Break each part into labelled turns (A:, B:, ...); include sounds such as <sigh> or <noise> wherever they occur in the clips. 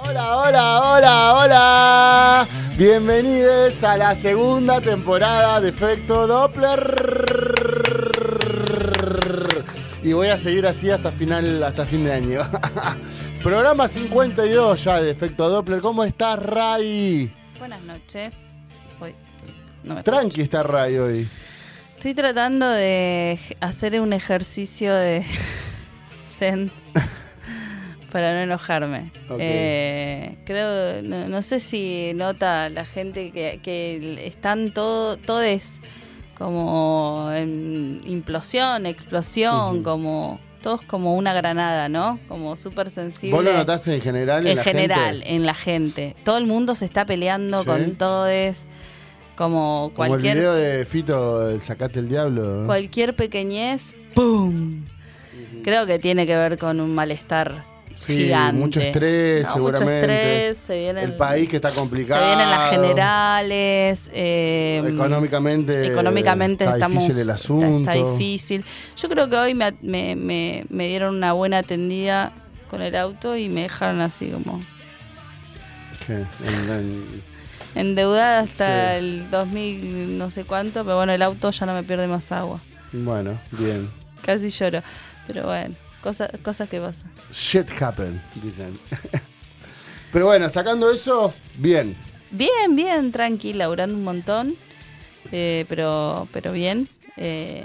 A: Hola, hola, hola, hola. Bienvenidos a la segunda temporada de Efecto Doppler. Y voy a seguir así hasta final, hasta fin de año. <laughs> Programa 52 ya de Efecto Doppler. ¿Cómo estás, Ray?
B: Buenas noches. Uy, no me
A: Tranqui está Ray hoy.
B: escucho. Estoy tratando de ej- hacer un ejercicio de <laughs> zen <laughs> para no enojarme.
A: Ok.
B: Eh, creo, no, no sé si nota la gente que, que están todo, todes como en implosión, explosión,
A: Ujú.
B: como todos como una granada, ¿no? Como súper sensible.
A: ¿Vos lo notás en general?
B: en
A: la
B: general,
A: gente?
B: en la gente. Todo el mundo se está peleando
A: Sí.
B: con todes, como
A: Como el
B: cualquier
A: video de Fito, el Sacate el Diablo. ¿eh?
B: cualquier pequeñez, ¡pum! Creo que tiene que ver con un malestar
A: Sí,
B: gigante.
A: mucho estrés,
B: No,
A: seguramente.
B: Mucho estrés, se viene
A: El país que está complicado.
B: Se vienen las generales. eh,
A: Económicamente.
B: Económicamente
A: está
B: estamos,
A: difícil el
B: está-
A: asunto.
B: Está, difícil. Yo creo que hoy me, me- me- me dieron una buena atendida con el auto y me dejaron así como
A: ¿Qué? En- en-
B: endeudada hasta
A: Sí.
B: el 2000 no sé cuánto, pero bueno, el auto ya no me pierde más agua.
A: Bueno, bien.
B: Casi lloro. Pero bueno, cosas, cosas que pasan.
A: Shit happen, dicen. <laughs> Pero bueno, sacando eso, bien.
B: Bien, bien, tranqui, laburando un montón. eh, pero, pero bien. eh,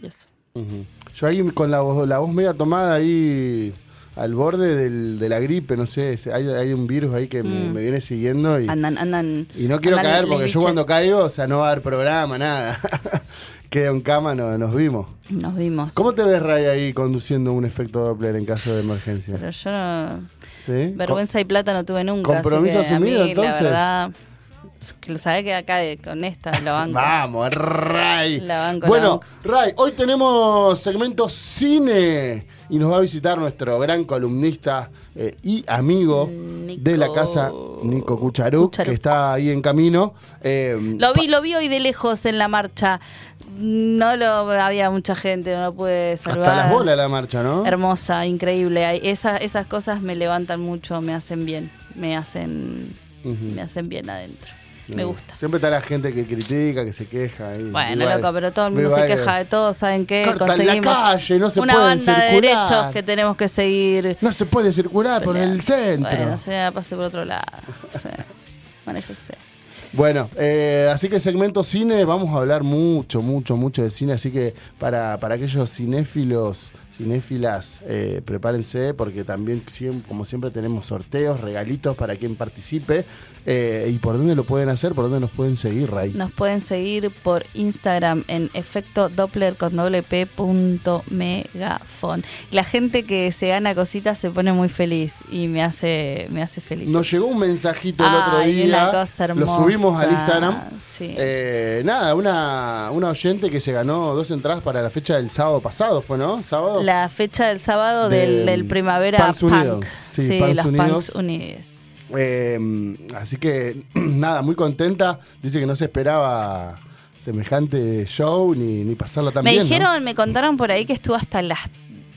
B: y eso.
A: Ujú. Yo ahí con la voz, la voz media tomada ahí al borde del- de la gripe, no sé, se- hay, hay un virus ahí que me,
B: Mm.
A: me viene siguiendo y,
B: Andan, andan.
A: y no quiero
B: andan
A: caer porque yo
B: liches.
A: cuando caigo, o sea, no va a haber programa, nada. <laughs> Quedo en cama, no, nos vimos.
B: Nos vimos.
A: ¿Cómo te ves, Ray, ahí conduciendo un efecto Doppler en caso de emergencia?
B: Pero yo no-
A: ¿Sí?
B: vergüenza y plata no tuve nunca. así
A: ¿Compromiso
B: que a mí,
A: asumido, entonces?
B: La verdad, que lo sabés que acá eh, con esta la
A: Co- <laughs>
B: banco.
A: Vamos, Ray.
B: La banco, la
A: bueno,
B: banco.
A: Ray, hoy tenemos segmento cine y nos va a visitar nuestro gran columnista eh, y amigo
B: Nico-
A: de la casa, Nico Cucharuc,
B: Cucharuc.
A: que está ahí en camino. Eh,
B: Lo vi, lo vi hoy de lejos en la marcha. No lo había mucha gente, no lo pude salvar.
A: hasta las bolas la marcha, ¿no?
B: Hermosa, increíble. Ay, esa- esas cosas me levantan mucho, me hacen bien, me hacen,
A: Ujú.
B: me hacen bien adentro. Me
A: Eh,
B: gusta.
A: Siempre está la gente que critica, que se queja. ahí.
B: Bueno,
A: Viva-
B: loco, pero todo el mundo
A: viva
B: se
A: el-
B: queja de todo, ¿saben qué?
A: Cortan la
B: Conseguimos
A: calle, no se
B: una
A: pueden
B: banda de
A: circular.
B: derechos que tenemos que seguir.
A: No se puede circular por el centro.
B: Bueno, se pase por otro lado. Sí. <laughs> Manéjese.
A: Bueno, eh, así que segmento cine, vamos a hablar mucho, mucho, mucho de cine, así que para, para aquellos cinéfilos, cinéfilas, eh, prepárense porque también, siem- como siempre, tenemos sorteos, regalitos para quien participe. Eh, ¿Y por dónde lo pueden hacer? ¿Por dónde nos pueden seguir, Ray?
B: Nos pueden seguir por Instagram en efecto Doppler con doble P punto megafon. La gente que se gana cositas se pone muy feliz y me hace, me hace feliz.
A: Nos llegó un mensajito el otro
B: Ay, una
A: día,
B: cosa
A: lo subimos al
B: hermosa.
A: Instagram.
B: Sí.
A: Eh, nada, una, una oyente que se ganó dos entradas para la fecha del sábado pasado, ¿fue, no? ¿Sábado?
B: la fecha del sábado del,
A: Del
B: del primavera
A: Punks
B: punk.
A: Unidos. Sí,
B: Sí,
A: Punks
B: las
A: Unidos.
B: Punks Unides.
A: Eh, así que <clears throat> nada, muy contenta. Dice que no se esperaba semejante show ni, ni pasarla tan
B: Me
A: bien. ¿no?
B: dijeron, me contaron por ahí que estuvo hasta las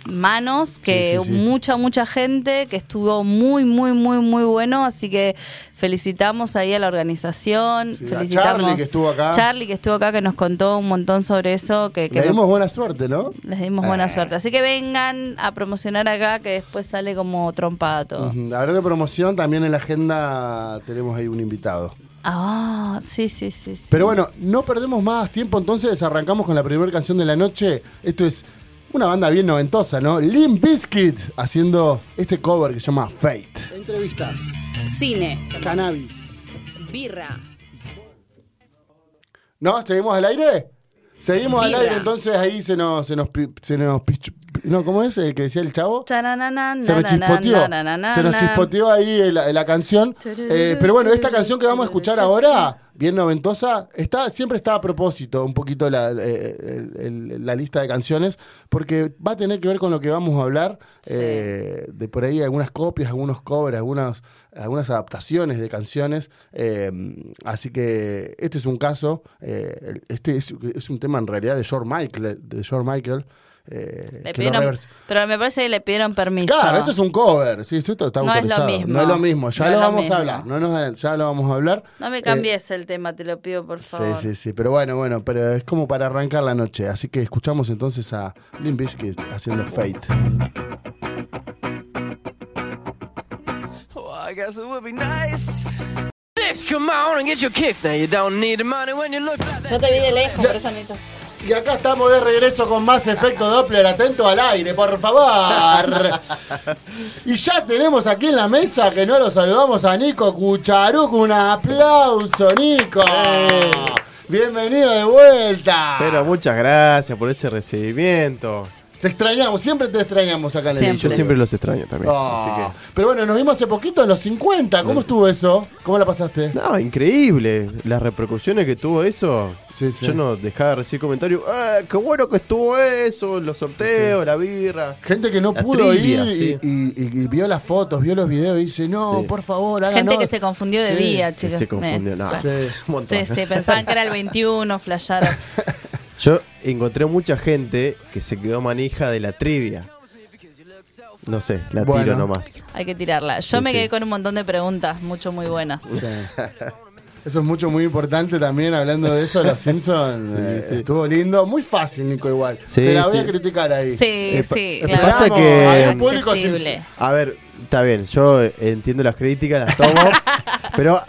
B: manos, que
A: sí, sí.
B: mucha, mucha gente, que estuvo muy, muy, muy, muy bueno, así que felicitamos ahí a la organización,
A: Sí, a
B: felicitamos
A: Charlie, que estuvo acá.
B: Charlie, que estuvo acá, que nos contó un montón sobre eso, que, que
A: Le
B: me-
A: dimos Eh. buena suerte, ¿no?
B: les dimos buena suerte. Así que vengan a promocionar acá, que después sale como trompada todo.
A: Ujú. Hablando de promoción, también en la agenda tenemos ahí un invitado.
B: Ah, sí, sí, sí. sí.
A: Pero bueno, no perdemos más tiempo, entonces arrancamos con la primera canción de la noche. Esto es una banda bien noventosa, ¿no? Lim Biscuit haciendo este cover que se llama Fate.
C: Entrevistas,
B: Cine,
C: cannabis,
B: birra.
A: ¿No? ¿Seguimos al aire? Seguimos al
B: Vibra.
A: aire, entonces ahí se nos, se nos, pi- se nos pich- no, ¿cómo es el que decía el chavo? Se nos chispoteó. Se nos chispoteó ahí el- la, canción. Eh, pero bueno, esta canción que vamos a escuchar ahora, bien noventosa, está, siempre está a propósito un poquito la, eh, el- el- la lista de canciones, porque va a tener que ver con lo que vamos a hablar.
B: Sí.
A: eh, de por ahí algunas copias, algunos covers, algunas, algunas adaptaciones de canciones. eh, así que este es un caso. eh, este es, es un tema en realidad de George Michael. De George Michael eh,
B: Le
A: que
B: pidieron-
A: lo revers-
B: pero me parece que le pidieron permiso.
A: Claro, esto es un cover. Sí, esto está
B: No es lo
A: autorizado.
B: mismo.
A: No es lo mismo. Ya
B: No
A: lo
B: es lo
A: vamos
B: mismo.
A: a hablar. No nos, ya lo vamos a hablar.
B: No
A: Eh,
B: me cambies el tema, te lo pido, por
A: Sí,
B: favor.
A: sí, sí. Pero bueno, bueno, pero es como para arrancar la noche. Así que escuchamos entonces a Limp Bizkit haciendo Fate.
D: Well, I guess it would be nice. Six, come on and get your kicks. Now you don't need the money when you look like that.
B: Yo te vi de lejos, por eso necesito.
A: Y acá estamos de regreso con más efecto Doppler. Atento al aire, por <laughs> favor. y ya tenemos aquí en la mesa que no lo saludamos a Nico Cucharuc. Un aplauso, Nico. Eh. Bienvenido de vuelta.
E: Pero muchas gracias por ese recibimiento.
A: Te extrañamos, siempre te extrañamos acá en el
B: Siempre.
E: Yo
A: estudio.
E: siempre los extraño también.
A: Ah,
E: así
A: Pero bueno, nos vimos hace poquito en los 50. ¿Cómo estuvo eso? ¿Cómo la pasaste?
E: que- No, increíble. Las repercusiones que tuvo eso.
A: Sí, sí.
E: Yo no dejaba de recibir comentarios. "Eh, ¡Qué bueno que estuvo eso! Los sorteos, la birra.
A: Gente que no
E: La
A: pudo
E: trivia,
A: ir y-
E: sí.
A: y, y- y vio las fotos, vio los videos y dice, no,
E: Sí.
A: por favor, háganos.
B: Gente que se confundió de
A: Sí.
B: día,
E: Que
B: chicos.
E: se
B: Me-
E: confundió. no,
B: bueno.
A: Sí.
E: un montón.
B: Sí, sí, pensaban que era el 21, flasharon.
E: Yo encontré mucha gente que se quedó manija de la trivia. No sé, la
A: Bueno.
E: tiro nomás.
B: Hay que tirarla. Yo
E: Sí,
B: me
E: sí.
B: quedé con un montón de preguntas, mucho muy buenas.
A: Eso es mucho, muy importante también, hablando de eso,
E: <laughs>
A: los Simpsons. eh, Estuvo lindo, muy fácil, Nico, igual.
E: Sí,
A: Te la voy a
E: sí.
A: criticar ahí.
B: Sí,
E: Eh, pa-
B: sí.
E: lo
B: la
E: que pasa
B: verdad,
E: que-
B: muy
E: Hay
A: un público
B: accesible.
E: A ver, está bien, yo eh, entiendo las críticas, las
A: <laughs>
E: tomo, pero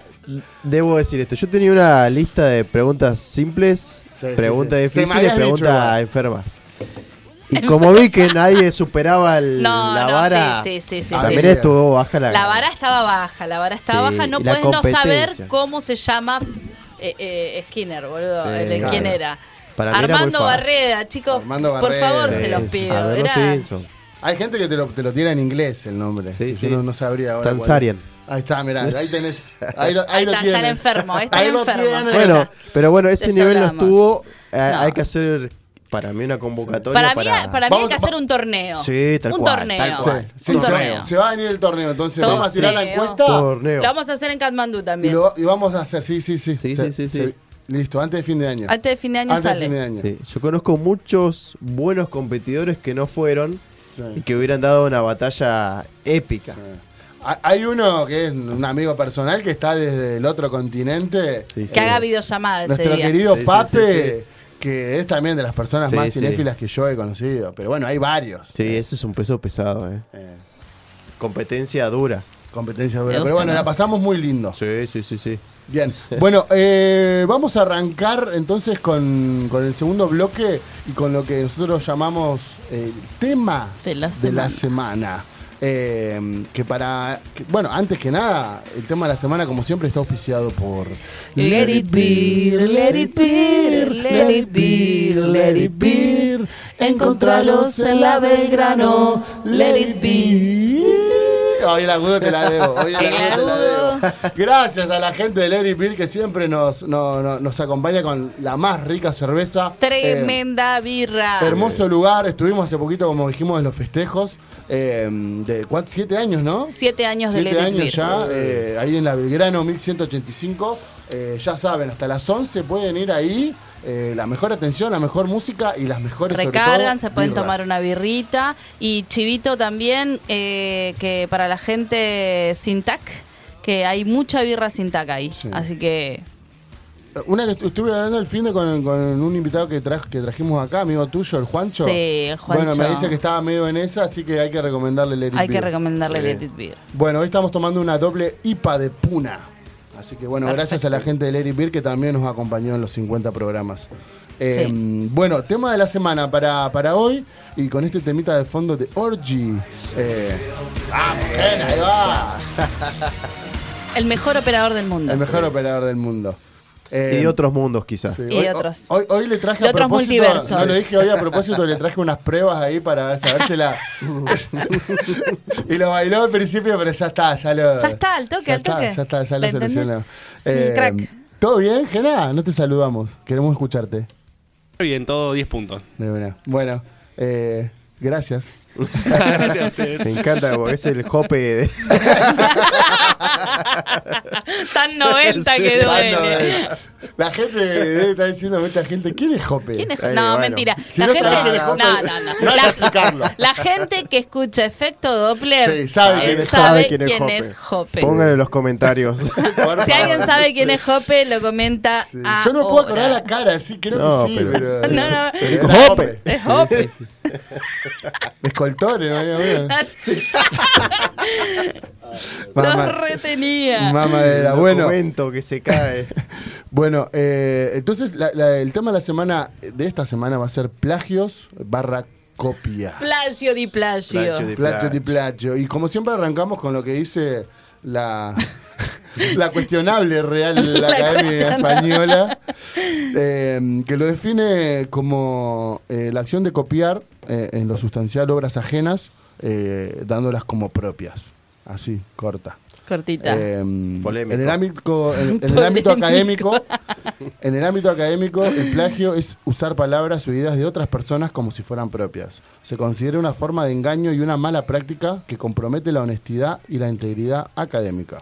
E: debo decir esto. Yo tenía una lista de preguntas simples,
A: Sí, sí,
E: preguntas
A: sí. Se me
E: difíciles,
A: habías dicho
E: preguntas
A: igual.
B: <laughs>
E: enfermas. Y como vi que nadie superaba el-
B: No,
E: la
B: no,
E: vara,
B: sí, sí, sí, sí,
E: también
A: sí.
E: estuvo baja la,
B: La vara estaba baja, la vara estaba
E: Sí,
B: baja. No
E: y la
B: puedes no saber
E: competencia.
B: cómo se llama eh, eh, Skinner, boludo.
E: Sí,
B: el-
E: claro.
B: ¿Quién era?
E: Para mí era muy
B: Armando
E: fácil.
B: Barreda, chicos.
A: Armando
B: por
A: Barreda,
B: favor,
A: sí,
B: se
A: sí,
B: los
A: sí.
B: pido.
E: A ver, los
B: era-
E: Simpson.
A: Hay gente que te lo, te lo tira en inglés el nombre.
E: Sí,
A: Yo
E: sí.
A: No, no sabría ahora. cuál es.
E: Tanzarian.
A: Ahí está, mirá, ahí tenés. Ahí lo, ahí
B: Ahí
A: lo
B: está,
A: tienes.
B: está el enfermo, está
A: ahí
B: el
A: lo
B: enfermo.
A: tienes.
E: Bueno, pero bueno, ese
B: Les
E: nivel no
B: hablamos.
E: estuvo. eh, Hay
B: No.
E: que hacer, para mí, una convocatoria
B: Para, mí,
E: para...
B: para mí
A: Vamos,
B: hay que
A: va-
B: hacer un torneo.
E: Sí, tal
B: un
E: cual,
B: torneo.
E: tal
A: Sí,
E: cual.
A: sí,
B: un
A: se-
B: torneo.
A: Se va a venir el torneo, entonces
B: Todo
A: vamos a tirar la
B: torneo.
A: encuesta.
E: Torneo.
B: Lo vamos a hacer en Katmandú
A: Y,
B: también.
A: lo, y vamos a hacer, sí, sí, sí.
E: Sí,
A: Se-
E: sí, sí,
A: se-
E: sí.
A: Listo, antes de fin de año.
B: Antes de fin de año
A: Antes de
B: sale.
A: fin de año.
E: Sí, yo conozco muchos buenos competidores que no fueron
A: Sí.
E: y que hubieran dado una batalla épica.
A: Ha- Hay uno que es un amigo personal que está desde el otro continente.
E: Sí,
B: Que
E: sí.
B: haga videollamada ese
A: Nuestro
B: día.
A: querido
E: Sí, sí,
A: Pape,
E: sí,
A: que es también de las personas
E: Sí,
A: más
E: sí.
A: cinéfilas que yo he conocido. Pero bueno, hay varios.
E: Sí, eso es un peso pesado, eh.
A: Eh,
E: Competencia dura.
A: competencia
B: Me
A: dura.
B: gusta,
A: Pero bueno,
B: me
A: la
B: gusta.
A: pasamos muy lindo.
E: Sí, sí, sí, sí.
A: Bien, bueno, eh, vamos a arrancar entonces con, con el segundo bloque y con lo que nosotros llamamos el tema
B: De la
A: semana. Eh, que para, que- bueno, antes que nada, el tema de la semana como siempre está auspiciado por
B: Let it be, let it be, let it be, let it be. Encontralos en la Belgrano, let it
A: be. Hoy el agudo te la debo, hoy el
B: El
A: agudo te la
B: agudo.
A: debo. <laughs> Gracias a la gente de Larry Bill que siempre nos, no- no- nos acompaña con la más rica cerveza. Eh,
B: Tremenda birra.
A: hermoso lugar, estuvimos hace poquito, como dijimos, en los festejos. eh, de ¿cuántos? siete años, ¿no?
B: Siete años de
A: Siete
B: Let It
A: años
B: Be.
A: ya, eh, ahí en la Belgrano 1185. eh, ya saben, hasta las 11 pueden ir ahí. eh, la mejor atención, la mejor música y las mejores sobre
B: Recargan,
A: todo,
B: se pueden
A: birras.
B: tomar una birrita. Y Chivito también, eh, que para la gente sin tac, que hay mucha birra sin tac ahí.
A: Sí.
B: Así que
A: Una que estu- estuve hablando el fin de con, con un invitado que, traj- que trajimos acá, amigo tuyo, el Juancho.
B: Sí, el Juancho.
A: Bueno, me dice que estaba medio en esa, así que hay que recomendarle el Eric
B: hay que
A: Beer.
B: recomendarle Let It Be.
A: Bueno, hoy estamos tomando una doble IPA de Puna. Así que bueno, gracias a la gente del Eric Beer que también nos acompañó en los 50 programas. Eh, Bueno, tema de la semana para, para hoy y con este temita de fondo de Orgy. Eh, ¡Vamos, Ken, ahí va!
B: El mejor operador del mundo.
A: El mejor operador del mundo. Eh,
E: Y otros mundos quizás.
A: Sí,
B: Y
A: hoy,
B: otros.
A: Hoy, hoy le traje
B: De
A: a
B: otros
A: propósito.
B: multiversos.
A: No lo dije hoy a propósito, le traje unas pruebas ahí para ver, saber si la. y lo bailó al principio, pero ya está, ya lo.
B: Ya está, al toque,
A: ya
B: al
A: está,
B: toque.
A: ya está, ya
B: ¿La
A: lo
B: entendés?
A: solucionó.
B: Es un crack.
A: ¿Todo bien, Gena? No te saludamos. Queremos escucharte.
F: Bien, todo 10 puntos.
A: De una. Bueno, eh, gracias.
F: Gracias a
E: <laughs>
F: ustedes.
E: Me encanta porque es el hope de... <laughs>
B: Tan 90 que
A: Cuando, <laughs>
B: duele.
A: eh, La gente debe estar diciendo mucha gente, ¿quién es Jope?
B: ¿Quién es?
E: Eh,
B: no,
E: bueno.
B: mentira.
A: Si
B: la
A: no
B: gente.
A: sabés quién es Jope,
B: no, no, no.
A: no hay que <laughs>
B: La-
A: explicarlo.
B: <laughs> La gente que escucha efecto Doppler
A: Sí, sabe quién es-
E: sabe
B: quién,
E: quién es
B: es Jope.
E: Pónganlo en
A: <laughs>
E: los comentarios.
A: Por
B: Si alguien
A: favor.
B: sabe quién es Jope, lo comenta.
A: Sí. Yo no me puedo acordar
B: ahora.
A: la cara, sí, creo
E: No,
A: que sí,
E: pero-
A: pero.
B: No, no.
A: Pero
E: Jope.
B: Es Jope.
A: Escoltore, no había
B: Ah, <laughs> Lo
A: Mamá.
B: retenía.
A: Mamadera.
E: bueno.
A: Bueno,
E: momento que
A: <laughs>
E: se cae.
A: bueno eh, entonces la- la- el tema de la semana, de esta semana, va a ser plagios barra copia.
B: Placio di Placio.
E: Placio di-
A: Placho de placho. Y como siempre arrancamos con lo que dice la, <laughs> la cuestionable Real
B: <laughs> La
A: Academia
B: cuestionable.
A: Española, eh, que lo define como eh, la acción de copiar eh, en lo sustancial obras ajenas, eh, dándolas como propias. Así, corta.
B: Cortita.
A: Eh,
E: Polémico.
A: En el ámbito, en,
B: <laughs>
A: en el ámbito
B: Polémico.
A: académico,
B: <laughs>
A: en el ámbito académico, el plagio es usar palabras o ideas de otras personas como si fueran propias. Se considera una forma de engaño y una mala práctica que compromete la honestidad y la integridad académica.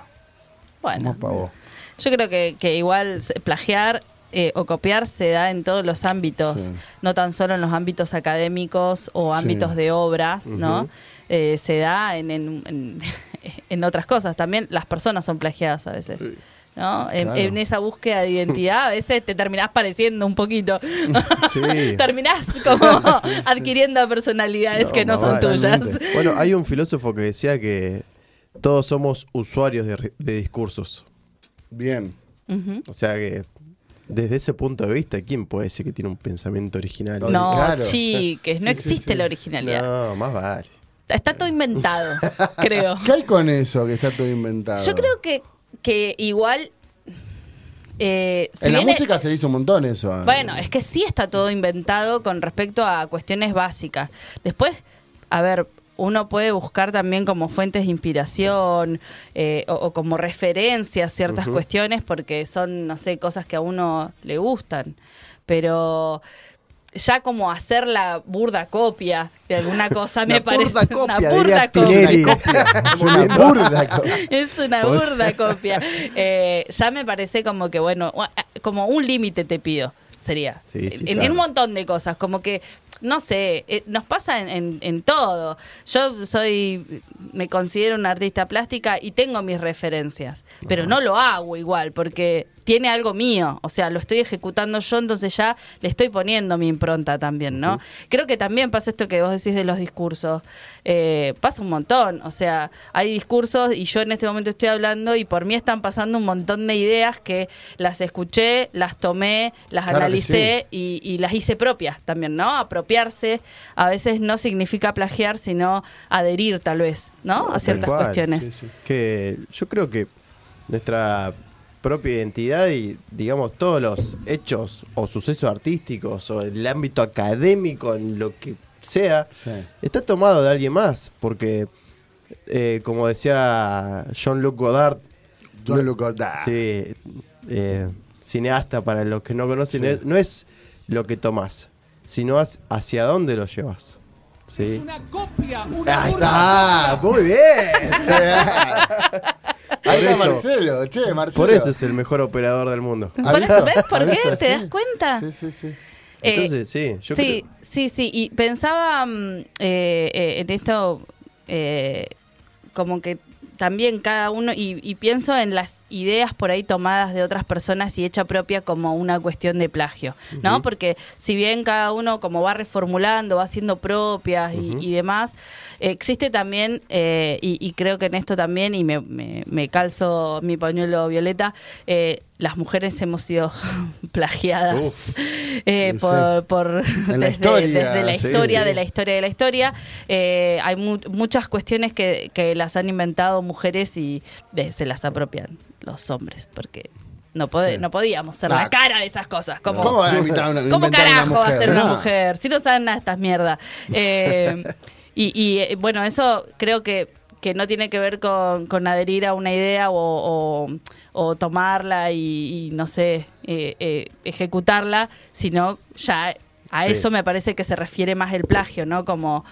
B: bueno.
A: Vamos pa' vos.
B: Yo creo que, que igual se- plagiar eh, o copiar se da en todos los ámbitos,
A: Sí.
B: no tan solo en los ámbitos académicos o
A: Sí.
B: ámbitos de obras, ¿no? Eh, se da en, en, en- <laughs> en otras cosas. También las personas son plagiadas a veces. ¿No? En,
A: Claro.
B: en esa búsqueda de identidad a veces te terminás pareciendo
A: <laughs>
B: un poquito.
E: Sí.
B: <laughs> terminás como adquiriendo personalidades que no son
A: totalmente.
B: tuyas.
E: Bueno, hay un filósofo que decía que todos somos usuarios de, ri- de discursos.
A: Bien.
E: O sea que desde ese punto de vista, ¿quién puede decir que tiene un pensamiento original?
B: No,
A: Claro.
B: chiques, no
A: Sí, sí,
B: existe
A: sí.
B: la originalidad.
E: No, más vale.
B: Está todo
A: <laughs>
B: inventado, creo.
A: ¿Qué hay con eso que está todo inventado?
B: Yo creo que, que igual. eh, si
A: en la
B: bien es-
A: música se hizo un montón eso.
B: bueno, eh. es que sí está todo inventado con respecto a cuestiones básicas. Después, a ver, uno puede buscar también como fuentes de inspiración eh, o, o como referencia a ciertas cuestiones porque son, no sé, cosas que a uno le gustan. Pero ya como hacer la burda copia de alguna
E: <laughs>
B: cosa me
E: Una burda
B: parece
E: copia,
B: una
E: diría
B: burda copia.
E: Tinelli. <laughs>
A: Es una burda. co-
B: <laughs> Es una
E: Pues-
B: burda copia. Eh, ya me parece como que, bueno, ua- como un límite te pido, sería.
E: Sí, sí,
B: en, en
E: claro.
B: un montón de cosas, como que, no sé, eh, nos pasa en, en- en todo. Yo soy, me considero una artista plástica y tengo mis referencias, pero no lo hago igual, porque tiene algo mío, o sea, lo estoy ejecutando yo, entonces ya le estoy poniendo mi impronta también, ¿no? Creo que también pasa esto que vos decís de los discursos, Eh, pasa un montón, o sea, hay discursos y yo en este momento estoy hablando y por mí están pasando un montón de ideas que las escuché, las tomé, las
A: Claro que
B: analicé y, y las hice propias también, ¿no? Apropiarse a veces no significa plagiar, sino adherir tal vez, ¿no? A
E: Tal
B: ciertas
E: cual,
B: cuestiones.
E: sí, sí. Que yo creo que nuestra propia identidad y, digamos, todos los hechos o sucesos artísticos o el ámbito académico, en lo que sea,
A: Sí.
E: está tomado de alguien más. Porque, eh, como decía Jean-Luc Godard,
A: Yo lo cortaba.
E: sí, eh, cineasta para los que no conocen, es- no es lo que tomás, sino as- hacia dónde lo llevas. Sí. Ahí
A: ah,
E: está, muy bien.
A: Ahí
E: Por
A: está
E: eso.
A: Marcelo, che, Marcelo.
E: Por eso es el mejor operador del mundo.
B: Por
A: Avisa,
B: eso, ¿ves por qué?
A: avisa,
B: ¿Te
A: sí.
B: das cuenta?
A: Sí, sí, sí.
B: Eh,
E: Entonces, sí, yo
B: sí,
E: creo-
B: sí, sí. Y pensaba mm, eh, eh, en esto eh, como que también cada uno, y, y pienso en las ideas por ahí tomadas de otras personas y hecha propia como una cuestión de plagio, ¿no? Porque si bien cada uno como va reformulando, va haciendo propias y, y demás, existe también, eh, y, y creo que en esto también, y me, me- me calzo mi pañuelo violeta, eh, las mujeres hemos sido <laughs> plagiadas
E: Uf.
B: eh,
A: Sí,
B: por, por-
A: la
B: <laughs> desde,
A: historia,
B: desde la
A: sí,
B: historia
A: sí.
B: de la historia de la historia Eh, hay mu- muchas cuestiones que, que las han inventado mujeres y de- se las apropian los hombres porque no pode-
A: Sí.
B: no podíamos ser
A: Ah.
B: la cara de esas cosas como
A: ¿Cómo va a invitar a una-
B: ¿Cómo
A: inventar a una
B: carajo va a
A: mujer?
B: ser una
A: No.
B: mujer? Si no saben nada de
A: <laughs>
B: estas mierdas. Eh, y, y, eh, bueno, eso creo que, que no tiene que ver con, con adherir a una idea o, o- o tomarla y, y, no sé, eh, eh, ejecutarla, sino ya a
E: Sí.
B: eso me parece que se refiere más el plagio, ¿no? Como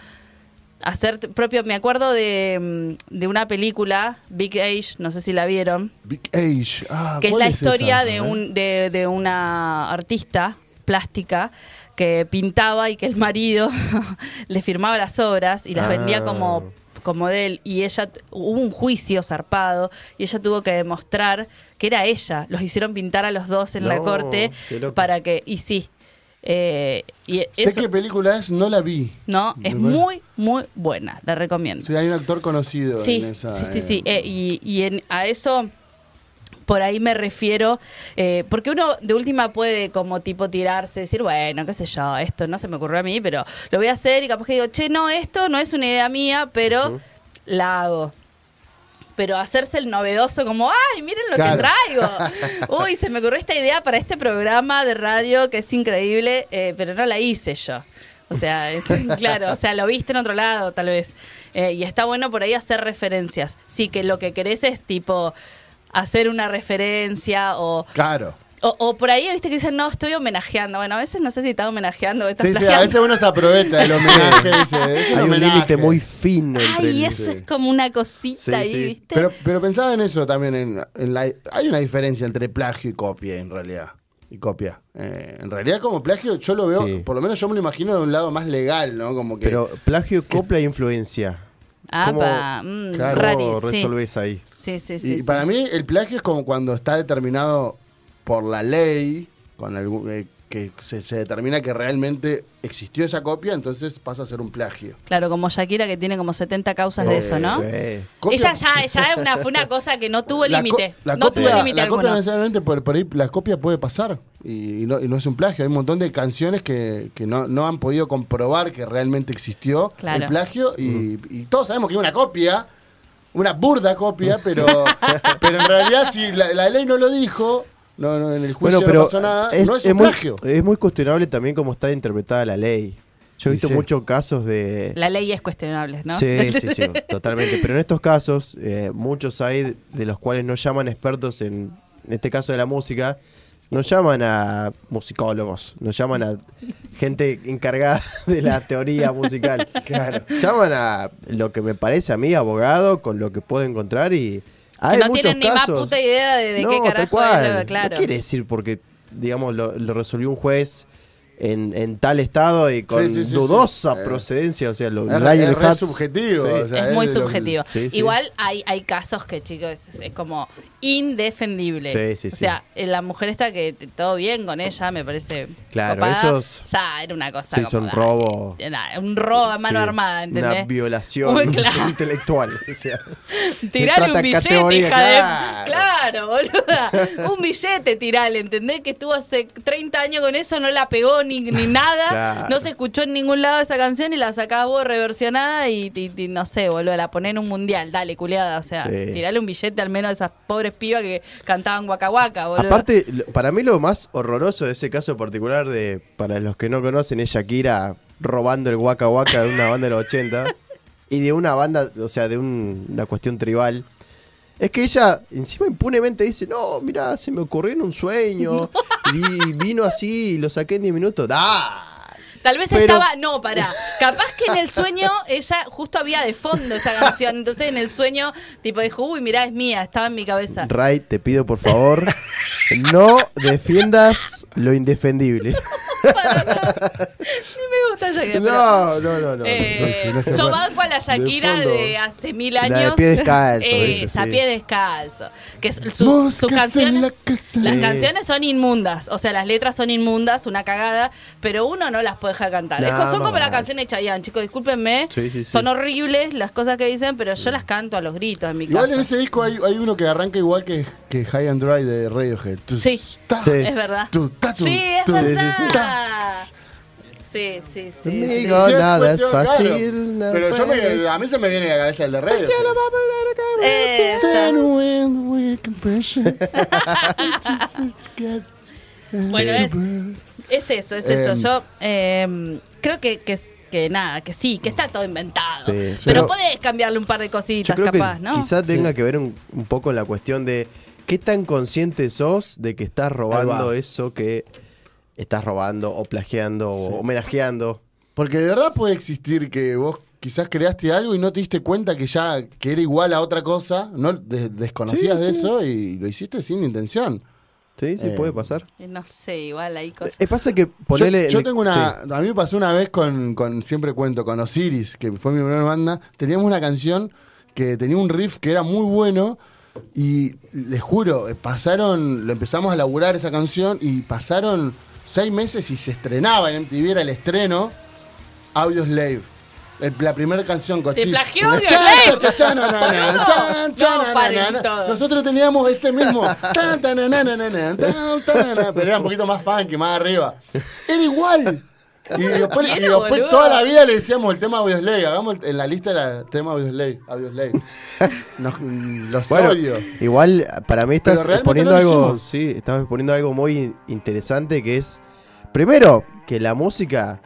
B: hacer t- propio. Me acuerdo de, mm, de una película, Big Age, no sé si la vieron,
A: Big Age. Ah,
B: que es
A: ¿cuál
B: la historia
A: esa?
B: de,
A: A ver.
B: un, de, de una artista plástica que pintaba y que el marido <laughs> le firmaba las obras y las
E: Ah.
B: vendía como como de él y ella t- hubo un juicio zarpado y ella tuvo que demostrar que era ella los hicieron pintar a los dos en la
E: No,
B: corte
E: qué loco.
B: para que y sí Eh, y
A: Sé
B: eso-
A: qué película es, no la vi.
B: no,
A: Me
B: es
A: parece-
B: muy, muy buena. La recomiendo.
A: Sí, hay un actor conocido
B: Sí,
A: en esa.
B: sí, sí,
A: eh.
B: sí. Eh, y y en- a eso, por ahí me refiero, eh, porque uno de última puede como tipo tirarse, decir, bueno, qué sé yo, esto no se me ocurrió a mí, pero lo voy a hacer y capaz que digo, che, no, esto no es una idea mía, pero la hago. Pero hacerse el novedoso como, ay, miren lo
A: Claro.
B: que
A: <laughs>
B: traigo. Uy, se me ocurrió esta idea para este programa de radio que es increíble, eh, pero no la hice yo. O sea, <laughs> este, claro, o sea, lo viste en otro lado, tal vez. Eh, y está bueno por ahí hacer referencias. Sí, que lo que querés es tipo hacer una referencia o,
A: Claro.
B: o, o por ahí, viste, que dicen, no, estoy homenajeando. Bueno, a veces no sé si estás homenajeando o estás
A: Sí, sí, a
B: plagiando.
A: veces uno se aprovecha del homenaje. dice, Ah, es un
E: Hay un
A: homenaje.
E: límite muy fino entre
B: <laughs> Ay,
E: el-
B: eso es como una cosita
E: Sí,
B: ahí,
E: sí.
B: viste.
A: Pero, pero pensaba en eso también. En, en la- hay una diferencia entre plagio y copia, en realidad. Y copia. Eh, en realidad, como plagio, yo lo veo,
E: Sí.
A: por lo menos yo me lo imagino de un lado más legal, ¿no? Como que.
E: Pero plagio, copla e influencia.
B: Apa,
E: ¿Cómo-
B: mm,
A: claro,
B: rari,
E: ¿Cómo
B: sí.
E: resolvés ahí?
B: Sí, sí,
A: y
B: sí. sí.
A: para mí, el plagio es como cuando está determinado por la ley, con algún- eh, que se, se determina que realmente existió esa copia, entonces pasa a ser un plagio.
B: Claro, como Shakira que tiene como 70 causas de eso, ¿no?
E: Sí.
A: Copia-
B: Ella ya, ya es una, fue una cosa que no tuvo
A: La co-
B: límite.
A: La,
B: No tuvo
A: copia,
B: límite
A: la copia
B: alguno.
A: necesariamente por, por ahí, la copia puede pasar y, y no, y no es un plagio. Hay un montón de canciones que, que no, no han podido comprobar que realmente existió
B: Claro.
A: el plagio y, y todos sabemos que es una copia, una burda copia,
E: <laughs>
A: pero, pero en realidad si la, la ley no lo dijo, no, no, en el juicio
E: Bueno, pero
A: no pasó nada,
E: es,
A: no es,
E: es
A: un
E: muy,
A: plagio.
E: es muy cuestionable también cómo está interpretada la ley. Yo he
A: Y
E: visto
A: sí.
E: muchos casos de...
B: La ley es cuestionable, ¿no?
E: Sí,
B: <laughs>
E: sí, sí, totalmente. Pero en estos casos, eh, muchos hay de los cuales no llaman expertos en, en este caso de la música, no llaman a musicólogos, no
B: <laughs>
E: llaman a gente encargada de la
A: <laughs>
E: teoría musical. Claro. Llaman a lo que me parece a mí, abogado, con lo que puedo encontrar y... Hay
B: no
E: muchos
B: tienen ni más
E: casos.
B: puta idea de- de qué
E: tal
B: carajo es
E: cual.
B: lo- claro.
E: No quiere decir porque, digamos, lo, lo resolvió un juez en, en tal estado y con
A: sí, sí, sí.
E: dudosa
A: Eh.
E: procedencia, o sea, lo
A: Es, re-
E: Lionel
A: es re
E: Hutz.
A: subjetivo.
E: Sí.
A: o sea,
B: es muy
A: de lo que-
B: subjetivo.
E: sí, sí.
B: Igual hay, hay casos que, chicos, es, es como indefendible.
E: Sí, sí,
B: o
E: sí.
B: sea, eh, la mujer está que t- todo bien con ella, me parece.
E: Claro,
B: copada,
E: esos-
B: Ya era una cosa.
E: Sí,
B: como,
E: son
B: dale,
E: robo.
B: eh, nada, un robo a mano
E: Sí,
B: armada, ¿entendés?
E: Una violación
B: Uy, claro.
E: <laughs> intelectual. o sea.
B: Tirale un
E: Trata
B: billete,
E: categoría,
B: hija de. Claro,
E: claro.
B: boluda. Un billete tirale, ¿entendés? Que estuvo hace 30 años con eso, no la pegó ni, ni nada.
E: Claro.
B: No se escuchó en ningún lado esa canción y la sacás vos reversionada y, y- y no sé, boludo, la poné en un mundial. Dale, culiada. O sea,
E: Sí.
B: tirale un billete al menos a esas pobres pibas que cantaban guacahuaca, boludo.
E: Aparte, lo- para mí lo más horroroso de ese caso particular, de para los que no conocen, es Shakira robando el Waka Waka de una banda de los 80 y de una banda, o sea, de un- una cuestión tribal. Es que ella encima impunemente dice, no, mira, se me ocurrió en
B: <laughs>
E: un sueño y vino así y lo saqué en 10 minutos. ¡Da!
B: Tal vez
E: Pero-
B: estaba, no, pará. Capaz que en el sueño ella justo había de fondo esa canción. Entonces en el sueño, tipo, dijo, uy, mirá, es mía, estaba en mi cabeza.
E: Ray, te pido por favor, no defiendas lo indefendible.
B: Ni me gusta Shakira. <laughs> pero-
E: No, no, no, no.
B: Eh,
E: no se
B: yo
E: puede.
B: banco a la Shakira de,
E: fondo.
B: hace mil
E: La de
B: años.
E: pie descalzo,
B: <laughs> Eh,
E: ¿viste?
B: esa
E: Sí.
B: pie descalzo. Que es- su-
A: Moscas
B: sus
A: en
B: canciones.
A: la casa.
B: Las
E: Sí.
B: canciones son inmundas, o sea, las letras son inmundas, una cagada, pero uno no las puede dejar cantar.
E: No,
B: Es co- son como
E: mamá.
B: las canciones de Chayanne, chicos, discúlpenme.
E: Sí, sí, sí.
B: Son horribles las cosas que dicen, pero yo las canto a los gritos en mi
A: Igual
B: casa.
A: en ese disco hay, hay uno que arranca igual que, que High and Dry de Radiohead. Tu-
B: Sí.
A: ta,
E: Sí.
B: Es verdad.
A: tu, ta, tu,
B: Sí, es
A: tu,
B: verdad.
A: ta.
B: Sí, sí, sí. sí.
E: Amigo,
A: Sí,
E: nada es
A: cuestión,
E: fácil.
A: claro. Pero yo me, a mí se me viene a la cabeza el de Red.
B: Eh,
A: <laughs>
B: Bueno, es, es eso, es eso.
A: Em.
B: Yo em, creo que, que, que nada, que sí, que está todo inventado.
E: Sí,
B: pero,
E: sí. Pero-
B: podés cambiarle un par de
E: Yo
B: cositas,
E: creo
B: capaz,
E: que
B: ¿no?
E: quizás tenga que ver un, un poco la cuestión de qué tan consciente sos de que estás
A: Ahí
E: robando
A: va.
E: eso que estás robando o plagiando o homenajeando.
A: Porque de verdad puede existir que vos quizás creaste algo y no te diste cuenta que ya que era igual a otra cosa, no de- desconocías
E: Sí,
A: de
E: sí.
A: eso y lo hiciste sin intención.
E: Sí, sí,
A: Eh,
E: puede pasar.
B: No sé, igual hay cosas.
E: Eh, pasa que
A: Yo-
E: ponerle.
A: yo, tengo una. A mí me pasó una vez con, con- Siempre cuento, con Osiris, que fue mi primera banda. Teníamos una canción que tenía un riff que era muy bueno. Y les juro, eh, pasaron. Lo empezamos a laburar esa canción y pasaron seis meses y se estrenaba en MTV. Era el estreno. Audio Slave. El- la primera canción con
B: ¿Te
A: chis-
B: plagió Audio
A: Chan,
B: Slave?
A: chan, chan, na, na, na, chan, chan,
B: No,
A: na,
B: paren
A: na, na.
B: todo.
A: Nosotros teníamos ese mismo. tan, tan, na, na, na, na, na, tan, tan, na, pero era un poquito más funky, más arriba. Era igual. Y después, y
B: Quiero,
A: después
B: boludo.
A: toda la vida le decíamos el tema Audio Slave. Hagamos el- en la lista el tema Audio Slave. Audio Slave. Nos- mm, los
E: Bueno,
A: odio.
E: igual para mí estás
A: Pero realmente
E: exponiendo
A: no lo
E: algo.
A: hicimos.
E: Sí, estás exponiendo algo muy interesante que es. Primero, que la música.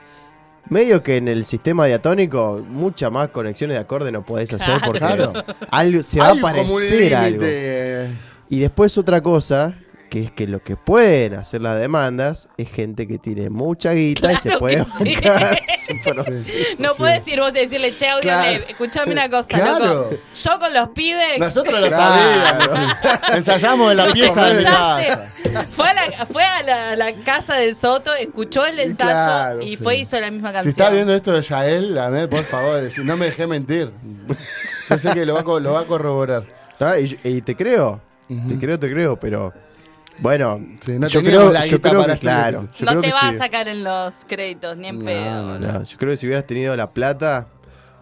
E: Medio que en el sistema diatónico, mucha más conexiones de acorde no podés hacer porque
A: Claro.
E: algo se va
A: Hay
E: a
A: como un
E: parecer algo.
A: límite, eh,
E: Y después otra cosa, que es que lo que pueden hacer las demandas es gente que tiene mucha guita y se
B: Claro
E: <laughs> puede
B: que sí.
E: bancar su
B: <laughs>
E: proceso.
B: No puedes ir vos y decirle, che, audio,
E: Claro.
B: Slave, escuchame una cosa,
A: Claro.
B: loco. Yo con los pibes.
A: Nosotros lo
E: Claro.
A: sabíamos. Ensayamos en la <laughs>
B: ¿Nos
A: pieza de
B: escuchaste?
A: casa.
B: Fue a, la, fue a la, la casa de Soto, escuchó el ensayo
E: Claro,
B: y
E: sí.
B: fue hizo la misma canción.
A: Si está viendo esto de Yael, a ver, por favor, decí- no me dejé mentir. Yo sé que lo va, a co- lo va a corroborar.
E: Ah, y, y te creo, te creo, te creo, pero bueno,
A: Sí, no teníamos la guita para hacer
E: que,
A: lo
E: claro,
A: que
E: yo
B: no
E: creo
B: te
E: que
B: va
E: si-
B: a sacar en los créditos, ni en
A: no,
B: pedo.
E: no, yo creo que si hubieras tenido la plata,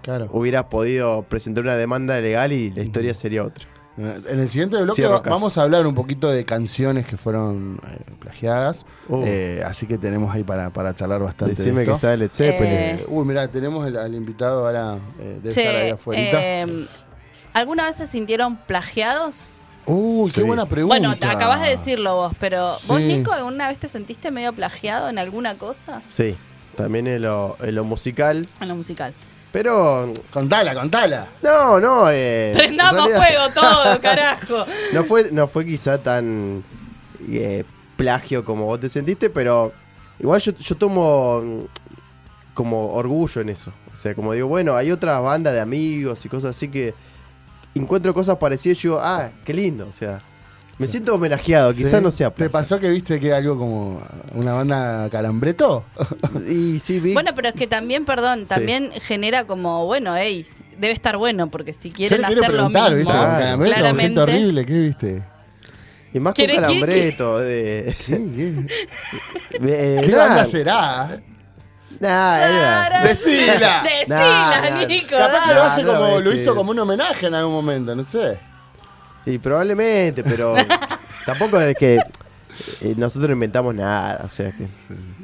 A: Claro.
E: hubieras podido presentar una demanda legal y la historia sería otra.
A: Eh, En el siguiente bloque
E: Cierro
A: va-
E: caso.
A: vamos a hablar un poquito de canciones que fueron eh, plagiadas.
E: Oh.
A: Eh, así que tenemos ahí para, para charlar bastante. de
E: Decime que
A: esto.
E: está el Led Zeppelin.
B: Eh,
A: Eh, Uy, mirá, tenemos el- al invitado ahora eh, debe estar ahí
B: Che,
A: afuera.
B: eh, ¿alguna vez se sintieron plagiados?
A: Uy, qué
E: sí.
A: buena pregunta.
B: Bueno, te acabas de decirlo vos, pero ¿vos,
A: Uh, Sí.
B: Nico, alguna vez te sentiste medio plagiado en alguna cosa?
E: Sí, también en lo, en lo musical,
B: En lo musical.
A: Eh,
E: pero
A: Contala, contala.
E: no, no. Eh, en
B: Prendamos
E: realidad-
A: <laughs>
B: fuego todo, carajo.
E: No fue, no fue quizá tan eh, plagio como vos te sentiste, pero igual yo, yo tomo mm, como orgullo en eso. O sea, como digo, bueno, hay otras bandas de amigos y cosas así que encuentro cosas parecidas y yo, ah, qué lindo. O sea, me siento homenajeado, quizá
A: Sí.
E: no sea.
A: ¿Te pasó que viste que algo como una banda calambretó? <laughs>
E: Y sí, vi.
B: Bueno, pero es que también, perdón, también genera como, bueno, hey, debe estar bueno, porque si quieren
A: Yo le quiero
B: hacer lo
A: preguntar,
B: mismo,
A: ¿viste? Con
E: Claro.
A: Calambreto, gente
B: claramente.
A: horrible, ¿qué viste?
E: y más con
B: ¿Quiere- quiere-
E: calambreto. De,
A: ¿Qué, qué,
E: <laughs> eh,
A: qué
E: nada,
A: banda será?
E: nada, Ah, era-
A: ¡Decila!
B: <laughs> Decila,
E: Nah, nah.
B: Nico.
A: Capaz
E: No,
A: lo hace
E: no lo
A: como,
E: voy a
A: lo
E: decir.
A: hizo como un homenaje en algún momento, no sé.
E: Y probablemente,
B: <laughs>
E: pero tampoco es que eh, nosotros inventamos nada. O sea que.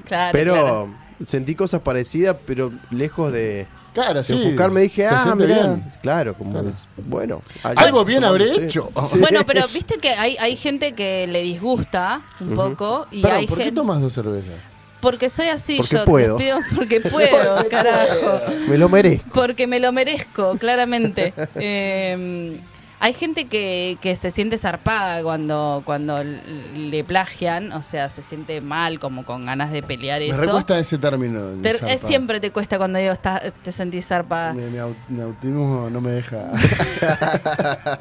B: Claro,
E: pero
B: claro.
E: sentí cosas parecidas, pero lejos de,
A: Claro,
E: de
A: sí.
E: ofuscarme. Dije,
A: se
E: ah,
A: siente
E: mirá".
A: bien.
E: Claro, como
A: Claro.
E: es- bueno.
A: Algo bien
E: no
A: habré
E: sé.
A: hecho.
B: <laughs> Bueno, pero viste que hay, hay gente que le disgusta un poco y
A: Perdón,
B: hay
A: ¿por qué
B: gente...
A: tomas dos cervezas?
B: Porque soy así,
E: Porque
B: yo
E: puedo.
B: te pido
A: <laughs>
B: porque puedo, carajo.
E: Me lo merezco.
B: Porque me lo merezco,
A: <laughs>
B: claramente. Eh, hay gente que, que se siente zarpada cuando, cuando l- le plagian, o sea, se siente mal, como con ganas de pelear
A: Me
B: eso.
A: recuesta ese término. el
B: Te- eh,
A: zarpa.
B: siempre te cuesta cuando digo estás- te sentís zarpada.
A: Mi, mi au- mi autismo no me
E: <laughs>
A: deja.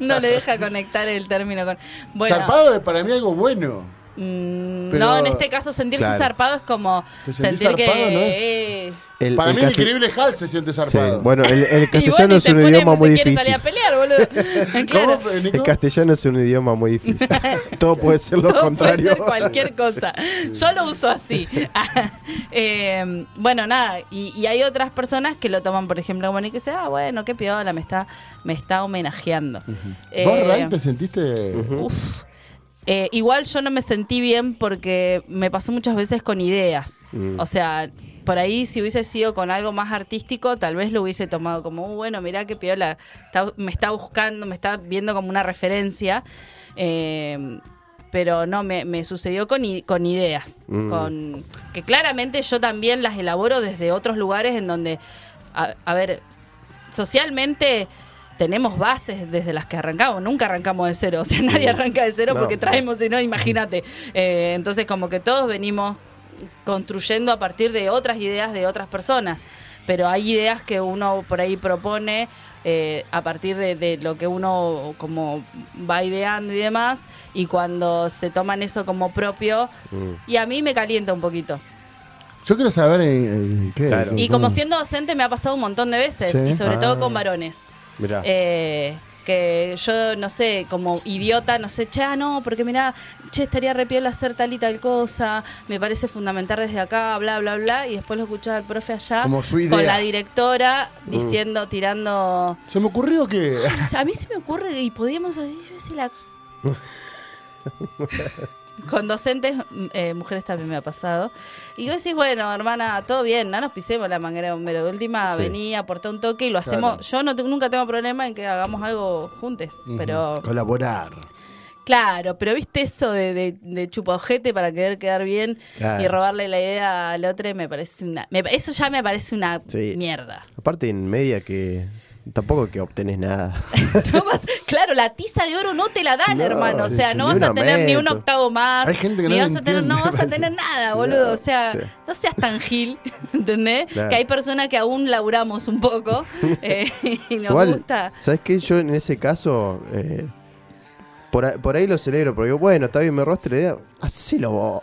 B: <laughs> No le deja conectar el término con. <laughs> Bueno,
A: Zarpado es para mí algo bueno.
B: mm,
A: pero-
B: no, en este caso sentirse
E: Claro.
B: zarpado es como
A: ¿Te sentís
B: sentir que.
A: zarpado, no?
B: eh,
E: El-
A: para
E: el
A: mí, el
E: castell-
A: increíble Hal se siente
E: Sí,
A: zarpado.
E: bueno, el, el
B: y
E: castellano
B: bueno, y
E: es
B: se
E: un
B: pone,
E: idioma
B: se
E: muy
B: quiere
E: difícil.
B: salir a pelear,
E: <laughs>
B: boludo. <laughs> Claro.
A: ¿Cómo, Nico?
E: El castellano es un idioma muy
B: <laughs>
E: difícil. Todo puede ser lo
B: Todo
E: contrario.
B: Puede ser cualquier cosa. Yo lo uso
E: <laughs>
B: así. Ah, Eh, bueno, nada. Y, y hay otras personas que lo toman, por ejemplo, como Nico y dicen, ah, bueno, qué piola, me está, me está homenajeando. Eh,
A: ¿Vos, Ray, te sentiste...?
B: uf. Eh, igual yo no me sentí bien porque me pasó muchas veces con ideas. O sea, por ahí si hubiese sido con algo más artístico, tal vez lo hubiese tomado como, "Uh, bueno, mirá qué piola, está- me está buscando, me está viendo como una referencia. Eh, pero no, me, me sucedió con, i- con ideas, con que claramente yo también las elaboro desde otros lugares en donde, a, a ver, socialmente tenemos bases desde las que arrancamos, nunca arrancamos de cero, o sea, <laughs> nadie arranca de cero
E: No.
B: porque traemos, si no,
E: <laughs>
B: imagínate. Eh, entonces, como que todos venimos construyendo a partir de otras ideas de otras personas. pero hay ideas que uno por ahí propone eh, a partir de, de lo que uno como va ideando y demás, y cuando se toman eso como propio,
E: Mm.
B: y a mí me calienta un poquito.
A: Yo quiero saber en, en qué. Mm.
E: Claro.
B: Y
A: cómo-
B: como siendo docente me ha pasado un montón de veces,
A: Sí.
B: y sobre
E: Mm. Ah.
B: todo con varones.
E: Mirá.
B: Eh, que yo, no sé, como idiota, no sé, che, ah, no, porque mirá, che, estaría re piola hacer tal y tal cosa, me parece fundamental desde acá, bla, bla, bla, y después lo escuchaba al profe allá,
A: Como su idea. Mm.
B: con la directora, diciendo, tirando...
A: Se me ocurrió que.
E: <laughs>
B: O sea, a mí se me ocurre, y podíamos, yo decía la... <laughs> Con docentes, mm, eh, mujeres también me ha pasado. Y vos decís, bueno, hermana, todo bien, no nos pisemos la manguera de bombero. De última,
E: Sí.
B: vení, aportá un toque y lo hacemos. Yo no te- nunca tengo problema en que hagamos algo juntos, pero...
A: Colaborar.
B: Claro, pero viste eso de, de, de chupajete para querer quedar bien
E: Claro.
B: y robarle la idea al otro, me parece una... me- eso ya me parece una
E: Sí.
B: mierda.
E: Aparte en media que tampoco que
B: <laughs>
E: obtenés nada.
B: No vas- claro, la tiza de oro no te la dan,
E: No,
B: hermano. O
E: sí,
B: sea,
E: sí,
B: no
E: ni
B: vas a
E: una
B: tener ni un
E: metro.
B: octavo más.
A: Hay gente que
B: ni
A: no lo
B: vas a tener,
A: entiende,
B: no vas a
A: parece.
B: tener nada, boludo. o sea,
E: sí.
B: no seas tan gil, <laughs> ¿entendés?
E: Claro.
B: Que hay personas que aún laburamos un poco eh, <laughs> y nos gusta.
E: ¿sabes qué? Yo en ese caso, eh, por, a- por ahí lo celebro, porque bueno, está bien, me robaste la idea,
A: <laughs>
E: hacelo vos.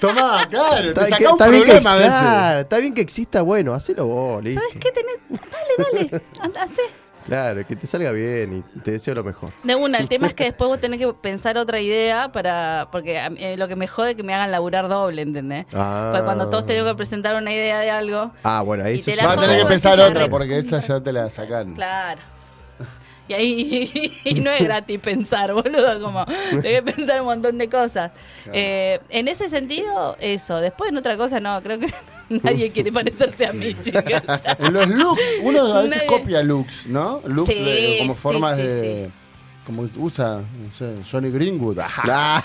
A: Tomá, claro, te
E: que-
A: saca un
E: bien que
A: problema a
E: ex-
A: veces.
E: claro, está bien que exista, bueno, hacelo vos, listo.
B: ¿Sabes qué tenés? Dale, dale, anda, hacé.
E: Claro, que te salga bien y te deseo lo mejor.
B: De una, el tema es que después vos tenés que pensar otra idea para. Porque a mí, eh, lo que me jode es que me hagan laburar doble, ¿entendés?
E: Ah.
B: Porque cuando todos tenemos que presentar una idea de algo,
E: Ah, bueno, ahí
B: Y
E: se
B: te la
A: Vas a tener
B: jodo,
A: que
B: vos
A: pensar
B: decís,
A: otra
B: "Arre".
A: porque esa ya te la sacan.
B: Claro. Y ahí <laughs> y no es gratis pensar, boludo, como debes pensar un montón de cosas. Eh, en ese sentido, eso. Después en otra cosa, no, creo que <laughs> nadie quiere parecerse a mí, chicas. O sea,
A: En los looks, uno a veces
B: Nadie-
A: copia looks, ¿no? Looks
B: Sí,
A: de- como
B: sí,
A: formas
B: sí,
A: de. Como usa, no sé, Johnny Greenwood. Ajá.
B: <laughs>
E: Ah,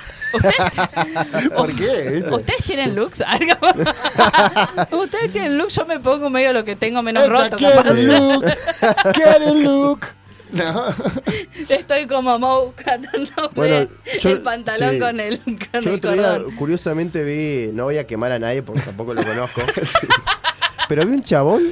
A: ¿Por qué? ¿Viste?
B: ¿Ustedes tienen looks? <laughs> Algo. ¿Ustedes tienen looks? Yo me pongo medio lo que tengo menos
A: Ella
B: roto.
A: quiere
B: capaz.
A: un
B: <laughs>
A: look, quiere un look. No.
B: Estoy como Mou cuando no
E: Bueno,
B: ve
E: yo-
B: el pantalón
E: sí.
B: con el, con
E: Yo el
B: el
E: otro día,
B: cordón.
E: curiosamente, vi. No voy a quemar a nadie porque tampoco lo
A: <laughs>
E: conozco. <laughs> Sí. Pero vi un chabón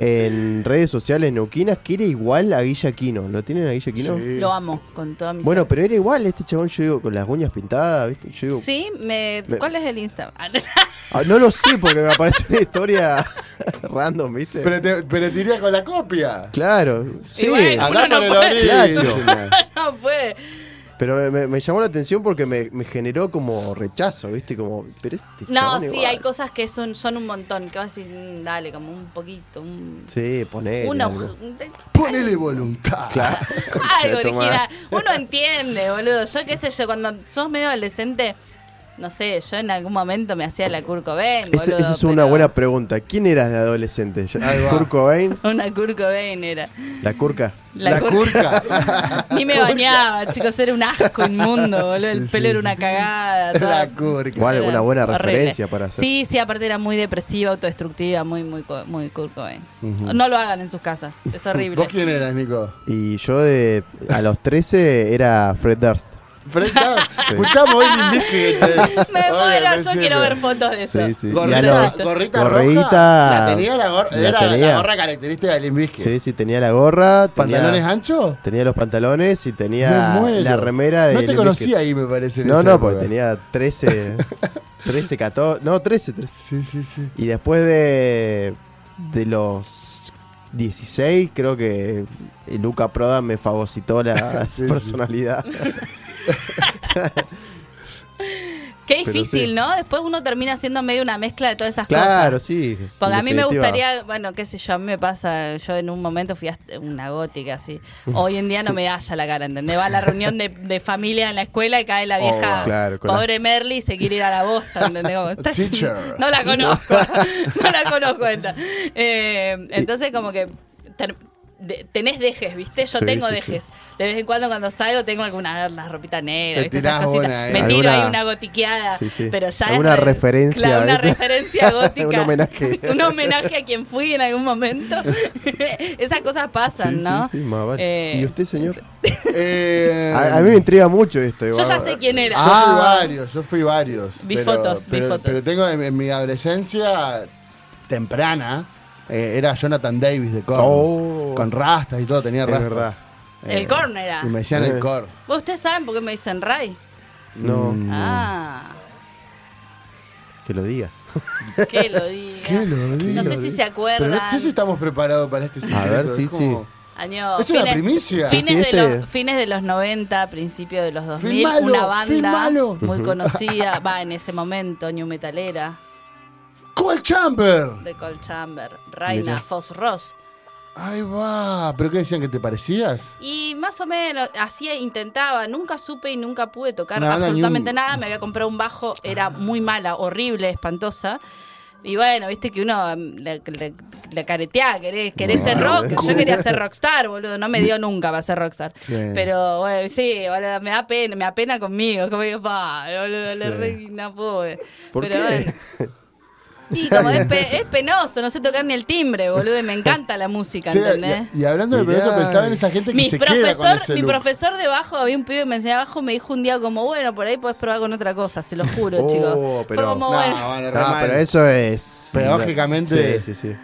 E: en redes sociales neuquinas que era igual a Guilla Quino. ¿Lo tienen a Guilla Quino?
B: Lo amo con toda mi
E: Bueno,
B: ser.
E: pero era igual este chabón, yo digo, con las uñas pintadas, ¿viste? Yo digo.
B: Sí, me,
E: Me-
B: ¿cuál es el Instagram? <laughs>
E: ah, no lo sé porque me aparece una historia <laughs> random, ¿viste?
A: Pero te, pero te iría con la copia.
E: claro, sí.
B: bueno,
E: Ah,
A: Andá
B: Uno no
A: por el
E: puede.
A: origen.
B: no puede.
E: Pero me- me, me llamó la atención porque me, me generó como rechazo, ¿viste? Como, pero este
B: No,
E: chabón
B: sí,
E: igual.
B: hay cosas que son, son un montón. Que vas a decir, "Mm, dale, como un poquito, un,
E: Sí, poné.
B: una <laughs>
E: algo.
B: hoja- un-
A: Ponele voluntad.
E: Claro.
B: algo
E: Concha de tu
B: original.
E: madre.
B: Uno entiende, boludo. Yo qué sé yo, cuando sos medio adolescente, no sé, yo en algún momento me hacía la Kurt Cobain,
E: Esa,
B: boludo,
E: esa es una
B: pero-
E: buena pregunta. ¿Quién eras de adolescente?
A: va.
E: ¿Kurt Cobain?
B: Una Kurt Cobain era.
E: ¿La curca?
A: La,
B: Kurt-
A: curca.
B: <laughs> Ni me bañaba, chicos, era un asco inmundo, boludo. El pelo era una cagada. toda-
A: <laughs> la curca.
E: Igual
B: Era
E: una buena
B: horrible.
E: referencia para hacer.
B: Sí, sí, aparte era muy depresiva, autodestructiva, muy, muy, co- muy Kurt Cobain. No lo hagan en sus casas,
A: <laughs>
B: es
A: ¿Vos
B: horrible.
A: quién eras, Nico?
E: Y yo de, a los 13 era Fred Durst.
A: Frente a- Escuchamos hoy
B: Me muero, yo quiero ver fotos de eso.
E: Sí, sí.
A: Gorrita,
E: Y a los-
A: gorrita
E: gorrita-
A: roja. La tenía la, gorra,
E: la
A: era
E: tenía.
A: la gorra característica de Limbisky.
E: Sí, sí, tenía la gorra, tenía,
A: ¿Pantalones anchos?
E: tenía los pantalones y tenía
A: Me muero.
E: la remera de...
A: No te
E: Limp
A: conocí
E: Bizkit.
A: ahí, me parece. en
E: No,
A: esa
E: no,
A: época.
E: porque tenía
A: <laughs>
E: 13, 13, 14, no, 13, 13.
A: Sí, sí,
E: <laughs>
A: sí.
E: Y después de, de los 16, creo que eh, Luca Prodan me fagocitó
A: <laughs>
E: la
A: Sí, sí.
E: personalidad.
B: Qué
E: Pero
B: difícil,
E: sí.
B: ¿no? Después uno termina siendo medio una mezcla de todas esas
E: Claro,
B: cosas.
E: sí.
B: Porque
E: en
B: a mí me
E: definitiva.
B: gustaría, bueno, qué sé yo, a mí me pasa, yo en un momento fui hasta una gótica así. Hoy en día no me da ya la cara, ¿entendés? Va a la reunión de, de familia en la escuela y cae la vieja
E: wow. Oh, Claro, con la-
B: pobre Merly y se quiere ir a la bosta, ¿entendés? Como, "Esta-
A: Teacher.
B: No la
E: <laughs>
B: conozco, <laughs> no la conozco esta. Eh, entonces como que ter- de- tenés dejes, ¿viste? Yo
E: Sí,
B: tengo
E: sí,
B: dejes. De vez en cuando cuando salgo tengo alguna, la ropita negra,
A: Te
B: ¿viste? Esas
A: tirás
B: cositas.
A: una, eh.
B: Me tiro ahí
E: Alguna-
B: una gotiqueada,
E: Sí, sí.
B: pero ya... es
E: Alguna
B: re-
E: referencia,
B: Claro, una
E: ¿viste?
B: referencia gótica.
E: <laughs> Un homenaje.
B: <laughs> Un homenaje a quien fui en algún
E: <laughs>
B: momento. Esas cosas pasan,
E: Sí,
B: ¿no?
E: sí, sí, más vale.
B: Eh,
E: ¿Y usted, señor?
A: Eh, Ah,
E: A, a mí me intriga mucho esto.
B: Yo
E: igual.
B: ya sé quién
E: Ah,
B: era.
A: Yo fui varios, yo fui varios.
B: Vi
A: pero-
B: fotos, vi
A: pero-
B: fotos.
A: Pero tengo en, en mi adolescencia temprana, eh, era Jonathan Davis de Korn.
E: Oh.
A: Con rastas y todo, tenía
E: Es
A: rastas. Eh,
E: verdad.
B: El Korn era.
A: Y me decían el
E: Eh.
A: Korn. Mm.
B: ¿Ustedes saben por qué me dicen Ray?
E: No,
B: Ah,
E: que lo diga.
B: que lo diga.
E: <laughs>
A: ¿Qué lo digo?
B: No sé si se
A: Pero
B: acuerdan.
A: no sé si estamos preparados para este secreto,
E: ver,
A: es
E: sí,
A: como-
E: sí.
B: Año-
A: Es una primicia.
B: Fines,
E: Sí, sí,
B: de
E: este-
B: los, fines de los 90, principios de los 2000,
A: Filmalo,
B: una banda
A: filmalo.
B: muy
E: <laughs>
B: conocida, va en ese momento, New Metalera,
A: ¡Cold Chamber!
B: de Cold Chamber, Reina,
E: Mira.
B: Foss Ross.
A: Ahí va. ¿Pero qué decían que te parecías?
B: Y más o menos, así intentaba, nunca supe y nunca pude tocar
A: Nada, ni
B: absolutamente
A: un- Ah.
B: nada. Me había comprado un bajo, era muy mala, horrible, espantosa. Y bueno, viste que uno mm, la, la- la careteaba, querés, querés ser rock. Yo quería ser rockstar, boludo. No
A: <laughs>
B: me dio nunca para ser rockstar.
A: Sí.
B: Pero bueno, sí, boludo, me da pena, me apena conmigo. Como digo, pa, boludo, la
E: Sí.
B: reina pobre.
E: ¿Por
B: Pero
E: qué?
B: bueno. Y como es,
A: <laughs>
B: pe- es penoso, no sé tocar ni el timbre, boludo. y Me encanta la música,
A: Che,
B: ¿entendés?
A: y, y hablando de
E: Mirá.
A: eso, pensaba en esa gente que
B: mi
A: se queda con
B: profesor,
A: ese
B: mi
A: look.
B: profesor de bajo, había un pibe que me enseñaba abajo, me dijo un día como, bueno, por ahí podés probar con otra cosa, se lo juro,
A: <laughs>
E: Oh,
B: chicos. Fue
E: pero-
B: como,
A: No,
B: bueno.
A: bueno, re
E: Ah,
A: mal.
E: pero eso es.
A: Pedagógicamente-
E: Sí, sí, sí.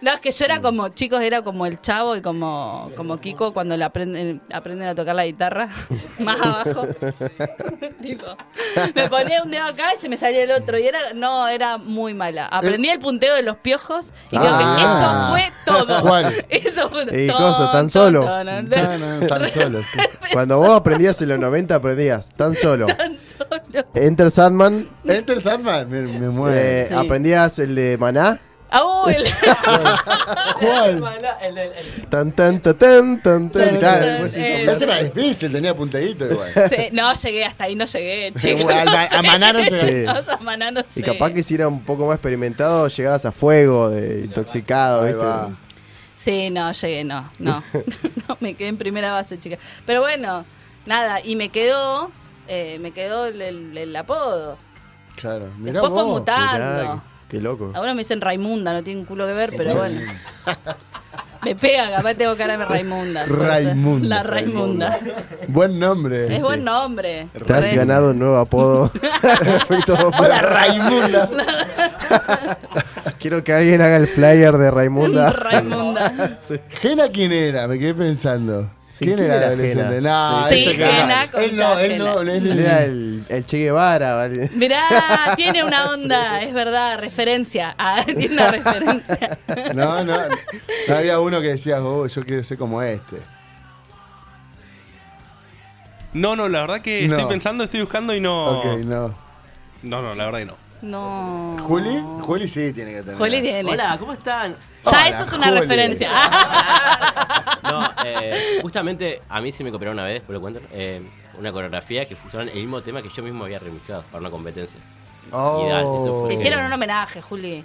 B: No, es que yo era como, chicos, era como el chavo y como, como Kiko cuando le aprenden, aprenden a tocar la guitarra, <laughs> más abajo. <laughs> Tipo, me ponía un dedo acá y se me salía el otro. Y era, no, era muy mala. Aprendí el punteo de los piojos y creo
E: Ah.
B: que eso fue todo.
A: <laughs> ¿Cuál?
B: Eso fue
E: Y
B: todo.
E: coso, tan solo.
A: No, no,
B: <laughs>
A: tan solo. sí.
E: Cuando vos aprendías en los 90, aprendías tan solo.
B: Tan solo.
E: Enter Sandman,
A: Enter Sandman, me, me mueve.
E: eh, aprendías el de Maná.
B: Ah, uy,
A: <laughs>
B: el- <laughs>
A: ¿Cuál?
E: Tan, tan, tan, tan, tan, tan.
A: Tan,
E: Claro,
B: tan,
E: después sí,
B: eh.
A: Ese era difícil, tenía puntadito
B: <laughs>
A: igual.
B: Sí, no, llegué hasta ahí, no llegué, chicos.
A: Bueno,
B: <laughs>
A: a- a Maná no
E: llegué.
B: No, a Maná no
E: Y
B: llegué.
E: capaz que si era un poco más experimentado, llegabas a fuego, de intoxicado,
A: Ahí
E: ¿viste?
A: va.
B: Sí, no, llegué, no,
E: <laughs>
B: no. <laughs> No, me quedé en primera base, chicas. Pero bueno, nada, y me quedó, eh, me quedó el, el- el apodo.
A: Claro, mirá
B: Después fue
A: vos.
B: mutando.
E: Mirá, qué qué loco.
B: Algunos me dicen Raimunda, no tienen culo que ver, pero
E: <laughs>
B: bueno. Me pega, capaz tengo cara de Raimunda. puede ser.
A: Raimunda.
B: pues, eh, La Raimunda.
A: Buen nombre.
B: es buen nombre.
E: Te has
B: Re-
E: ganado un nuevo apodo. <laughs> Efecto Doppler.
A: Hola,
B: <laughs>
A: Raimunda.
E: Quiero que alguien haga el flyer
B: <laughs>
E: de Raimunda.
B: <laughs> Raimunda.
A: ¿Gena quién era? Me quedé pensando.
E: Sí,
A: ¿Quién,
E: ¿quién
A: era
E: era
A: adolescente?
E: Gena?
A: No,
B: Sí,
A: ese que
B: Gena,
A: era. Él no,
B: contá,
A: él no.
B: Gena.
A: él es-
E: Era el, el Che Guevara, ¿vale?
B: Mirá, tiene una onda, es verdad, referencia. Ah, <laughs> tiene una referencia.
A: No, no. No había uno que decías, oh, yo quiero ser como este.
F: No, no, la verdad que
A: No.
F: estoy pensando, estoy buscando y no.
A: Ok, no.
F: No, no, la verdad que no.
B: No.
A: ¿Juli? Juli sí tiene que tener.
B: Juli tiene.
G: Hola, ¿cómo están?
B: Ya
A: Hola,
B: eso es una
A: Juli.
B: referencia. Ah,
G: No, eh, justamente a mí se me copiaron una vez, por lo cuento, eh, una coreografía que fusionaron el mismo tema que yo mismo había remixado para una competencia.
A: Oh.
G: Ideal, eso fue.
B: Te hicieron un homenaje, Juli.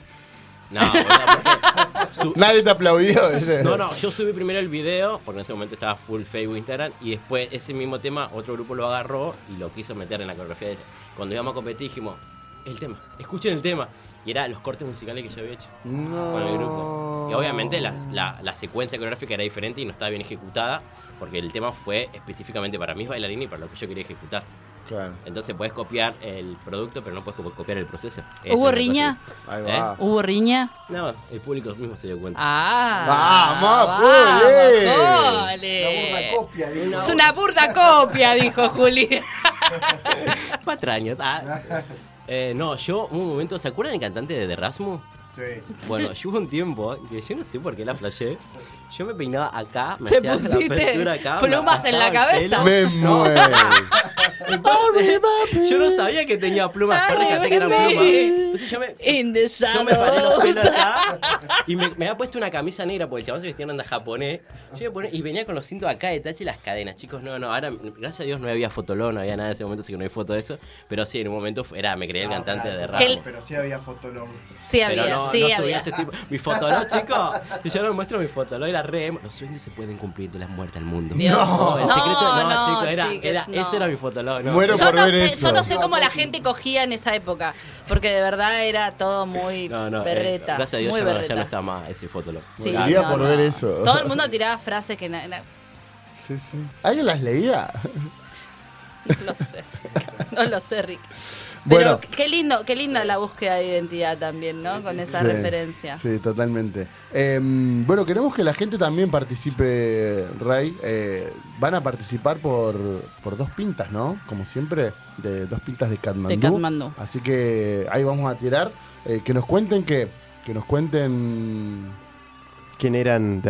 G: No, boludo, porque su-
A: Nadie te aplaudió. ¿viste? <laughs>
G: no, no, yo subí primero el video, porque en ese momento estaba full Facebook, Instagram, y después ese mismo tema otro grupo lo agarró y lo quiso meter en la coreografía de ella. Cuando íbamos a competir dijimos, el tema, escuchen el tema. Y era los cortes musicales que yo había hecho con el grupo. Y obviamente la, la- la secuencia coreográfica era diferente y no estaba bien ejecutada, porque el tema fue específicamente para mis bailarines y para lo que yo quería ejecutar.
A: Claro.
G: Entonces puedes copiar el producto, pero no puedes copiar el proceso.
B: ¿Hubo
G: Eso es lo que
B: riña?
A: Ahí
G: ¿Eh?
A: va.
B: ¿Hubo riña?
G: No, el público mismo se dio cuenta.
B: Ah.
A: Vamos, Juli.
B: vamos, Juli.
E: copia,
B: Es una burda copia, dijo
G: <laughs>
B: Juli.
G: Patrañas. ah. Eh, no, yo un momento, ¿se acuerdan del cantante de The Rasmus?
B: <laughs>
G: Bueno, yo hubo un tiempo que yo no sé por qué la flashé. Yo me peinaba acá, me
B: Te
G: hacía la
B: pusiste
G: apertura acá, me
B: plumas en la
G: aplastaba el
B: cabeza.
G: pelo.
A: Me muero.
G: Entonces, yo no sabía que tenía plumas, pero fíjate que eran
B: Arre,
G: plumas.
B: baby.
G: Entonces yo me,
B: In the
G: yo me paré los pelos
B: shadows.
G: acá y me, me había puesto una camisa negra porque el chabón se vestía en onda japonés. Yo me ponía- y venía con los cintos acá de tache y las cadenas. Chicos, no, no, ahora, gracias a Dios no había fotolón, no había nada en ese momento, así que no hay foto de eso. Pero sí, en un momento fue- era, me creía el cantante de rap.
B: Que el-
E: Pero sí había fotolog.
B: Sí
G: Pero
B: había,
G: no,
B: sí
G: no subí
B: había.
G: ese tipo. Mi fotolog, chicos. Si yo no muestro mi fotolog, era re. emo. Los sueños se pueden cumplir de las muertes al mundo.
B: Dios.
G: el secreto. No,
B: No, no,
G: chicos, era,
B: chiques,
G: era-
B: no.
G: ese era mi fotolog. No.
A: Muero
B: Yo
A: por
B: no,
A: ver
B: sé,
A: eso.
B: yo no sé cómo la gente cogía en esa época, porque de verdad era todo muy
G: No, no, eh,
B: berreta.
G: gracias a Dios
B: muy
G: ya no,
B: berreta.
G: ya no está más ese fotolog.
B: Sí,
A: Moriría
B: no,
A: por
B: no.
A: ver eso.
B: Todo el mundo tiraba frases que na- na-
A: Sí, sí. ¿Alguien las leía? <laughs>
B: no lo sé. No lo sé, Rick. Pero
A: Bueno.
B: qué lindo, qué linda la búsqueda de identidad también, ¿no? Con esa
A: Sí,
B: referencia.
A: Sí, totalmente. Eh, bueno, queremos que la gente también participe, Ray. Eh, van a participar por, por dos pintas, ¿no? Como siempre, de dos pintas de Katmandú.
B: De Katmandú.
A: Así que ahí vamos a tirar. Eh, que nos cuenten que, que nos cuenten.
E: ¿Quién eran de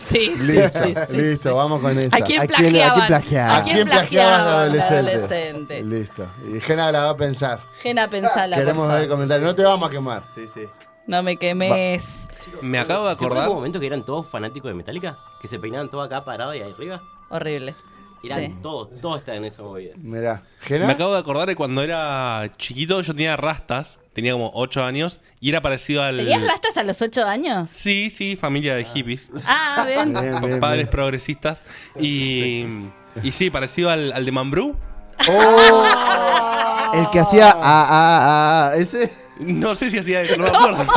B: <laughs> <laughs> sí, sí,
A: Listo,
B: sí, sí,
A: listo,
B: sí.
A: vamos con esa.
B: ¿A quién
E: ¿A quién- a quién
B: plagiaban?
E: plagiaban?
B: ¿A quién plagiaban
A: de
B: adolescente?
A: Listo. Y Gena la va a pensar.
B: Gena, pensala,
A: Queremos
B: por
A: ver
B: favor.
A: el comentario. No te vamos a quemar.
E: Sí, sí.
B: No me quemes.
F: Me acabo de
G: ¿Se acuerdan
F: acordar.
G: un momento que eran todos fanáticos de Metallica? Que se peinaban todos acá parados y ahí arriba.
B: Horrible.
G: Eran
B: Sí.
G: todos, todos estaban en esa movida.
A: Mirá.
F: Me
A: Gena.
F: acabo de acordar de cuando era chiquito, yo tenía rastas, tenía como 8 años, y era parecido al.
B: ¿Tenías rastas a los ocho años?
F: Sí, sí, familia de hippies.
A: <laughs>
B: Ah, ven.
A: Bien, bien, bien.
F: Padres progresistas. Y. Y sí, parecido al, al de Mambrú.
E: El que hacía a,
B: Ah.
E: a, a, ese.
F: No sé si hacía eso, no me acuerdo.
A: <laughs>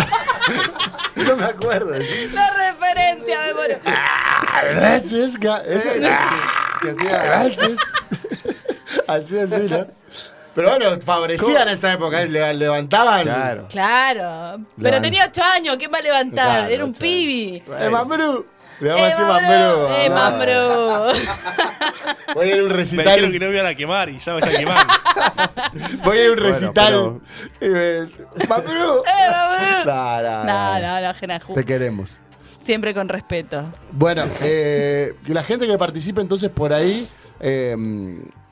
A: No me acuerdo.
B: La referencia, me muero.
A: Gracias, ga- ese- Eh, que hacía gracias. <laughs> Así, así, ¿no? Pero bueno, favorecían esa época, eh, le- levantaban.
E: Claro.
B: Claro. Pero
A: Claro.
B: tenía ocho años, ¿qué va a levantar?
E: Claro,
B: Era un
E: claro.
B: pibi.
A: Eh, Mambrú. Le vamos a
B: ¡Eh,
A: decir
B: Mambrú!
A: Mambrú.
B: ¡Eh,
A: Ah,
B: Mambrú!
A: Voy a ir a un
F: Me dijeron que
A: recital.
F: no me iban a quemar y ya me están quemando.
A: Voy a ir a un
E: Bueno,
A: recital. Y me- Mambrú.
B: ¡Eh,
A: <laughs>
B: Mambrú!
A: No, no,
B: No,
A: no.
B: no, no, Jena, ju-
A: Te queremos.
B: Siempre con respeto.
A: Bueno, eh, que la gente que participe entonces por ahí, eh,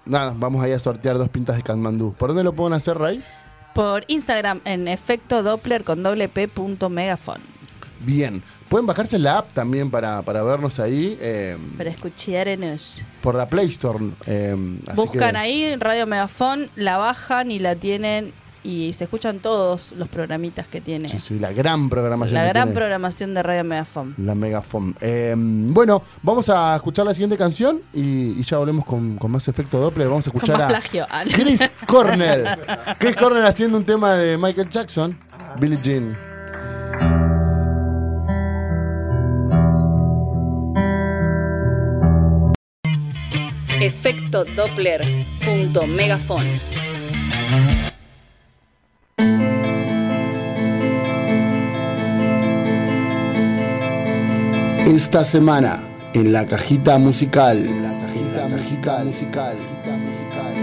A: nada, vamos ahí a sortear dos pintas de Katmandú. ¿Por dónde lo pueden hacer, Ray?
B: Por Instagram, en efecto Doppler con doble P punto megafon.
A: Bien. Pueden bajarse la app también para, para vernos ahí eh,
B: Para escuchar en ellos.
A: por la Play Store. eh, así
B: Buscan
A: que-
B: ahí Radio Megafon, la bajan y la tienen y se escuchan todos los programitas que tiene.
A: Sí, sí, la gran programación.
B: la
A: que
B: gran
A: tiene
B: programación de Radio Megafon.
A: La Megafon. Eh, bueno, vamos a escuchar la siguiente canción y, y ya volvemos con, con más efecto Doppler. Vamos a
B: Con
A: escuchar
B: más
A: a
B: plagio. Ah, no.
A: Chris Cornell. Chris Cornell haciendo un tema de Michael Jackson, Billie Jean.
H: Efecto Doppler. Punto megafon.
A: Esta semana, en la cajita musical. En la cajita, musical, musical, cajita musical,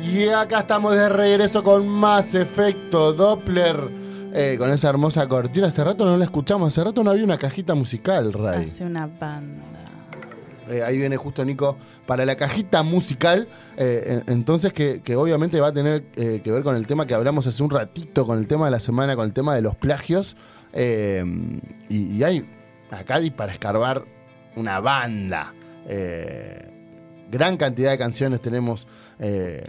A: Y acá estamos de regreso con más efecto Doppler. eh, con esa hermosa cortina. Hace rato no la escuchamos. Hace rato no había una cajita musical, Ray.
B: Hace una banda.
A: Eh, ahí viene justo Nico para la cajita musical. eh, en- entonces, que, que obviamente va a tener eh, que ver con el tema que hablamos hace un ratito, con el tema de la semana, con el tema de los plagios. eh, y, y hay acá hay para escarbar una banda. eh, gran cantidad de canciones tenemos, eh,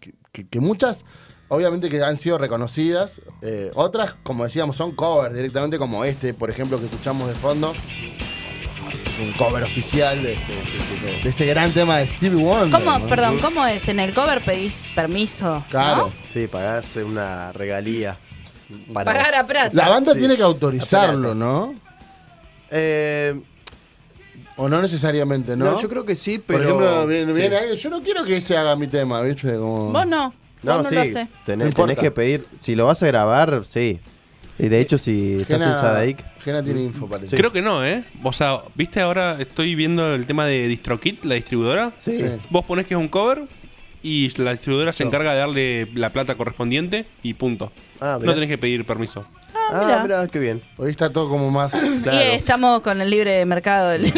A: que, que- que muchas obviamente que han sido reconocidas, eh, otras, como decíamos, son covers directamente, como este, por ejemplo, que escuchamos de fondo. Un cover oficial de este, de- de- de este gran tema de Stevie Wonder.
B: ¿Cómo,
A: ¿no?
B: perdón, cómo es? En el cover pedís permiso. ¿no?
A: Claro.
E: Sí, pagarse una regalía. para-
B: Pagar a plata.
A: La banda
E: Sí.
A: tiene que autorizarlo,
E: Apelate.
A: ¿no?
E: Eh,
A: O no necesariamente, ¿no?
E: ¿no? yo creo que sí,
A: Por
E: pero.
A: ejemplo, viene,
E: sí.
A: viene alguien, yo no quiero que se haga mi tema, ¿viste? Como...
B: Vos no.
E: No,
B: vos no
E: sí,
B: lo haces.
A: No
E: tenés,
A: importa.
E: tenés que pedir. Si lo vas a grabar, sí. Y de hecho, si estás en Sadaic.
A: Gena tiene info, parece.
F: Creo que no, ¿eh? O sea, viste ahora, estoy viendo el tema de DistroKit, la distribuidora.
E: Sí.
A: Sí.
F: Vos ponés que es un cover y la distribuidora se encarga de darle la plata correspondiente y punto.
E: Ah, mirá.
F: no tenés que pedir permiso.
E: Ah, mira, qué bien.
A: Hoy está todo como más...
B: Y estamos con el libre mercado. el-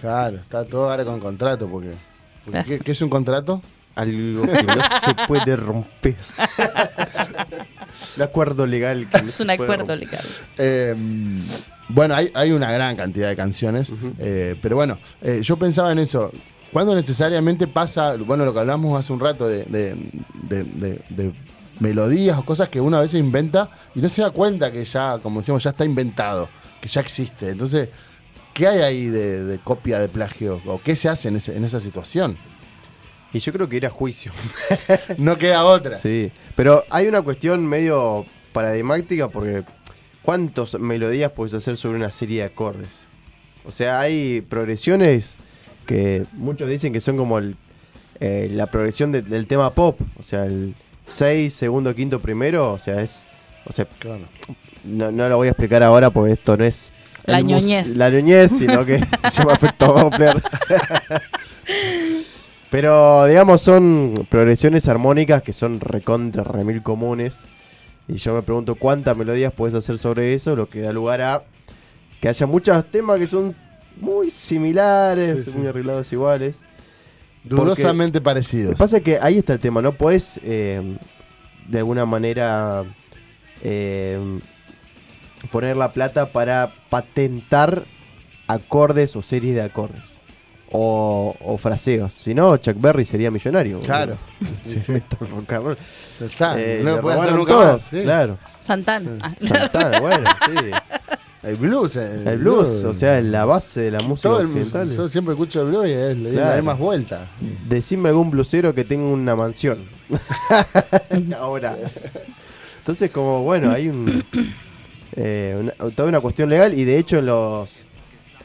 A: Claro, está todo ahora con contrato, porque... porque ¿qué, qué es un contrato?
E: Ah.
A: <laughs>
E: Algo que no se puede romper.
B: <laughs>
E: El acuerdo legal. que no
B: es
E: se
B: un
E: puede
B: acuerdo
E: romper.
B: legal.
A: Eh, bueno, hay, hay una gran cantidad de canciones, eh, pero bueno, eh, yo pensaba en eso. ¿Cuándo necesariamente pasa, bueno, lo que hablamos hace un rato de, de- de- de- de melodías o cosas que uno a veces inventa y no se da cuenta que ya, como decíamos, ya está inventado, que ya existe? Entonces, ¿qué hay ahí de, de copia, de plagio? ¿O qué se hace en, ese- en esa situación?
E: Y yo creo que ir a juicio.
A: No queda otra.
E: Sí, pero hay una cuestión medio paradigmática porque ¿cuántas melodías puedes hacer sobre una serie de acordes? O sea, hay progresiones que muchos dicen que son como el, eh, la progresión de- del tema pop. O sea, el 6, segundo, quinto, primero. O sea, es. O sea,
A: Claro.
E: no, no lo voy a explicar ahora porque esto no es.
B: La
E: el mus-
B: ñoñez.
E: La ñoñez,
B: <laughs>
E: sino que se llama efecto Doppler. <laughs> Pero, digamos, son progresiones armónicas que son recontra, remil comunes. Y yo me pregunto cuántas melodías puedes hacer sobre eso, lo que da lugar a que haya muchos temas que son muy similares,
A: Sí, sí.
E: muy arreglados iguales.
A: Dudosamente
E: Lo
A: parecidos.
E: que pasa es que ahí está el tema, no podés eh, de alguna manera eh, poner la plata para patentar acordes o series de acordes. O, o fraseos. Si no, Chuck Berry sería millonario. boludo.
A: Claro.
E: <laughs> Sí,
A: Sí,
E: meto el rock and roll.
A: Ya está.
E: Eh,
A: no
E: le
A: lo puede hacer
E: robaron
A: nunca
E: todos,
A: más, sí. <laughs>
E: Claro.
B: Santana. Ah,
E: Santana, bueno, sí.
A: El blues. El,
E: El blues, o sea, la base de la música
A: Todo el-
E: occidental.
A: yo siempre escucho el blues y es- le doy
E: Claro.
A: la más vuelta.
E: Decime algún blusero que tenga una mansión. <laughs> Ahora. Entonces, como bueno, hay un, eh, una- toda una cuestión legal y de hecho en los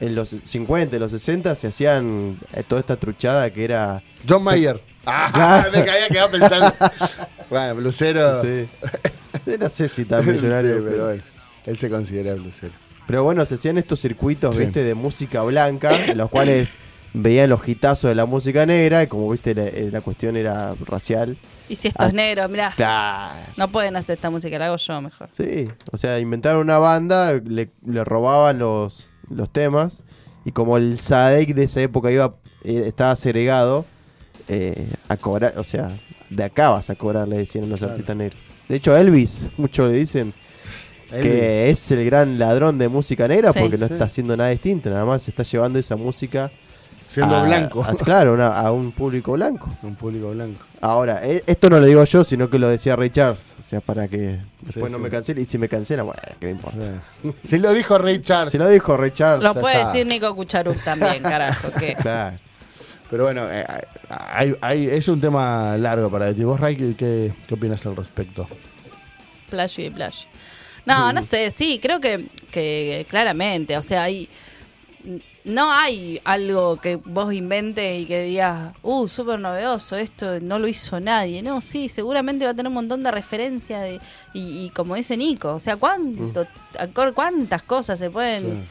E: en los 50, en los 60 se hacían eh, toda esta truchada que era
A: John
E: Se-
A: Mayer. Ah,
E: <laughs> Claro.
A: me había quedado
E: <laughs>
A: pensando. bueno, blusero.
E: sí. no sé
A: <laughs>
E: si tan
A: Ah. Sí,
E: millonario,
A: pero
E: pero,
A: bueno, él se considera blusero.
E: pero bueno, se hacían estos circuitos,
A: Sí.
E: viste, de música blanca, en los cuales veían los hitazos de la música negra y como viste la, eh, la cuestión era racial.
B: Y si estos
E: Ah.
B: negros, mirá,
E: Claro.
B: no pueden hacer esta música, la hago yo mejor.
E: Sí, o sea, inventaron una banda, le, le robaban los, los temas, y como el Sadek de esa época iba eh, estaba segregado, eh, a cobrar, o sea, de acá vas a cobrar, le decían los artistas negros. De hecho, Elvis, muchos le dicen
A: Él-
E: que es el gran ladrón de música negra
B: Sí.
E: porque no
A: Sí.
E: está haciendo nada distinto, nada más está llevando esa música.
A: siendo
E: a-
A: blanco.
E: a- claro, una- a un público blanco.
A: <laughs> Un público blanco.
E: Ahora, e- esto no lo digo yo, sino que lo decía Richards. O sea, para que después
A: Sí,
E: no
A: sí.
E: me cancele. Y si me cancela, bueno, ¿qué me importa?
A: <laughs> Si lo dijo Ray Charles.
E: Si lo dijo Richards.
B: Lo
E: ya
B: puede
E: está.
B: decir Nico Cucharuc también, carajo. Que...
E: Claro.
A: <laughs> Pero bueno, eh, hay- hay- es un tema largo para ti. ¿Vos, Ray, qué- qué, qué opinas al respecto?
B: Plash y Plash.
A: Mm.
B: No, no sé, sí, creo que, que claramente, o sea, hay, no hay algo que vos inventes y que digas, uh, súper novedoso, esto no lo hizo nadie. No, sí, seguramente va a tener un montón de referencias de- y, y como dice Nico, o sea, ¿cuánto,
A: Mm.
B: acor- ¿cuántas cosas se pueden...?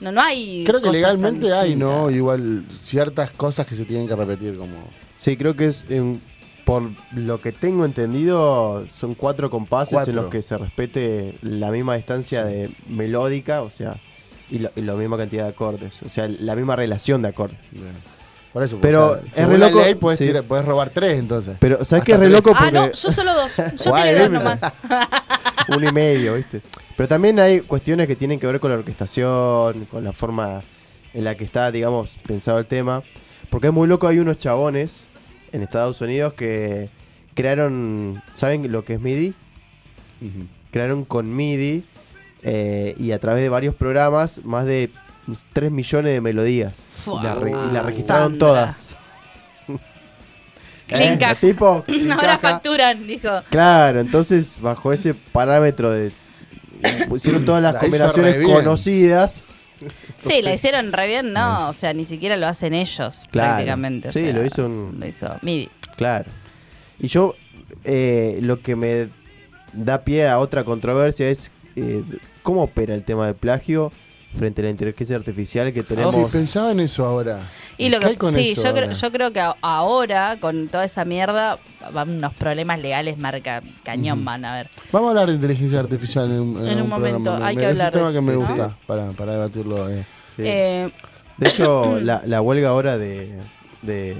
B: No, no hay...
A: Creo que
B: cosas tan
A: legalmente hay, ¿no?
B: distintas.
A: Igual ciertas cosas que se tienen que repetir como...
E: Sí, creo que es. em, por lo que tengo entendido, son cuatro compases
A: Cuatro.
E: en los que se respete la misma distancia de melódica, o sea, y, lo- y la misma cantidad de acordes, o sea, la misma relación de acordes.
A: Por eso,
E: Pero
A: o sea,
E: es
A: según
E: re
A: la
E: loco-
A: ley puedes,
E: sí.
A: tirar- puedes robar tres entonces.
E: Pero, ¿sabes
A: Hasta
E: qué es re
A: tres.
E: loco? Porque
B: Ah, no, yo solo
A: <laughs>
B: dos.
E: <laughs>
B: Yo
A: Guay,
B: tiré dos
A: dime.
B: nomás.
E: Uno ¿eh? y medio, ¿viste? Pero también hay cuestiones que tienen que ver con la orquestación, con la forma en la que está, digamos, pensado el tema. Porque es muy loco, hay unos chabones en Estados Unidos que crearon, ¿saben lo que es MIDI?
A: Ujú.
E: Crearon con MIDI eh, y a través de varios programas más de 3 millones de melodías.
B: Fua.
E: Y la, re- y la
B: Wow.
E: registraron
B: Sandra.
E: todas. <laughs> Eh,
B: Clinca.
E: El
B: <laughs>
E: tipo,
B: Ahora
E: clincaja.
B: facturan, dijo.
E: Claro, entonces bajo ese parámetro de pusieron todas las
A: La hizo re
E: combinaciones
A: bien.
E: conocidas.
B: Sí, la hicieron re bien, no, o sea, ni siquiera lo hacen ellos
E: Claro.
B: prácticamente. o
E: Sí,
B: sea,
E: lo hizo un-
B: Lo hizo MIDI.
E: Claro. Y yo eh, lo que me da pie a otra controversia es eh, cómo opera el tema del plagio frente a la inteligencia artificial
B: Ah,
E: que tenemos.
A: Sí, pensaba en eso ahora.
B: Y lo
A: ¿Qué hay
B: que,
A: con
B: sí,
A: eso
B: yo creo,
A: ahora?
B: yo creo que a- ahora, con toda esa mierda, van unos problemas legales marca cañón van a ver.
A: Vamos a hablar de inteligencia artificial en, un- en
B: En un
A: un
B: momento,
A: programa.
B: hay
A: Me-
B: que
A: es un
B: hablar de
A: tema que
B: eso,
A: me
B: ¿no?
A: gusta para, para debatirlo. eh.
E: Sí.
B: Eh,
E: De hecho, la, la huelga ahora de, de,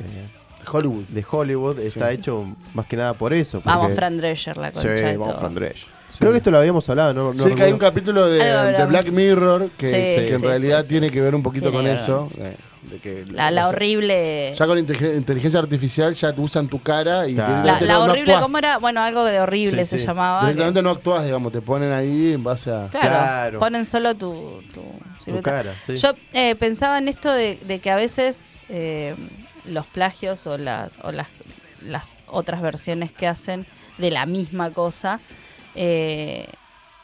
A: Hollywood.
E: de Hollywood está hecho más que nada por eso.
B: vamos,
E: porque-
B: Fran Drescher, la
E: Sí,
B: concha de
E: vamos,
B: todo.
E: Fran Dresch. Creo que esto lo habíamos hablado, ¿no? no
A: sí, que hay
E: recuerdo.
A: un capítulo de,
B: Algo
A: de
B: hablamos.
A: Black Mirror que,
B: Sí,
A: que
B: sí,
A: en
B: sí,
A: realidad
B: sí,
A: tiene
B: sí.
A: que ver un poquito
B: Tiene
A: con
B: que ver
A: eso.
B: con eso.
A: eh, de que-
B: La, la
A: o sea,
B: horrible.
A: Ya con inte- inteligencia artificial ya usan tu cara y
E: Claro.
B: La,
A: directamente
B: la
A: no- no
B: horrible,
A: actuás.
B: ¿cómo era? Bueno, algo de horrible
E: Sí,
B: se
E: sí.
B: llamaba.
A: Directamente no actúas, digamos, te ponen ahí en base a...
B: que- Ah, claro,
E: Claro.
B: Ponen solo tu, tu silueta.
E: cara, sí.
B: Yo eh, pensaba en esto de, de que a veces eh, los plagios o las, o las, las otras versiones que hacen de la misma cosa, eh,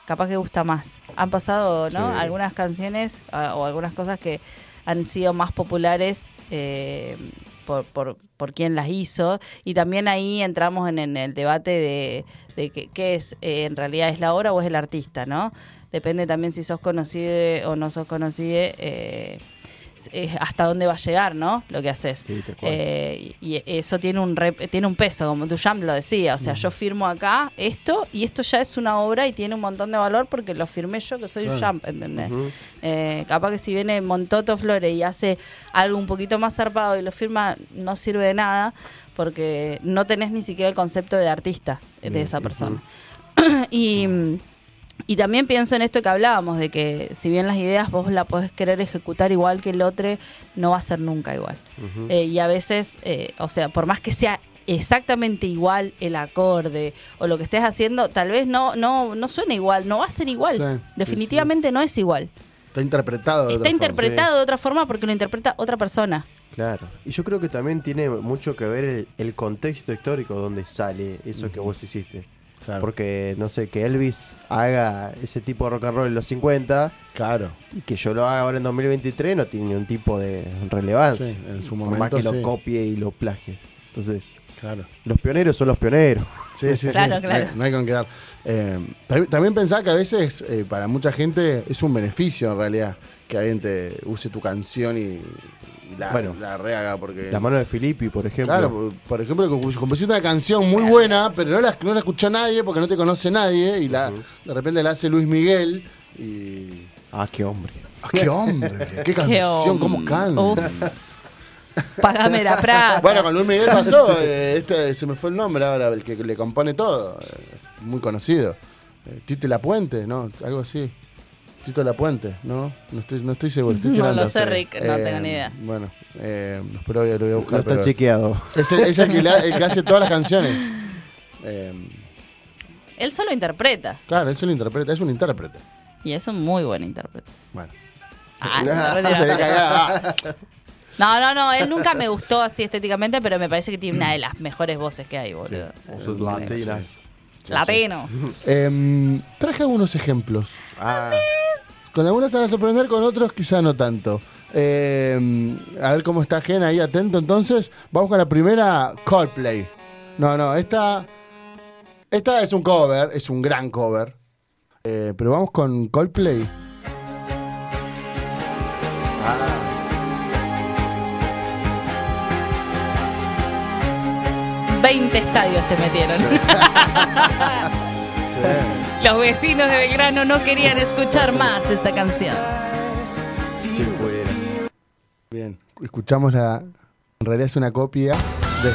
B: capaz que gusta más. Han pasado, ¿no? Algunas canciones ah, o algunas cosas que han sido más populares eh, por, por, por quién las hizo. Y también ahí entramos en, en el debate de, de que- qué es, eh, en realidad es la obra o es el artista, ¿no? Depende también si sos conocido o no sos conocido, eh, es- es hasta dónde va a llegar, ¿no? Lo que haces.
E: Sí, tal cual.
B: Eh, y y eso tiene un rep- tiene un peso, como Duchamp lo decía. O sea, yo firmo acá esto y esto ya es una obra y tiene un montón de valor porque lo firmé yo que soy Duchamp, ¿entendés? Eh, capaz que si viene Montoto Flores y hace algo un poquito más zarpado y lo firma, no sirve de nada porque no tenés ni siquiera el concepto de artista eh, de esa persona. <clears throat> y. mm, y también pienso en esto que hablábamos, de que si bien las ideas vos la podés querer ejecutar igual que el otro, no va a ser nunca igual. Eh, y a veces, eh, o sea, por más que sea exactamente igual el acorde o lo que estés haciendo, tal vez no, no, no suene igual, no va a ser igual.
A: Sí, sí,
B: Definitivamente no es igual.
A: Está interpretado. de
B: Está
A: otra forma.
B: interpretado de otra forma porque lo interpreta
A: <laughs>
B: otra persona.
E: Claro. Y yo creo que también tiene mucho que ver el, el contexto histórico donde sale eso que vos hiciste.
A: Claro.
E: Porque, no sé, que Elvis haga ese tipo de rock and roll en los 50
A: Claro.
E: y que yo lo haga ahora en 2023 no tiene ningún tipo de relevancia.
A: Sí, en su
E: Por
A: momento,
E: más que
A: sí.
E: lo copie y lo plagie. Entonces,
A: Claro.
E: los pioneros son los pioneros.
A: Sí, sí, sí.
B: Claro,
A: No hay-
B: claro.
A: No, hay con qué dar. Eh, también, también pensaba que a veces eh, para mucha gente es un beneficio en realidad que alguien te use tu canción y, y la,
E: Bueno.
A: la rehaga porque...
E: La mano de Filippi, por ejemplo.
A: Claro, por- por ejemplo, que compusiste una canción muy buena, pero no la, no la escuchó nadie porque no te conoce nadie y la, de repente la hace Luis Miguel y...
E: Ah, qué hombre.
A: ¡Ah, ¡Qué hombre! ¡Qué canción! ¡Cómo canta!
B: Pagame la pra.
A: Bueno, con Luis Miguel pasó, eh, este, se me fue el nombre ahora, el que le compone todo, eh, muy conocido. Eh, Tito La Puente, ¿no? Algo así. Tito La Puente, ¿no? No estoy, no estoy seguro. estoy
B: No
A: tirando.
B: lo sé, Rick, no tengo ni idea.
A: Bueno, eh, espero que lo voy a
E: No
A: buscar.
E: está
A: pero-
E: chequeado.
A: es el, es el que, la- el que hace todas las canciones. Eh,
B: Él solo interpreta
A: claro, eso lo interpreta, es un intérprete.
B: y es un muy buen intérprete.
A: Bueno.
B: Ah,
A: <laughs> Se le cagaba.
B: No, no, no, él nunca me gustó así estéticamente, pero me parece que tiene una de las mejores voces que hay, boludo. O sea,
E: Sus latinas.
B: Latino.
A: Em, traje algunos ejemplos.
E: Ah,
A: Con algunos se van a sorprender, con otros quizá no tanto. Eh, a ver cómo está Gen ahí atento. Entonces, vamos con la primera, Coldplay. No, no, esta. Esta es un cover, es un gran cover. Eh, pero vamos con Coldplay.
E: ah,
B: 20 estadios te metieron.
A: Sí.
B: <laughs> Los vecinos de Belgrano no querían escuchar más esta canción.
E: quién pudiera.
A: Bien, escuchamos la. En realidad es una copia de.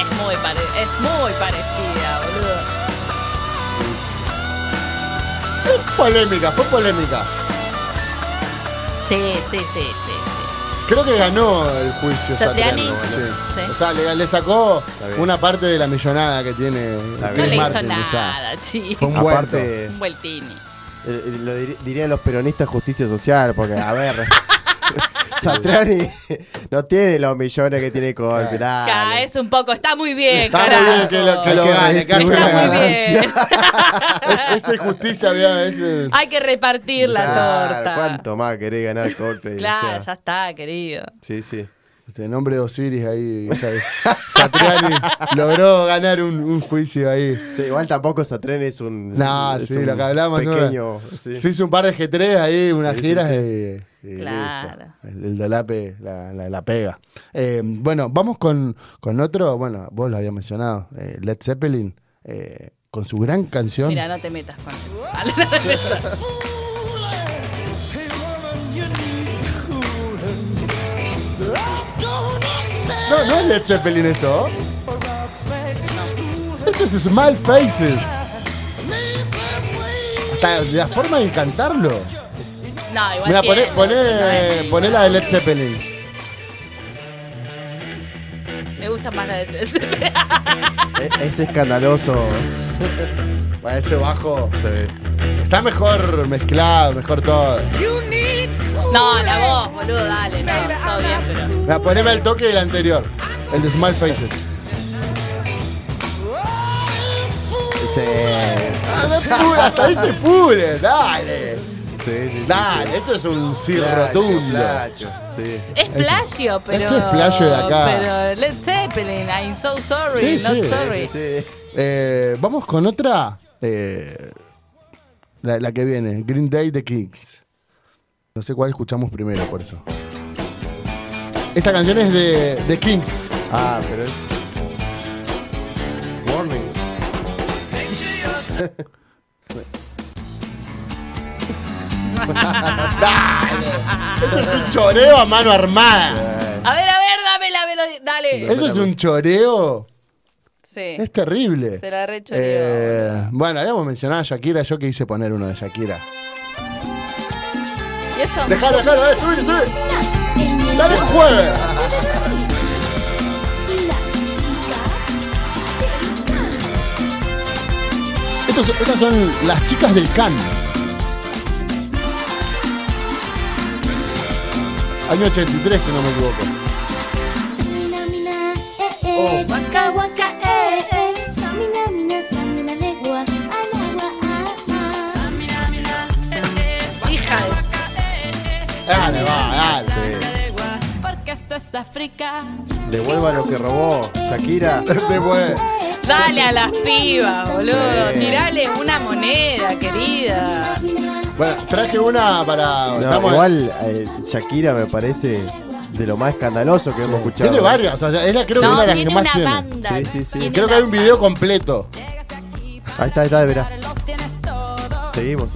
B: Es muy, pare- es muy parecida, boludo.
A: Polémica, fue polémica.
B: Sí, sí, sí, sí,
A: Creo que ganó el juicio
B: Satriani.
A: Satriani. Sí.
B: Sí.
A: O sea, le, le sacó
E: bien.
A: una parte de la millonada que tiene.
E: bien.
B: sí. No
A: Chris
B: le hizo
A: Martin, o sea,
B: nada, chi.
A: Fue un vuelto.
E: Aparte,
B: Un vueltini.
E: eh, eh, lo dir- dirían los peronistas justicia social, porque, a ver. <laughs> Satriani no tiene los millones que tiene Colpe.
B: Ca,
E: dale.
B: Ah, es un poco, está muy bien,
A: Está muy bien que lo, que lo
E: Hay que
A: gane, que
E: redistribuir
A: haya
B: Está
E: la
B: muy
A: ganado.
B: bien.
A: Es, es injusticia, había es, eh,
B: Hay que repartir la
E: Claro,
B: torta.
E: ¿Cuánto más querés ganar Coldplay? O
B: Claro,
E: sea,
B: ya está, querido.
E: Sí, sí.
A: este nombre de Osiris ahí, <laughs> ¿sabes? Satriani logró ganar un, un juicio ahí.
E: Sí, igual tampoco Satriani es un.
A: No,
E: Eh, es
A: sí,
E: un
A: lo que hablamos. ¿no?
E: Pequeño. Sí.
A: Se hizo un par de G3 ahí, unas
E: Sí, sí,
A: giras
E: sí.
A: y- y
B: Claro.
A: listo. El, el dolape la, la- la pega. Eh, bueno, vamos con, con otro. Bueno, vos lo habías mencionado, eh, Led Zeppelin, eh, con su gran canción.
B: Mira, no te metas con eso. <laughs> Vale, no te metas.
A: No, no es Led Zeppelin esto. Esto es Small Faces. Hasta la forma de cantarlo.
B: No, igual.
A: Mira,
B: tiene,
A: poné, poné,
B: no es
A: poné la de Led Zeppelin.
B: lindo. Me gusta más la de. <laughs>
E: Es, es escandaloso.
A: Bueno, ese bajo. Está mejor mezclado, mejor todo.
B: no, la voz, boludo, dale. No, todo bien, pero.
A: Mira, poneme el toque del anterior. El de Small Faces.
E: Sí.
A: Ah, no es pura, hasta ahí se pudre, eh, dale.
E: Sí, sí, sí,
A: Dale,
E: sí.
A: esto es un sí
E: Placho,
A: rotundo.
E: placho, Sí.
B: Es plagio,
A: Este
B: pero.
A: esto es plagio de acá.
B: Pero Led Zeppelin, I'm so sorry,
A: Sí,
B: not
A: sí.
B: sorry.
E: Sí, sí.
A: Eh, Vamos con otra. eh, la, la que viene, Green Day The Kings. No sé cuál escuchamos primero, por eso. Esta canción es de The Kings.
E: Ah, pero es. Warning.
A: Esto es un choreo a mano armada.
B: A ver, a ver, dame la melodía. Dale.
A: Eso es un choreo.
B: Sí.
A: Es terrible.
B: Se la rechoreó.
A: Eh, bueno, habíamos mencionado a Shakira, yo que hice poner uno de Shakira.
B: ¿Y eso?
A: Dejalo, dejalo, eh, subile, subile. Dale que juegue. Estos- estas son las chicas del can. Año 83, si no me equivoco.
B: Hija de.
A: Dale, va, dale.
B: Porque esto es África.
E: Devuelva lo que robó.
A: <laughs>
E: Shakira.
A: Después.
B: Dale a las pibas, boludo.
E: Sí.
B: Tirale una moneda, querida.
A: Bueno, traje una para.
E: No,
A: estamos-
E: igual, eh, Shakira me parece de lo más escandaloso que hemos escuchado.
A: Tiene varias, o sea, es la creo que
B: no,
A: una de las
B: tiene
A: que más
B: una
A: tiene.
B: banda.
E: Sí, sí, sí.
B: Tiene
A: Creo que
B: una
A: hay un video completo.
E: Ahí está, ahí está, verá. Seguimos.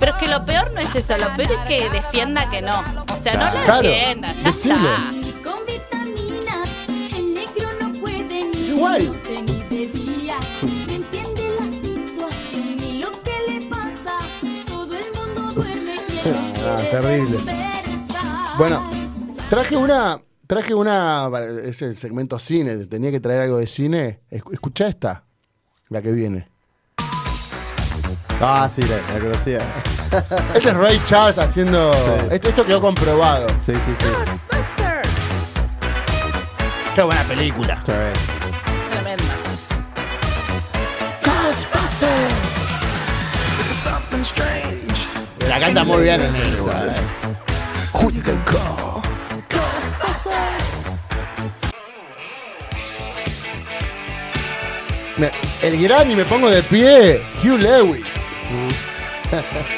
B: Pero es que lo peor no es eso, lo peor es que defienda que no. O sea, no la
A: Claro,
B: defienda, ya
A: decilo.
B: está.
A: Es igual. Ah, terrible. Bueno, traje una. Traje una. Es el segmento cine. Tenía que traer algo de cine. Escu- Escuchá esta. La que viene.
E: Ah, sí, la, la conocía.
A: Este es Ray Charles haciendo.
E: Sí.
A: Esto, esto quedó comprobado.
E: Sí, sí, sí.
A: Qué buena película.
E: Está bien.
B: Tremenda.
A: La canta muy bien en el igual. Me- El gran y me pongo de pie, Hugh Lewis.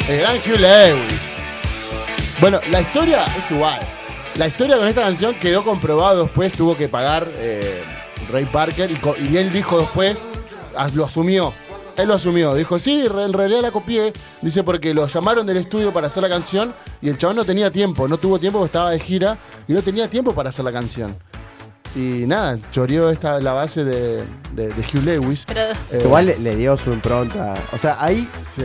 A: El gran Hugh Lewis. Bueno, la historia es igual. La historia con esta canción quedó comprobado después, tuvo que pagar eh, Ray Parker y, co- y él dijo después, as- lo asumió. Él lo asumió, dijo, sí, re- en realidad la copié. Dice, porque lo llamaron del estudio para hacer la canción y el chabón no tenía tiempo, no tuvo tiempo porque estaba de gira y no tenía tiempo para hacer la canción. Y nada, choreó esta, la base de, de- de Hugh Lewis.
B: Pero
A: Eh,
E: Igual le, le dio su impronta. O sea, ahí
A: sí.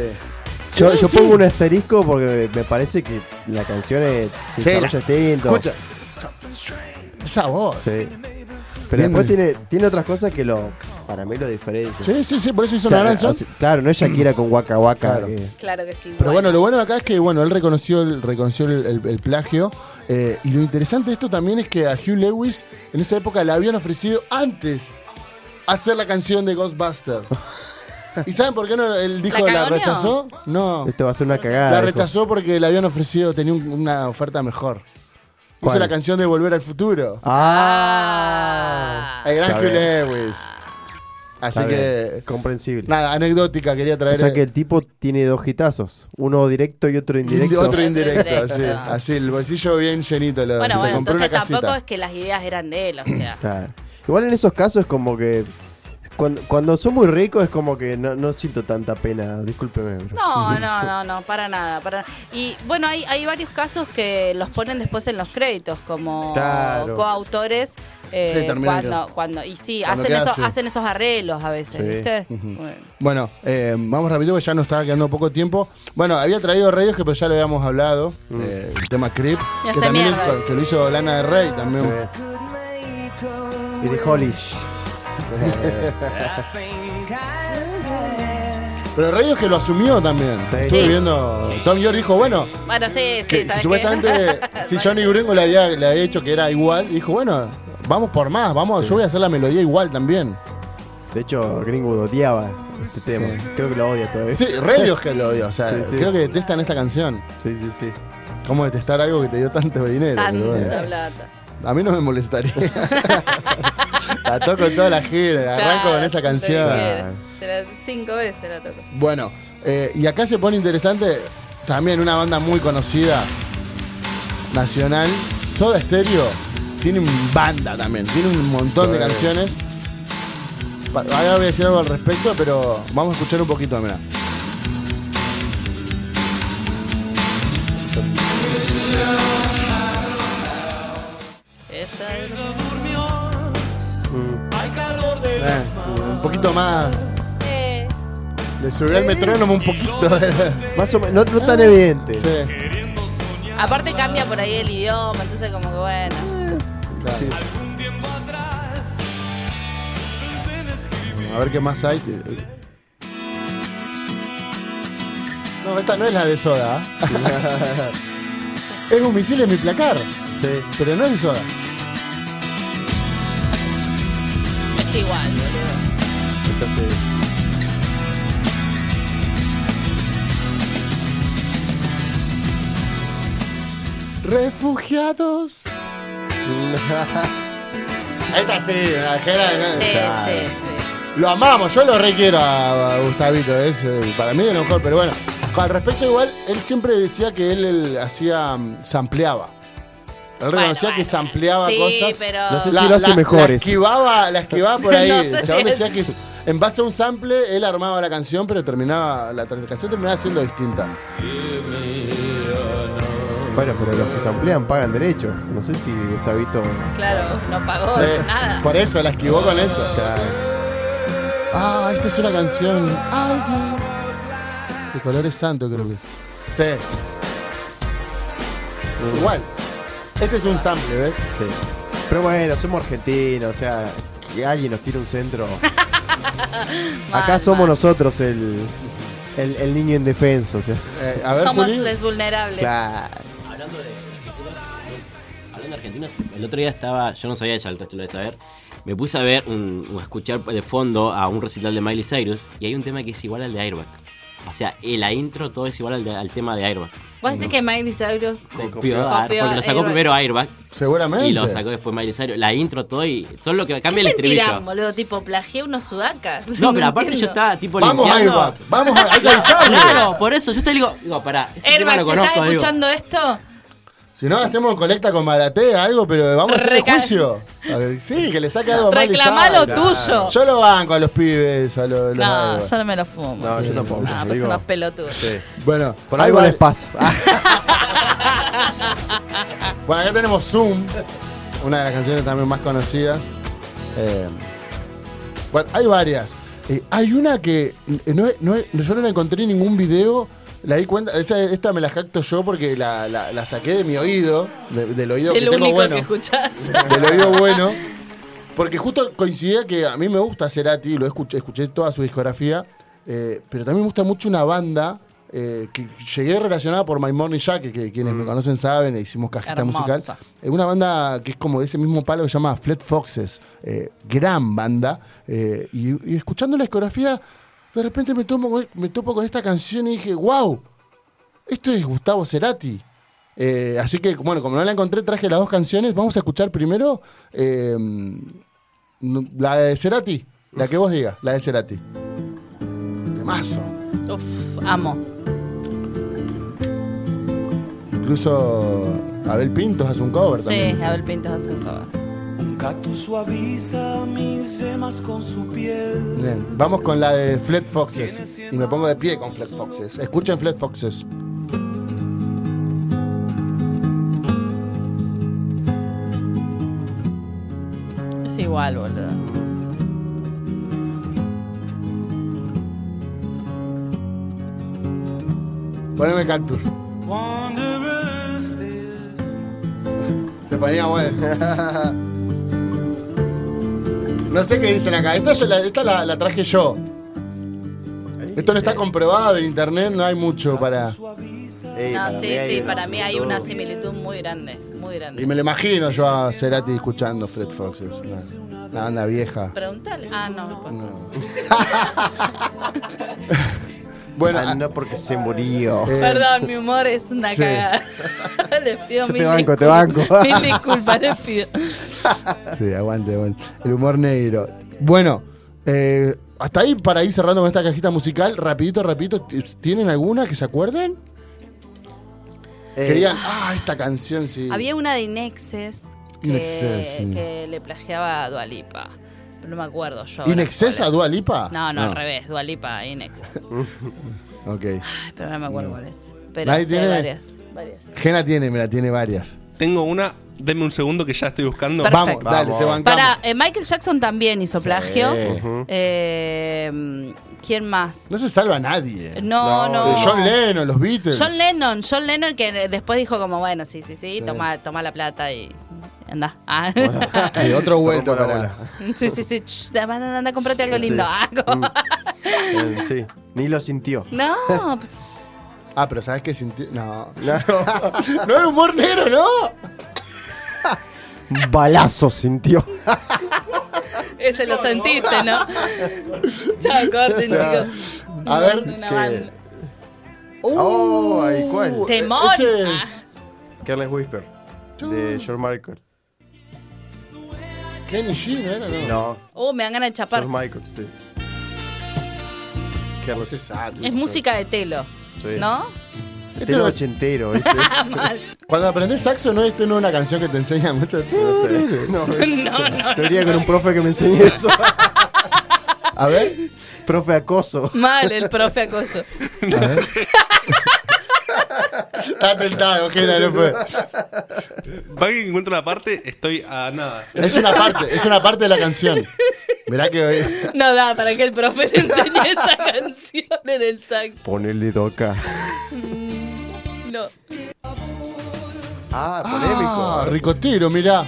E: yo,
A: Sí,
E: yo
A: sí.
E: pongo un asterisco porque me parece que la canción es se
A: Sí,
E: desarrolla
A: la-
E: distinto.
A: Escucha. Esa voz.
E: Sí. Pero
A: Bien,
E: después
A: bien.
E: tiene, tiene otras cosas que lo para mí lo diferencia.
A: Sí, sí, sí, por eso hizo
E: O sea,
A: una
E: no-
A: gran
E: o
A: canción.
E: sea, claro, no es Shakira con Waka Waka.
A: Claro.
E: que-
B: claro que sí.
A: Pero bueno, lo bueno de acá es que bueno, él reconoció el, reconoció el, el- el plagio. eh, y lo interesante de esto también es que a Hugh Lewis en esa época le habían ofrecido antes hacer la canción de Ghostbusters. ¿Y saben por qué no él dijo
B: ¿La
A: la,
B: cagoneó?
A: rechazó? No.
E: Esto va a ser una cagada.
A: La
E: dijo.
A: rechazó porque le habían ofrecido, tenía un- una oferta mejor. Hizo
E: ¿Cuál?
A: la canción de Volver al Futuro.
E: Ah.
A: el gran
E: está
A: Hugh
E: bien.
A: Lewis. Así
E: Está
A: que.
E: bien, comprensible.
A: Nada, anecdótica quería traer.
E: o sea que el tipo tiene dos hitazos, uno directo y otro indirecto.
A: Otro indirecto,
B: Indirecto.
A: así, así, el bolsillo bien llenito. Lo,
B: bueno,
A: se
B: bueno,
A: compró
B: entonces
A: una casita.
B: tampoco es que las ideas eran de él, o sea.
E: Claro. Igual en esos casos como que cuando, cuando son muy ricos es como que no, no siento tanta pena, discúlpeme.
B: <coughs>
E: bro.
B: No, no, no, no, para nada, para nada. Y bueno, hay, hay varios casos que los ponen después en los créditos como
E: Claro.
B: coautores. eh,
A: Sí, terminan
B: cuando, cuando, y sí,
A: Cuando
B: hacen,
A: queda
B: eso-
A: así.
B: hacen esos arreglos a veces,
E: Sí.
B: ¿viste?
A: Ujú.
B: Bueno.
A: Bueno, eh, vamos rápido porque ya nos estaba quedando poco tiempo. Bueno, había traído Reyes, que pero ya lo habíamos hablado. eh, el tema Creep.
B: Y
A: Que,
B: hace
A: también es-
B: mierdas.
A: que lo hizo Lana de Rey también.
E: Y de Hollish.
A: Pero Reyes que lo asumió también. Estuve
B: Sí.
A: viendo. Tom York dijo, bueno,
B: Bueno, sí, sí,
A: que- que
B: ¿sabes qué? <laughs>
A: supuestamente <laughs> si Johnny Gringo le había, le había dicho que era igual, dijo, bueno, vamos por más, vamos, yo voy a hacer la melodía igual también.
E: De hecho, Greenwood odiaba este tema. Creo que lo odia todavía.
A: Sí, Radiohead lo odio. O sea,
E: Sí, sí.
A: creo que detestan esta canción.
E: sí, sí. sí.
A: ¿Cómo detestar algo que te dio tanto dinero? pero bueno.
B: Tanta plata.
A: A mí no me molestaría. la toco en toda la gira, arranco con
B: Claro,
A: esa
B: si te
A: canción.
B: dijera. Te la- cinco veces la toco.
A: Bueno, eh, y acá se pone interesante también una banda muy conocida nacional, Soda Stereo, tiene un banda también, tiene un montón de
E: Sí.
A: canciones. Pa- Ahora voy a decir algo al respecto, pero vamos a escuchar un poquito, mira.
B: Ella es-
A: Eh, un poquito más.
B: Eh,
A: Le subió al metrónomo un poquito.
E: Más o menos, no, no tan evidente.
A: <laughs> Sí,
B: Aparte cambia por ahí el idioma, entonces como que bueno.
A: claro. A ver qué más hay. No, esta no es la de Soda. ¿ah? es un misil en mi placar,
E: Sí.
A: pero no es de Soda.
B: Es igual, boludo.
E: Entonces,
A: <laughs> Refugiados. Esta sí, la jera, ¿no?
B: Sí,
A: Claro.
B: sí, sí.
A: Lo amamos, yo lo requiero a a Gustavito, es eh, para mí es lo mejor, pero bueno. Al respecto igual, él siempre decía que él, él hacía, mm, sampleaba. Él reconocía
B: bueno,
A: que sampleaba
B: sí,
A: cosas.
B: pero-
E: No sé si lo hace mejor eso.
A: esquivaba, la esquivaba por ahí.
B: <laughs> No sé
A: El
B: si
A: chabón
B: es-
A: decía que s- en base a un sample, él armaba la canción, pero terminaba, la ter- canción terminaba siendo distinta.
E: bueno, pero los que se amplían pagan derechos. No sé si Gustavito.
B: Claro, no pagó
A: Eh,
B: nada.
A: Por eso, la esquivó con eso.
E: Claro.
A: Ah, esta es una canción. Alguien. De colores santo, creo que. Sí. Igual. Este es un sample, ¿ves?
E: Sí. Pero bueno, somos argentinos, o sea, que alguien nos tire un centro. Acá
B: Mal,
E: somos
B: mal.
E: nosotros el, el, el niño indefenso, o sea.
A: Eh, a ver,
B: Somos
A: Juli.
B: les vulnerables.
E: Claro.
G: Hablando de hablando de argentinos, el otro día estaba, yo no sabía ya el título de saber, me puse a ver, un, o a escuchar de fondo a un recital de Miley Cyrus y hay un tema que es igual al de Airbag. O sea, en la intro todo es igual al, de- al tema de Airbag.
B: ¿Vos decís que Miley Cyrus
G: Copió a-
B: copió
G: porque lo sacó
B: Airbag.
G: primero Airbag
A: Seguramente.
G: y lo sacó después Miley Cyrus. La intro todo y solo lo que
B: ¿Qué
G: cambia el estribillo.
B: sentirán, boludo? Tipo, plagié unos sudacas.
G: No, pero
B: <laughs>
G: aparte yo
B: entiendo.
G: estaba tipo
A: Vamos a
G: limpiando.
A: Airbag. Vamos a. Hay
G: <laughs>
A: que avisarle.
G: Claro, por eso yo te digo, digo, pará, ese tema
B: Airbag, ¿se
G: lo conozco,
B: estás
G: digo.
B: escuchando esto?
A: Si no, hacemos colecta con Maratea, algo, pero vamos a hacer el
B: Reca-
A: juicio. A ver, Sí, que le saque algo mal.
B: Reclamá lo tuyo.
A: Yo lo banco a los pibes, a los. los
B: No,
A: Airbag.
B: yo no me lo fumo.
E: No, yo tampoco.
B: Ah, pues
E: digo,
B: unos pelotudos.
A: Bueno,
E: por algo
A: igual-
E: les
B: <laughs>
E: pasa.
B: Ah,
A: Bueno, acá tenemos Zoom, una de las canciones también más conocidas. Eh, bueno, hay varias. Eh, hay una que eh, no, es- no es- yo no la encontré en ningún video. La di cuenta, esa- esta me la jacto yo porque la, la- la saqué de mi oído, de- del oído
B: El
A: que tengo
B: único
A: bueno.
B: que escuchás.
A: del oído bueno. Porque justo coincidía que a mí me gusta Cerati, lo escuché, escuché toda su discografía, eh, pero también me gusta mucho una banda eh, que llegué relacionada por My Morning Jack, que, que quienes me conocen saben, e hicimos cajita
B: Hermosa.
A: musical. Es una banda que es como de ese mismo palo que se llama Flat Foxes, eh, gran banda, eh, y, y escuchando la discografía, de repente me, tomo, con- me topo con esta canción y dije, wow, esto es Gustavo Cerati. Eh, así que, bueno, como no la encontré, traje las dos canciones. Vamos a escuchar primero eh, no- la de Cerati, la que vos digas, la de Cerati. Temazo.
B: Uf, amo.
A: Incluso Abel Pintos hace un cover
B: Sí,
A: también.
B: Abel Pintos hace un cover.
I: Un gato suaviza mis semas con su piel.
A: Bien, Vamos con la de Flat Foxes. Y me pongo de pie con Flat Foxes. Escuchen Flat Foxes.
B: Es igual, boludo.
A: Poneme cactus.
I: Wanderers this
A: Se ponía bueno. No sé qué dicen acá. Esta, yo la, esta la, la traje yo. Esto no está comprobado en internet, no hay mucho para.
B: No, sí, sí, para mí hay una similitud muy grande, muy grande.
A: Y me lo imagino yo a Cerati escuchando Fred Foxes. ¿no? Una banda vieja.
B: Preguntale. Ah, no. me puedo.
A: Bueno,
E: Ah, no
B: <laughs>
E: porque se murió.
A: eh,
B: Perdón, mi humor es una
A: Sí. <laughs>
B: cagada. les pido
E: Yo
B: mil
E: te banco, te
B: disculpas.
E: banco.
B: mil disculpas, les pido.
A: Sí, aguante, aguante. El humor negro. Bueno, eh, hasta ahí para ir cerrando con esta cajita musical, rapidito, rapidito, t- ¿tienen alguna que se acuerden?
E: Eh,
A: que digan, ah, esta canción sí.
B: Había una de Inexes que,
A: Inexes, sí.
B: que le plagiaba a Dualipa. No me acuerdo yo. ahora
A: ¿Inexes
B: cuál
A: a
B: es.
A: Dua Lipa?
B: No, no,
A: No.
B: al revés. Dualipa, Inexes.
A: Ok.
B: Ay, pero no me acuerdo cuál es. Pero
A: Nadie
B: sí,
A: tiene-
B: varias. varias.
A: Gena tiene, mira, tiene varias.
F: Tengo una, deme un segundo que ya estoy buscando.
B: Perfecto.
A: Vamos, dale,
E: Vamos.
A: te bancamos.
B: Para, eh, Michael Jackson también hizo plagio.
E: Ujú.
B: Eh, ¿Quién más?
A: No se salva nadie.
B: No, no.
A: Eh, John Lennon, los Beatles.
B: John Lennon, John Lennon que eh, después dijo como, bueno, sí, sí, sí, Toma, toma la plata y anda. Ah.
A: <laughs> Sí, otro vuelto
E: Tocó para
A: para.
B: <laughs> sí, sí, sí, ch, anda, anda, anda, comprate algo lindo.
E: Sí.
B: Ah, como- <laughs>
E: Eh, sí, ni lo sintió.
B: no, pues,
A: Ah, pero ¿sabes qué sintió? No. No, <laughs> no era humor negro, ¿no?
E: Un Balazo sintió.
B: ese lo sentiste, ¿no? Chao, corten, chicos.
A: A ver,
B: Una
A: que-
B: banda.
E: Oh, ay, ¿cuál?
A: Uh,
B: Temón.
A: ese es-
B: Ah.
E: Carles Whisper. De George Michael.
A: Kenny G, ¿no era? No.
E: No,
B: Oh, me dan ganas de chapar.
E: George Michael, sí. Carles
A: Ese es sad.
B: Es música de telo,
E: Sí.
B: ¿no?
A: Este
E: Telo
A: lo-
E: ochentero, <laughs> ¿viste?
A: Cuando aprendés saxo, no, este no es una canción que te enseña mucho.
E: No sé. <laughs>
B: <laughs>
E: No,
B: No, no.
E: yo iría con un profe que me <laughs> enseñe eso.
A: A ver.
E: profe acoso.
B: Mal el profe acoso.
A: Está tentado, que no fue.
F: Va que encuentro la parte, estoy a nada.
A: Es una parte, es una parte de la canción. Mirá que hoy.
B: No da para que el profe te enseñe esa canción en el sac.
E: Pon el dedo acá.
B: No.
E: Ah,
A: Ah,
E: polémico.
A: ricotero, mirá.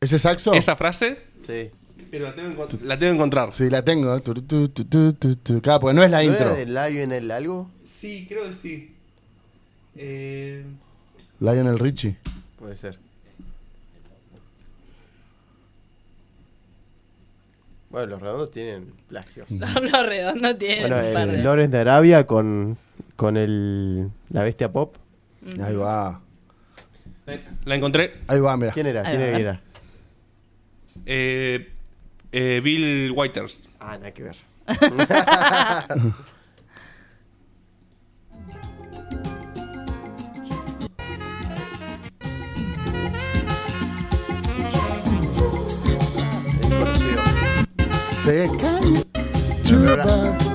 A: ¿Ese saxo?
F: Esa frase,
E: sí.
F: pero la tengo, que encont- la tengo que encontrar.
A: Sí, la tengo. Tu, tu, tu, tu, tu, tu. Claro, porque no es la
E: ¿No
A: intro.
E: era de Lionel algo?
F: Sí, creo que sí. Eh,
A: Lionel Richie.
E: Puede ser. Bueno, los redondos tienen plagios.
B: Pablo Redondo tiene
E: Bueno,
B: un par
E: el
B: de-
E: Lawrence de Arabia con, con el, la bestia pop.
A: Ahí va.
F: la encontré.
A: Ahí va, mirá.
E: ¿Quién era? ¿Quién
B: Ahí va.
E: era?
F: Eh, eh, Bill Whiters.
E: Ah, nada que ver.
A: Se cae chubas.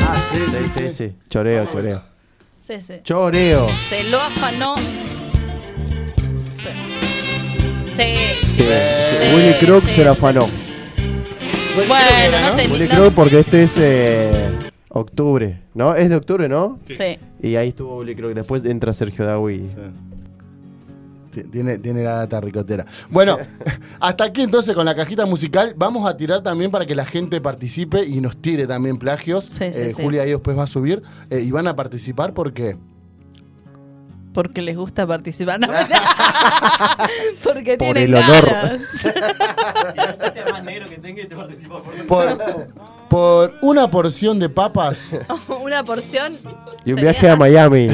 E: Ah, sí, sí, sí, sí. Choreo, choreo.
B: Sí, sí.
E: Choreo.
B: Se lo afanó. Sí. Sí.
E: Sí,
B: sí,
E: sí. Willy Crook
B: sí,
E: se la
B: sí.
E: afanó.
B: Bueno, no te
E: Willy
B: no-
E: Crook porque este es eh, octubre, ¿no? Es de octubre, ¿no?
B: Sí.
E: Y ahí estuvo Willy Crook. Después entra Sergio Dawi.
A: Ti- Tiene, tiene la data ricotera.
E: <laughs>
A: Bueno, hasta aquí entonces con la cajita musical. Vamos a tirar también para que la gente participe y nos tire también plagios.
B: Sí, sí,
A: Eh,
B: sí.
A: Julia ahí después va a subir eh, y van a participar
E: <laughs>
A: porque.
B: Porque les gusta participar. No, porque
E: Por
B: tienen
E: el honor. <laughs>
B: ganas. <laughs>
G: Este
A: Por, por una porción de papas,
B: Una porción.
E: Y un
B: sería-
E: viaje
B: <laughs>
E: a Miami.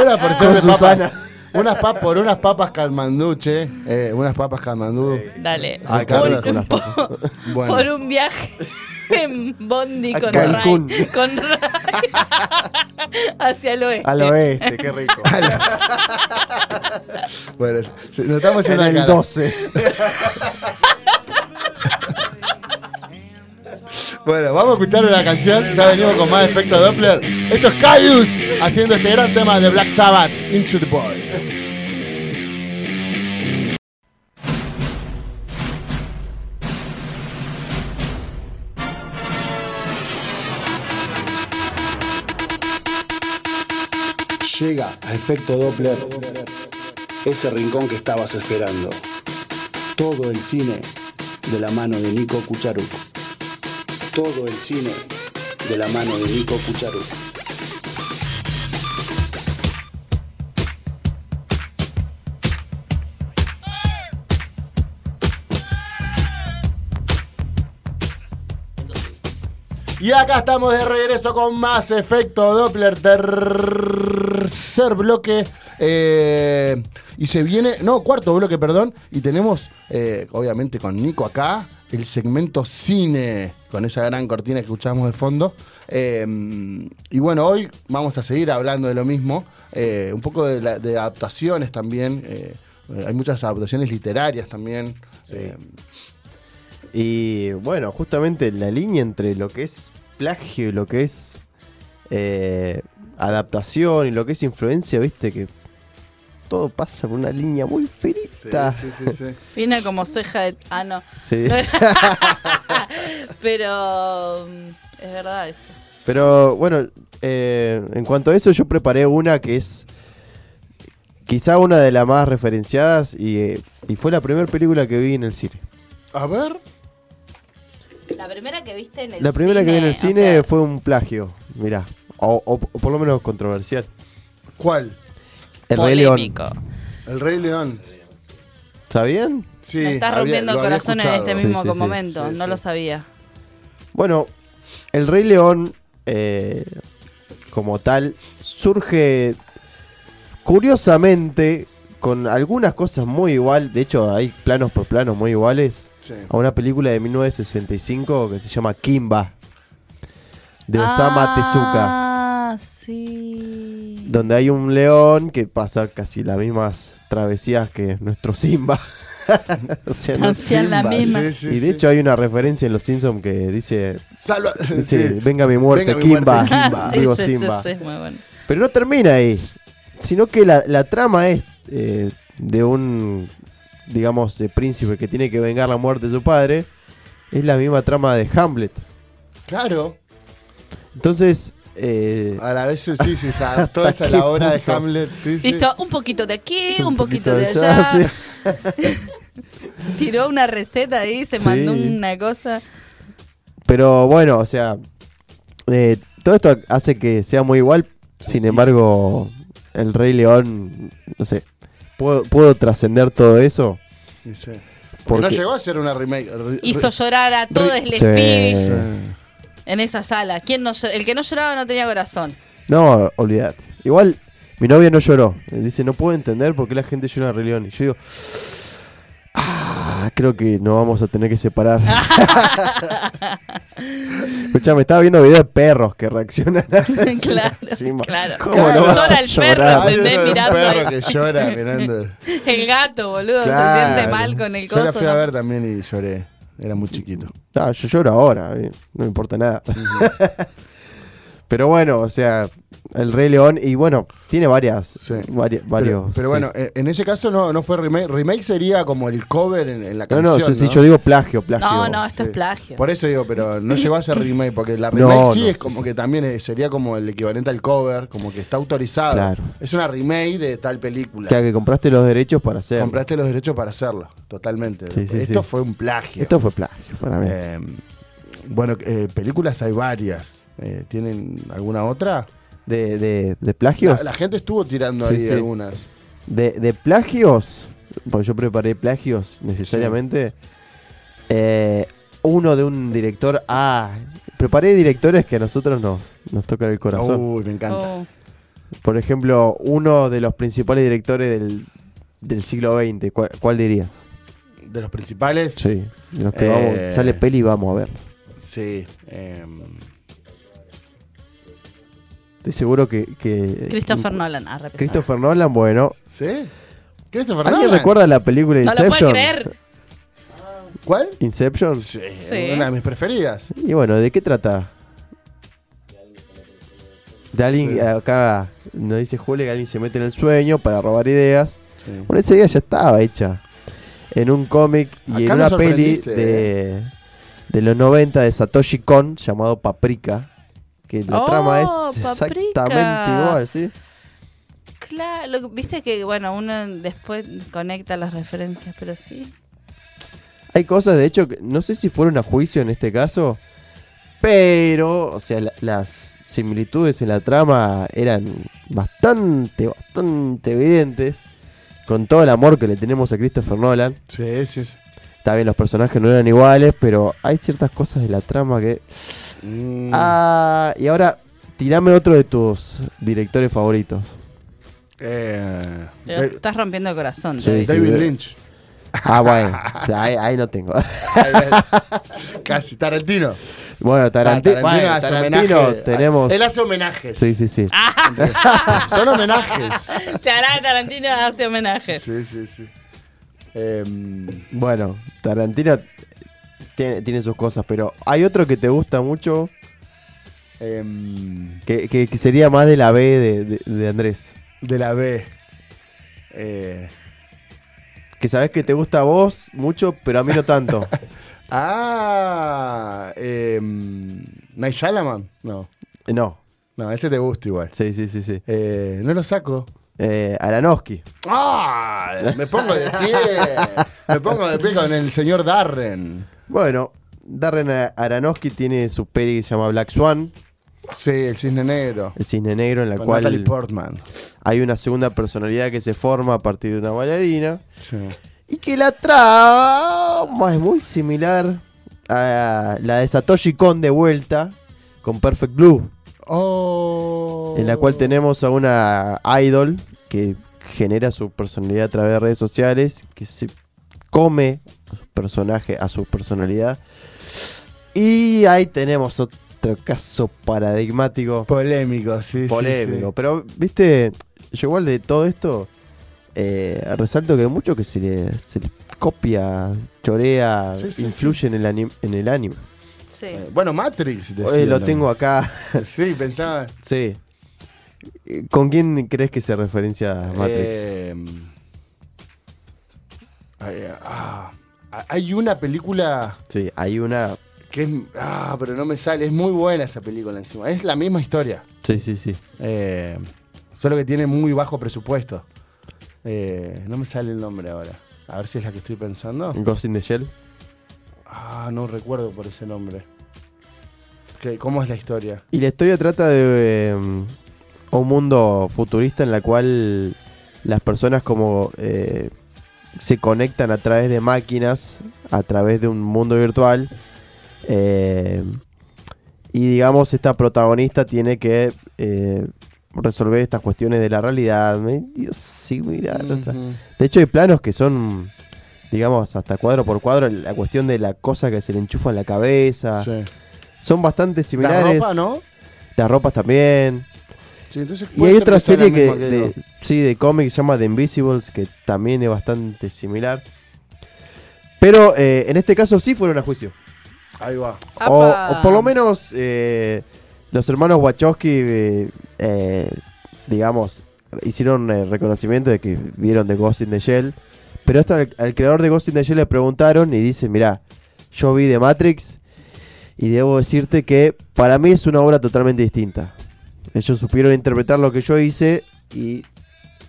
A: una porción
E: Con
A: de
E: Susana.
A: papas. Unas pa- por unas papas calmandú, che. Eh, unas papas calmandú.
B: Dale.
E: Ah, qué
B: por,
E: rico las
B: por-
A: Bueno.
B: por un viaje <laughs> en Bondi
E: A
B: con
E: Cancún.
B: Ray. Con Ray. <laughs> hacia el oeste.
E: Al oeste, qué rico.
A: Bueno, se- nos estamos
E: en
A: yendo de
E: el
A: cara.
E: 12.
A: Bueno, vamos a escuchar una canción. Ya venimos con más efecto Doppler. Esto es Caius haciendo este gran tema de Black Sabbath, Into the Boy. Llega a efecto Doppler
J: Ese rincón que estabas esperando. Todo el cine de la mano de Nico Cucharuc. Todo el cine de la mano de Nico Cucharuc.
A: Y acá estamos de regreso con más efecto Doppler, tercer bloque. eh, y se viene, no, cuarto bloque, perdón. Y tenemos, eh, obviamente, con Nico acá, el segmento cine, con esa gran cortina que escuchamos de fondo. Eh, y bueno, hoy vamos a seguir hablando de lo mismo, eh, un poco de, la- de adaptaciones también. eh, hay muchas adaptaciones literarias también. eh,
E: Y bueno, justamente la línea entre lo que es plagio y lo que es eh, adaptación y lo que es influencia, viste que todo pasa por una línea muy finita.
A: Sí, sí, sí, sí.
B: Fina como ceja de. Ah, no.
E: Sí.
B: Pero. mm, Es verdad eso.
E: Pero bueno, eh, en cuanto a eso, yo preparé una que es quizá una de las más referenciadas y, eh, y fue la primera película que vi en el cine.
A: A ver.
B: La primera que viste en el
E: La primera que vi en el
B: cine, o
E: cine
B: sea,
E: fue un plagio, mirá, o, o- o por lo menos controversial.
A: ¿Cuál?
E: El Rey León.
A: El Rey León.
E: ¿Está bien?
A: Sí.
B: me estás rompiendo el corazón en este
E: Sí,
B: mismo
E: sí, sí.
B: momento.
E: Sí,
B: no
E: sí.
B: lo sabía.
E: Bueno, el Rey León, eh, como tal, surge curiosamente con algunas cosas muy igual. De hecho, hay planos por planos muy iguales
A: Sí.
E: a una película de 1965 que se llama Kimba, de Osama Tezuka.
B: Ah, sí.
E: Donde hay un león que pasa casi las mismas travesías que nuestro Simba. <laughs> o sea, no-
B: Hacían la misma.
A: Sí,
B: <laughs>
A: sí,
E: y de
A: sí.
E: hecho hay una referencia en Los Simpsons que dice
A: Salva-
E: Sí,
A: sí.
E: venga mi muerte,
A: Venga mi
E: Kimba. <laughs>
A: muerte, Kimba.
E: Digo
B: Ah, sí, sí,
E: Simba.
B: sí, muy bueno.
E: Pero no termina ahí. Sino que la, la trama es eh, de un, digamos, de príncipe que tiene que vengar la muerte de su padre. Es la misma trama de Hamlet.
A: Claro.
E: Entonces, eh,
A: A la vez, sí, sí, se
E: <laughs>
A: adaptó
E: ¿Hasta
A: esa la
E: qué
A: obra de
E: punto?
A: Hamlet. Sí, sí.
B: Hizo un poquito de aquí, un, poquito, de
E: quizá
B: allá.
E: <laughs> sea-
B: <laughs> Tiró una receta ahí, se
E: Sí.
B: mandó una cosa.
E: Pero bueno, o sea, eh, todo esto hace que sea muy igual. Sin embargo, el Rey León, no sé, puedo, puedo trascender todo eso.
A: Sí, sí. Porque no
E: Porque
A: llegó a ser una remake. re-
B: Hizo llorar a todos los
E: Sí.
B: pibis
E: Eh.
A: re-
B: en esa sala. ¿Quién no llor- El que no lloraba no
A: <laughs>
B: tenía corazón. <laughs>
E: No, olvídate. Igual, mi novia no lloró. Dice, no puedo entender por qué la gente llora en Rey León. Y yo digo, ah, creo que nos vamos a tener
B: <laughs>
E: que separar. Escuchame, estaba viendo videos de perros que reaccionan. a eso
B: <laughs> Claro,
E: encima.
B: claro.
E: ¿Cómo
A: Claro.
E: no vas
B: Llora
E: a
A: Hay
B: el perro,
E: llorar?
A: uno de un
B: Ah, Mirando
A: perro
B: ahí.
A: que llora
B: <laughs>
A: mirando.
B: El gato, boludo, se
E: Claro.
B: siente mal con el
A: Yo la
B: coso.
A: fui a
B: ¿no?
A: ver también y lloré. Era muy chiquito.
E: Ah, yo lloro ahora, eh, no me importa nada. <laughs> pero bueno, o sea, el Rey León, y bueno, tiene varias,
A: Sí.
E: varia-
A: Pero,
E: varios.
A: pero
E: sí.
A: bueno, eh, en en ese caso no, no fue remake. Remake sería como el cover en, en la
E: No,
A: canción.
E: no,
A: No,
E: yo- si yo digo plagio, plagio.
B: No, no, esto
A: Sí.
B: es plagio.
A: Por eso digo, pero
B: <laughs>
A: no llegó a ser remake, porque la
E: No,
A: remake sí
E: no,
A: es
E: sí,
A: como
E: sí.
A: que también es- sería como el equivalente al cover, como que está autorizado.
E: Claro.
A: Es una remake de tal película.
E: Claro, que compraste los derechos para hacer.
A: Compraste los derechos para hacerlo, totalmente.
E: Sí, sí,
A: Esto
E: sí.
A: fue un plagio.
E: Esto fue plagio para mí.
A: Eh, bueno, eh, películas hay varias. Eh, ¿Tienen alguna otra?
E: De, de, de
A: La,
E: plagios.
A: la gente estuvo tirando
E: Sí,
A: ahí
E: sí.
A: algunas.
E: De, de plagios. Porque yo preparé plagios necesariamente. Eh, uno de un director. Ah, preparé directores que a nosotros nos, nos tocan el corazón.
A: Uy, me encanta.
B: Oh.
E: Por ejemplo, uno de los principales directores del, del siglo XX. ¿Cuál, cuál dirías?
B: Oh.
A: De los principales.
E: Sí. de los que
A: Eh.
E: vamos- sale peli y vamos a ver.
A: Sí, em,
E: Estoy seguro que. que
B: Christopher Nolan. ah, re pesado.
E: Christopher Nolan, bueno.
A: ¿Sí? Christopher
E: ¿Alguien
A: Nolan.
E: recuerda la película
B: No lo
E: Inception?
B: puede creer.
A: ¿Cuál?
E: Inception.
A: Sí,
B: Sí.
A: Una de mis preferidas.
E: Y bueno, ¿de qué trata? De alguien
A: Sí.
E: acá nos dice Jule que alguien se mete en el sueño para robar ideas.
A: Sí.
E: Bueno, esa idea ya estaba hecha. En un cómic
A: Acá
E: y en
A: me
E: una peli
A: sorprendiste, eh.
E: de, de los 90 de Satoshi Kon llamado Paprika. Que la
B: Oh,
E: trama es
B: Paprika.
E: exactamente igual, ¿sí?
B: Claro, lo- viste que, bueno, uno después conecta las referencias, pero sí.
E: Hay cosas, de hecho, que no sé si fueron a juicio en este caso, pero, o sea, la- las similitudes en la trama eran bastante, bastante evidentes. Con todo el amor que le tenemos a Christopher Nolan.
A: Sí, sí, sí.
E: Está bien, los personajes no eran iguales, pero hay ciertas cosas de la trama que.
J: Mm.
K: Mm.
E: Ah, y ahora, tirame otro de tus directores favoritos.
A: Eh,
B: Te estás rompiendo el corazón.
E: Sí,
B: <laughs> David.
E: sí,
A: David
E: de-
A: Lynch.
E: Ah, bueno. o sea, ahí, ahí no tengo. <laughs>
A: Casi, Tarantino.
E: bueno, Taranti-
A: Ah,
E: bueno,
A: hace
E: Tarantino,
A: homenaje.
E: tenemos.
A: Él hace homenajes.
E: Sí, sí, sí.
A: <laughs> Son homenajes.
B: Se hará Tarantino hace
A: <laughs>
B: homenaje.
A: Sí, sí, sí. Em,
E: Bueno, Tarantino tiene, tiene sus cosas, pero hay otro que te gusta mucho,
A: em,
E: que, que- que sería más de la B de, de- de Andrés.
A: de la B. Eh,
E: Que sabes que te gusta a vos mucho, pero a mí
A: <laughs>
E: no tanto.
A: ah, eh, Night Shyamalan. No,
E: No,
A: no, ese te gusta igual.
E: sí, sí, sí, sí.
A: Eh, no lo saco.
E: Eh, Aronofsky.
A: ¡Ah! Me pongo de pie. Me pongo de pie con el señor Darren.
E: Bueno, Darren A- Aronofsky tiene su peli que se llama Black Swan,
A: Sí, el cisne negro.
E: El Cisne Negro, en la
A: Con Natalie
E: cual
A: Portman.
E: hay una segunda personalidad que se forma a partir de una bailarina.
A: Sí.
E: Y que la trama es muy similar a la de Satoshi Kon de vuelta con Perfect Blue,
A: Oh.
E: en la cual tenemos a una idol que genera su personalidad a través de redes sociales, que se come a su personaje, a su personalidad. Y ahí tenemos otro caso paradigmático,
A: Polémico, sí, sí,
E: polémico.
A: sí.
E: Pero, viste, yo igual de todo esto eh, resalto que hay mucho que se le, se le copia, chorea,
A: Sí, sí,
E: influye En, el anim- en el anime.
B: Sí.
A: Eh, Bueno, <laughs> Matrix. decía
E: Hoy lo
A: también.
E: tengo acá. <laughs>
A: Sí, pensaba.
E: Sí. Eh, ¿Con quién crees que se referencia Matrix?
A: Eh, ay, ah, hay una película
E: Sí, hay una.
A: que es. Ah, pero no me sale. Es muy buena esa película encima. Es la misma historia.
E: Sí, sí, sí.
A: eh, solo que tiene muy bajo presupuesto. Eh, no me sale el nombre ahora. A ver si es la que estoy pensando.
E: Ghost in the Shell.
A: Ah, no recuerdo por ese nombre. ¿Qué- ¿Cómo es la historia?
E: Y la historia trata de eh, un mundo futurista en la cual las personas como eh, se conectan a través de máquinas, a través de un mundo virtual. eh, y digamos, esta protagonista tiene que eh, resolver estas cuestiones de la realidad. Me- Dios, sí, mira. otra.
A: Ujú.
E: De hecho, hay planos que son, digamos, hasta cuadro por cuadro, la cuestión de la cosa que se le enchufa en la cabeza.
A: Sí.
E: Son bastante
A: La
E: similares.
A: ropa, ¿no?
E: Las ropas también.
A: Sí, entonces
E: Y
A: puede
E: hay
A: ser
E: otra
A: sea la
E: serie que,
A: misma
E: de-
A: yo.
E: sí, de cómic que se llama The Invisibles, que también es bastante similar. Pero eh, en este caso sí fueron a juicio.
A: Ahí va.
E: O,
B: Apa.
E: o por lo menos eh, los hermanos Wachowski, eh, eh, digamos, hicieron eh, reconocimiento de que vieron de Ghost in the Shell. Pero hasta al, al creador de Ghost in the Shell le preguntaron y dice, mirá, yo vi de Matrix y debo decirte que para mí es una obra totalmente distinta. Ellos supieron interpretar lo que yo hice y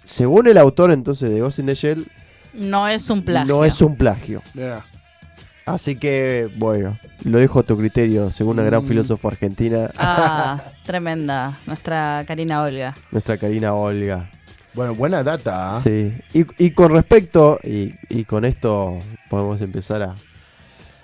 E: según el autor entonces de Ghost in the Shell,
B: No es un plagio.
E: no es un plagio.
A: Mirá.
E: Así que, bueno, lo dejo a tu criterio, según una gran
A: Mm.
E: filósofa argentina, <laughs>
B: Ah, tremenda. Nuestra Karina Olga.
E: nuestra Karina Olga.
A: Bueno, buena data. ¿ah?
E: Sí. Y, y con respecto, y, y con esto podemos empezar a...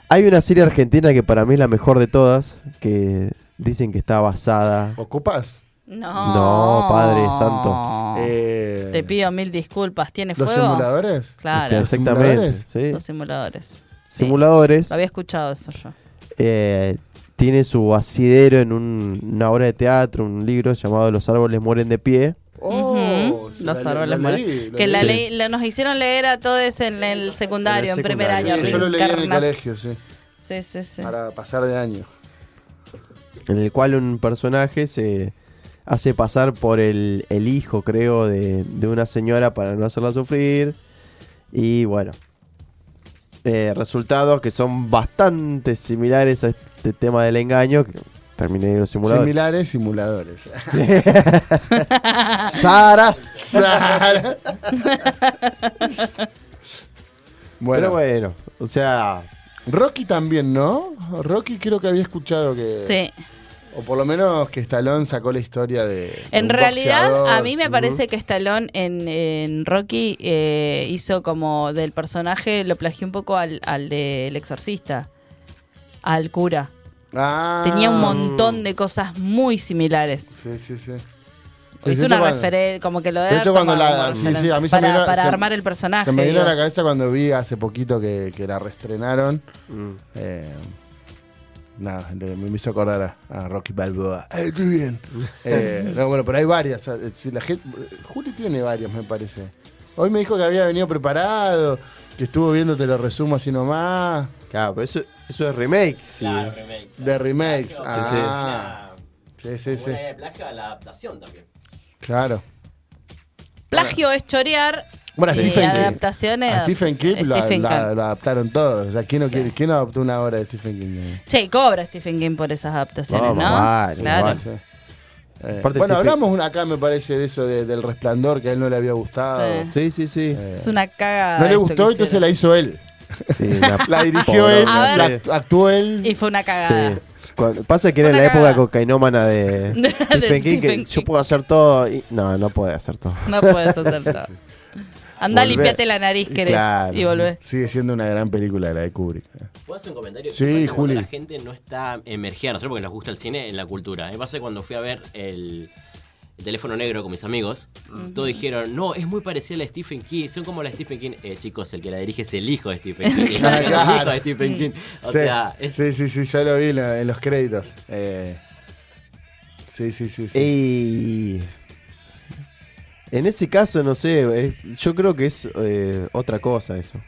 E: Hay una serie argentina que para mí es la mejor de todas, que dicen que está basada...
A: ¿Ocupas?
B: No.
E: No, Padre Santo.
A: Eh,
B: Te pido mil disculpas. ¿Tiene
A: ¿Los
B: fuego?
A: simuladores?
B: Claro.
A: ¿Los
E: este, Exactamente.
A: simuladores?
E: sí.
B: Los simuladores. Sí.
E: Simuladores.
B: Lo había escuchado eso yo.
E: eh, tiene su asidero en un- una obra de teatro, un libro llamado Los árboles mueren de pie.
A: Oh,
B: Ujú.
A: se
B: Los
A: la- la
B: árboles
A: leí,
B: mueren.
A: la
B: Que la
A: leí.
B: ley, la- nos hicieron leer a todos en el secundario, en,
E: En el
B: primer
E: secundario,
B: año.
A: Sí, yo lo leí en el
B: Carnas.
A: colegio, sí.
B: Sí, sí, sí.
A: Para pasar de año.
E: en el cual un personaje se hace pasar por el, el hijo, creo, de, de una señora para no hacerla sufrir. Y bueno, eh, resultados que son bastante similares a este tema del engaño, que Terminé los simuladores.
A: Similares simuladores.
E: Sí. <laughs>
A: Sara. Sara.
E: bueno.
A: Bueno.
E: Pero bueno, o sea,
A: Rocky también, ¿no? Rocky creo que había escuchado que.
B: Sí.
A: O por lo menos que Stallone sacó la historia de. de
B: En
A: un
B: realidad,
A: boxeador.
B: a mí me
A: Ujú.
B: parece que Stallone en, en Rocky eh, hizo como del personaje, lo plagió un poco al, al del exorcista, al cura.
A: Ah.
B: Tenía un montón de cosas muy similares.
A: Sí, sí, sí. Sí,
B: hizo
A: sí,
B: una
A: yo cuando-
B: referencia, como que lo
A: De hecho, cuando la. sí, sí, a mí se me
B: para,
A: vino-
B: para
A: se-
B: armar el personaje.
A: Se me vino a
B: digo.
A: la cabeza cuando vi hace poquito que, que la reestrenaron. Eh, nada, le- me hizo acordar a, a Rocky Balboa. ¡Ay, estoy bien! Eh, no, bueno, pero hay varias. eh, si la gente, Juli tiene varias, me parece. Hoy me dijo que había venido preparado, que estuvo viendo, te lo resumo así nomás.
E: claro, pero eso, eso es remake. Sí.
G: Claro, remake.
A: De remakes.
G: Plagio,
A: Ah. Sí, sí,
G: Como
A: sí.
G: una idea de plagio a la adaptación también.
A: Claro.
B: Plagio es chorear.
A: Bueno, a
B: y
A: Stephen King.
B: adaptaciones.
A: A Stephen King lo,
B: Stephen
A: lo-
B: King.
A: lo adaptaron todos. O sea, ¿quién no, quiere- quién no adaptó una obra de Stephen King? Eh?
B: Che, cobra Stephen King por esas adaptaciones, ¿no?
E: No, vale,
B: claro.
E: vale.
A: Sí. Eh,
E: Aparte
A: bueno,
E: Stephen-
A: hablamos acá, me parece, de eso de- del resplandor que a él no le había gustado.
B: Sí.
E: Sí, sí, sí.
A: Eh,
B: Es una caga.
A: No le gustó, entonces la hizo él.
E: Sí, la-
A: <laughs>
B: <laughs>
A: La dirigió él,
B: A ver.
A: la act- actuó él.
B: Y fue una cagada.
E: Sí. Cuando- pasa que era
B: Una
E: la
B: cagada.
E: época
B: <laughs>
E: cocainómana de,
B: De
E: Stephen King, que
B: Stephen
E: yo
B: King.
E: puedo hacer todo. y- no, no puede hacer todo.
B: No puedes hacer todo. Andá,
E: Volvé.
B: limpiate la nariz, querés.
E: Claro.
B: Y volvés.
A: Sigue siendo una gran película la de Kubrick.
G: ¿Puedo hacer un comentario?
A: Sí,
G: Me pasa que
A: Juli.
G: cuando La gente no está emergida, nosotros porque nos gusta el cine, en la cultura. Me pasa cuando fui a ver el, el teléfono negro con mis amigos, todos dijeron, no, es muy parecida a la de Stephen King, son como la de Stephen King. Eh, chicos, el que la dirige es el hijo de
A: <laughs>
G: Stephen King. el
A: Claro.
G: que es el hijo de Stephen King. O
A: sí,
G: sea, es...
A: sí, sí, sí, yo lo vi en la- en los créditos. Eh, sí, sí, sí. sí.
E: Y. En ese caso, no sé. eh, Yo creo que es eh, otra cosa eso.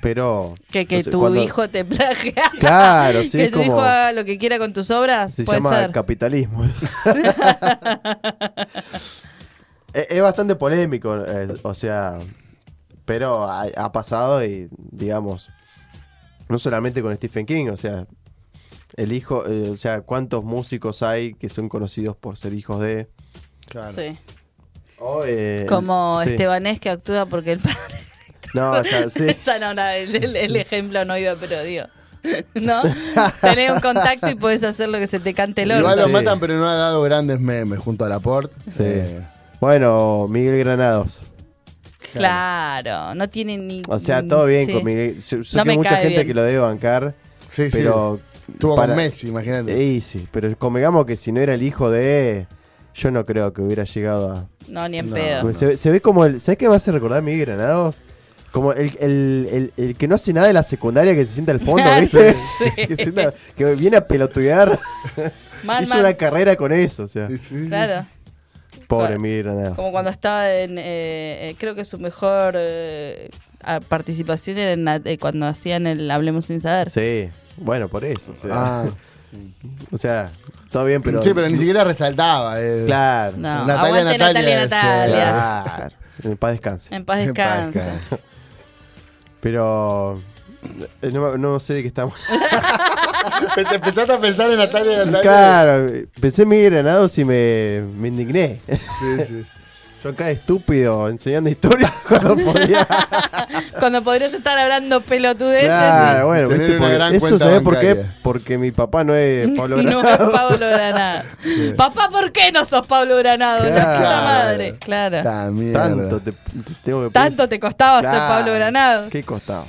E: Pero.
B: Que, que
E: no sé,
B: tu
E: cuando-
B: hijo te plagia.
E: <laughs> Claro, sí,
B: que
E: es
B: tu hijo
E: como-
B: haga lo que quiera con tus obras.
E: Se
B: puede
E: llama
B: ser. <laughs>
E: capitalismo. es, es bastante polémico, eh, o sea, pero ha, ha pasado y, digamos, no solamente con Stephen King, o sea, el hijo, eh, o sea, cuántos músicos hay que son conocidos por ser hijos de...
A: Claro.
B: Sí.
E: o, eh,
B: Como
E: sí.
B: Estebanés que actúa porque el padre.
E: No,
B: <laughs>
E: ya, sí.
B: ya no, nada, el, el- el ejemplo no iba, pero digo. <laughs> ¿No? Tenés un contacto y podés hacer lo que se te cante el orto.
A: Igual lo
E: Sí.
A: matan, pero no ha dado grandes memes junto a Laporte.
E: Sí.
A: Eh,
E: Bueno, Miguel Granados.
B: Claro, no tiene ni.
E: O sea, todo bien
B: Mm, sí.
E: con Miguel. Yo, yo
B: No
E: sé que
B: me
E: mucha
B: cae
E: gente
B: bien.
E: que lo debe bancar,
A: sí, sí.
E: pero...
A: Estuvo
E: para-
A: con Messi, imagínate.
E: Y sí, pero convengamos que si no era el hijo de. Yo no creo que hubiera llegado a.
B: No, ni en
A: No.
B: pedo.
E: Porque Se, ve- se ve como el. ¿Sabes qué me hace recordar a Miguel Granados? Como el, el- el- el que no hace nada de la secundaria que se sienta al
B: <laughs>
E: fondo,
B: Ah,
E: ¿viste?
B: sí.
E: <laughs> que, se sienta- que viene a pelotudear.
B: Mal,
E: Hizo
B: mal.
E: una carrera con eso, o sea.
A: Sí, sí, sí.
B: Claro.
E: Pobre
B: Claro.
E: Miguel Granados.
B: Como cuando estaba en. eh, eh, creo que su mejor eh, a- participación era en la- eh, cuando hacían el Hablemos sin saber.
E: Sí, bueno, por eso. O sea,
A: Ah,
E: <laughs> o sea, todo bien, pero.
A: sí, pero ni siquiera resaltaba. eh.
E: Claro.
B: No,
A: Natalia,
B: aguante Natalia,
A: Natalia,
B: Natalia.
E: Claro. En paz descanse.
B: En paz
A: En paz
B: descansa.
E: Pero. eh, No, no sé de qué estamos.
A: Empe- Empezaste a pensar en Natalia Natalia.
E: Claro, pensé en mi granado y me,
A: <laughs>
E: me indigné.
A: Sí, sí.
E: Yo acá estúpido enseñando historia <laughs> cuando podía.
B: Cuando podrías estar hablando pelotudeces.
E: Claro, bueno,
A: Tener
E: viste,
A: una
E: porque-
A: gran
E: eso
A: cuenta
E: sabés por qué?
A: bancaria.
E: Porque mi papá
A: <laughs>
E: no es Pablo
B: no es
E: Granado.
B: Pablo Granado. Papá, ¿por qué no sos Pablo Granado? La puta
E: Claro.
B: madre. Claro.
A: Ta mierda.
E: Tanto te, te tengo que
B: Tanto te costaba ser
E: Claro,
B: Pablo Granado.
E: Qué costado.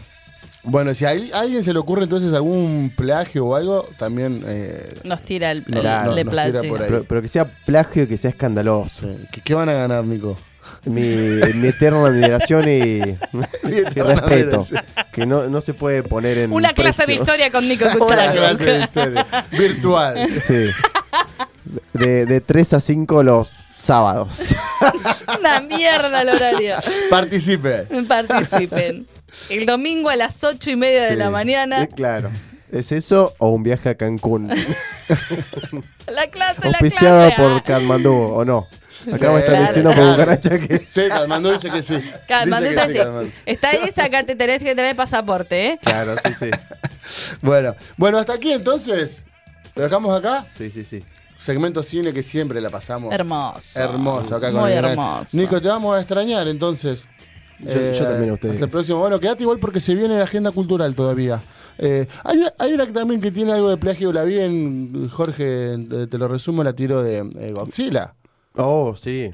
A: Bueno, si a al- a alguien se le ocurre entonces algún plagio o algo, también eh,
B: Nos tira el,
A: No,
B: el-
A: no,
B: le
A: nos
B: planche.
A: tira por ahí.
E: Pero, pero que sea plagio y que sea escandaloso.
A: sí. ¿Qué, qué van a ganar, Nico?
E: Mi, mi eterna admiración y, <laughs> y
A: eterna
E: respeto.
A: admiración.
E: Que no, no se puede poner en.
B: Una clase de
E: precio.
B: historia con
A: <laughs>
B: Nico
A: Una
B: Cucharaco.
A: clase de historia. Virtual. <laughs>
E: Sí. De, de 3 a 5 los sábados.
A: <laughs>
B: Una mierda el horario.
A: Participe.
B: Participen. El domingo a las ocho y media de
E: Sí.
B: la mañana.
E: Eh, claro. ¿Es eso o un viaje a
B: <laughs>
E: Cancún?
B: La clase, la
E: <laughs> Auspiciado
B: clase.
E: por Katmandú, ¿o no? Acá
A: Sí,
E: me están
A: claro,
E: diciendo
A: claro.
E: por
B: <laughs>
E: cucaracha que...
A: <laughs> Sí, Calmando dice que sí.
B: Calmando
A: Dice que sí, Calmando.
B: Está ahí, sacate, tenés que tener pasaporte, ¿eh?
E: Claro, sí, sí.
A: Bueno, bueno, hasta aquí entonces. ¿Lo dejamos acá?
E: Sí, sí, sí.
A: Segmento cine que siempre la pasamos.
B: Hermoso.
A: Hermoso acá con
B: Muy
A: el gran-
B: hermoso.
A: Nico, te
E: <laughs>
A: vamos a extrañar entonces. Eh,
E: Yo- yo también a ustedes.
A: hasta el próximo. Bueno, quédate igual porque se viene la agenda cultural todavía. Eh, hay, una- hay una que también que tiene algo de plagio, la vi en Jorge, te, te lo resumo, la tiro de eh, Godzilla.
E: Oh, sí.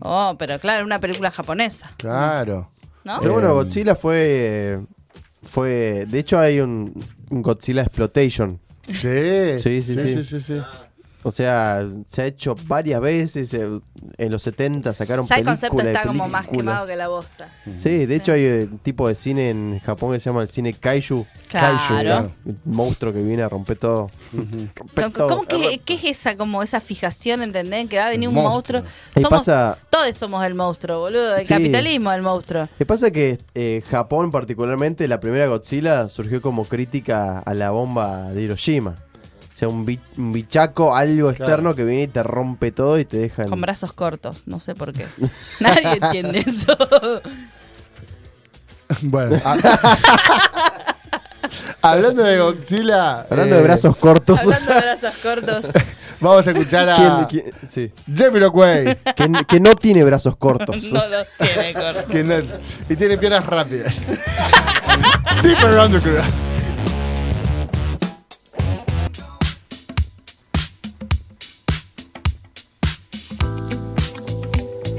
B: Oh, pero claro, una película japonesa,
A: Claro.
B: ¿no? Eh,
E: Pero bueno, Godzilla fue. fue de hecho, hay un, un Godzilla Exploitation.
A: Sí.
E: Sí, sí, Ah. sí.
A: sí, sí, sí.
E: O sea, se ha hecho varias veces. eh, En los 70 sacaron
B: ya el
E: películas.
B: concepto
E: y
B: está como más
E: películas.
B: quemado que la bosta.
E: Sí, de hecho hay eh, un tipo de cine en Japón que se llama el cine kaiju.
B: Claro.
E: Kaiju, era un monstruo que viene a romper todo. Romper
B: Como-
E: todo.
B: ¿Cómo que, qué es esa como esa fijación, entendés? Que va a venir un
E: Monstruo.
B: monstruo.
E: Y
B: Somos,
E: pasa-
B: Todos somos el monstruo, boludo. El
E: Sí.
B: capitalismo es el monstruo.
E: Me pasa que eh, Japón particularmente, la primera Godzilla surgió como crítica a la bomba de Hiroshima. O sea, un, bi- un bichaco, algo externo que viene y te rompe todo y te deja... en-
B: Con brazos cortos, no sé por qué. <laughs> Nadie entiende
A: <laughs>
B: eso.
A: Bueno. a- Ah. <laughs> Hablando de Godzilla.
E: Hablando de
A: eh,
E: brazos cortos.
B: Hablando de brazos cortos.
A: <laughs> Vamos a escuchar a.
E: <laughs> ¿Quién- quién- sí.
A: Jamiroquai.
E: que, n- que no tiene brazos cortos.
B: <laughs> No los tiene cortos.
A: Que no- y tiene piernas rápidas. <laughs> Deeper Underground.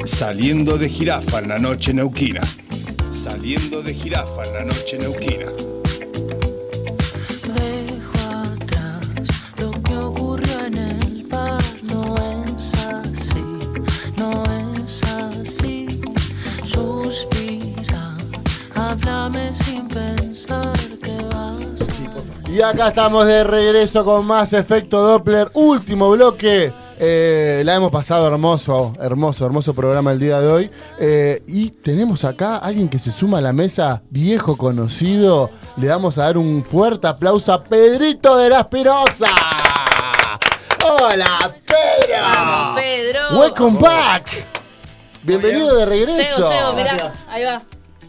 L: Saliendo de jirafa en la noche neuquina. Saliendo de jirafa en la noche neuquina.
I: Dejo atrás lo que ocurrió en el bar. No es así, no es así. Suspira, háblame sin pensar que vas a.
A: Y acá estamos de regreso con más efecto Doppler. Último bloque. Eh, la hemos pasado hermoso, hermoso, hermoso programa el día de hoy. Eh, y tenemos acá alguien que se suma a la mesa, viejo conocido. Le vamos a dar un fuerte aplauso a Pedrito de la Aspirosa. ¡Hola, Pedro!
B: Vamos, Pedro.
A: ¡Welcome back! Bienvenido de regreso.
B: Llego, llego, mirá. Ahí va.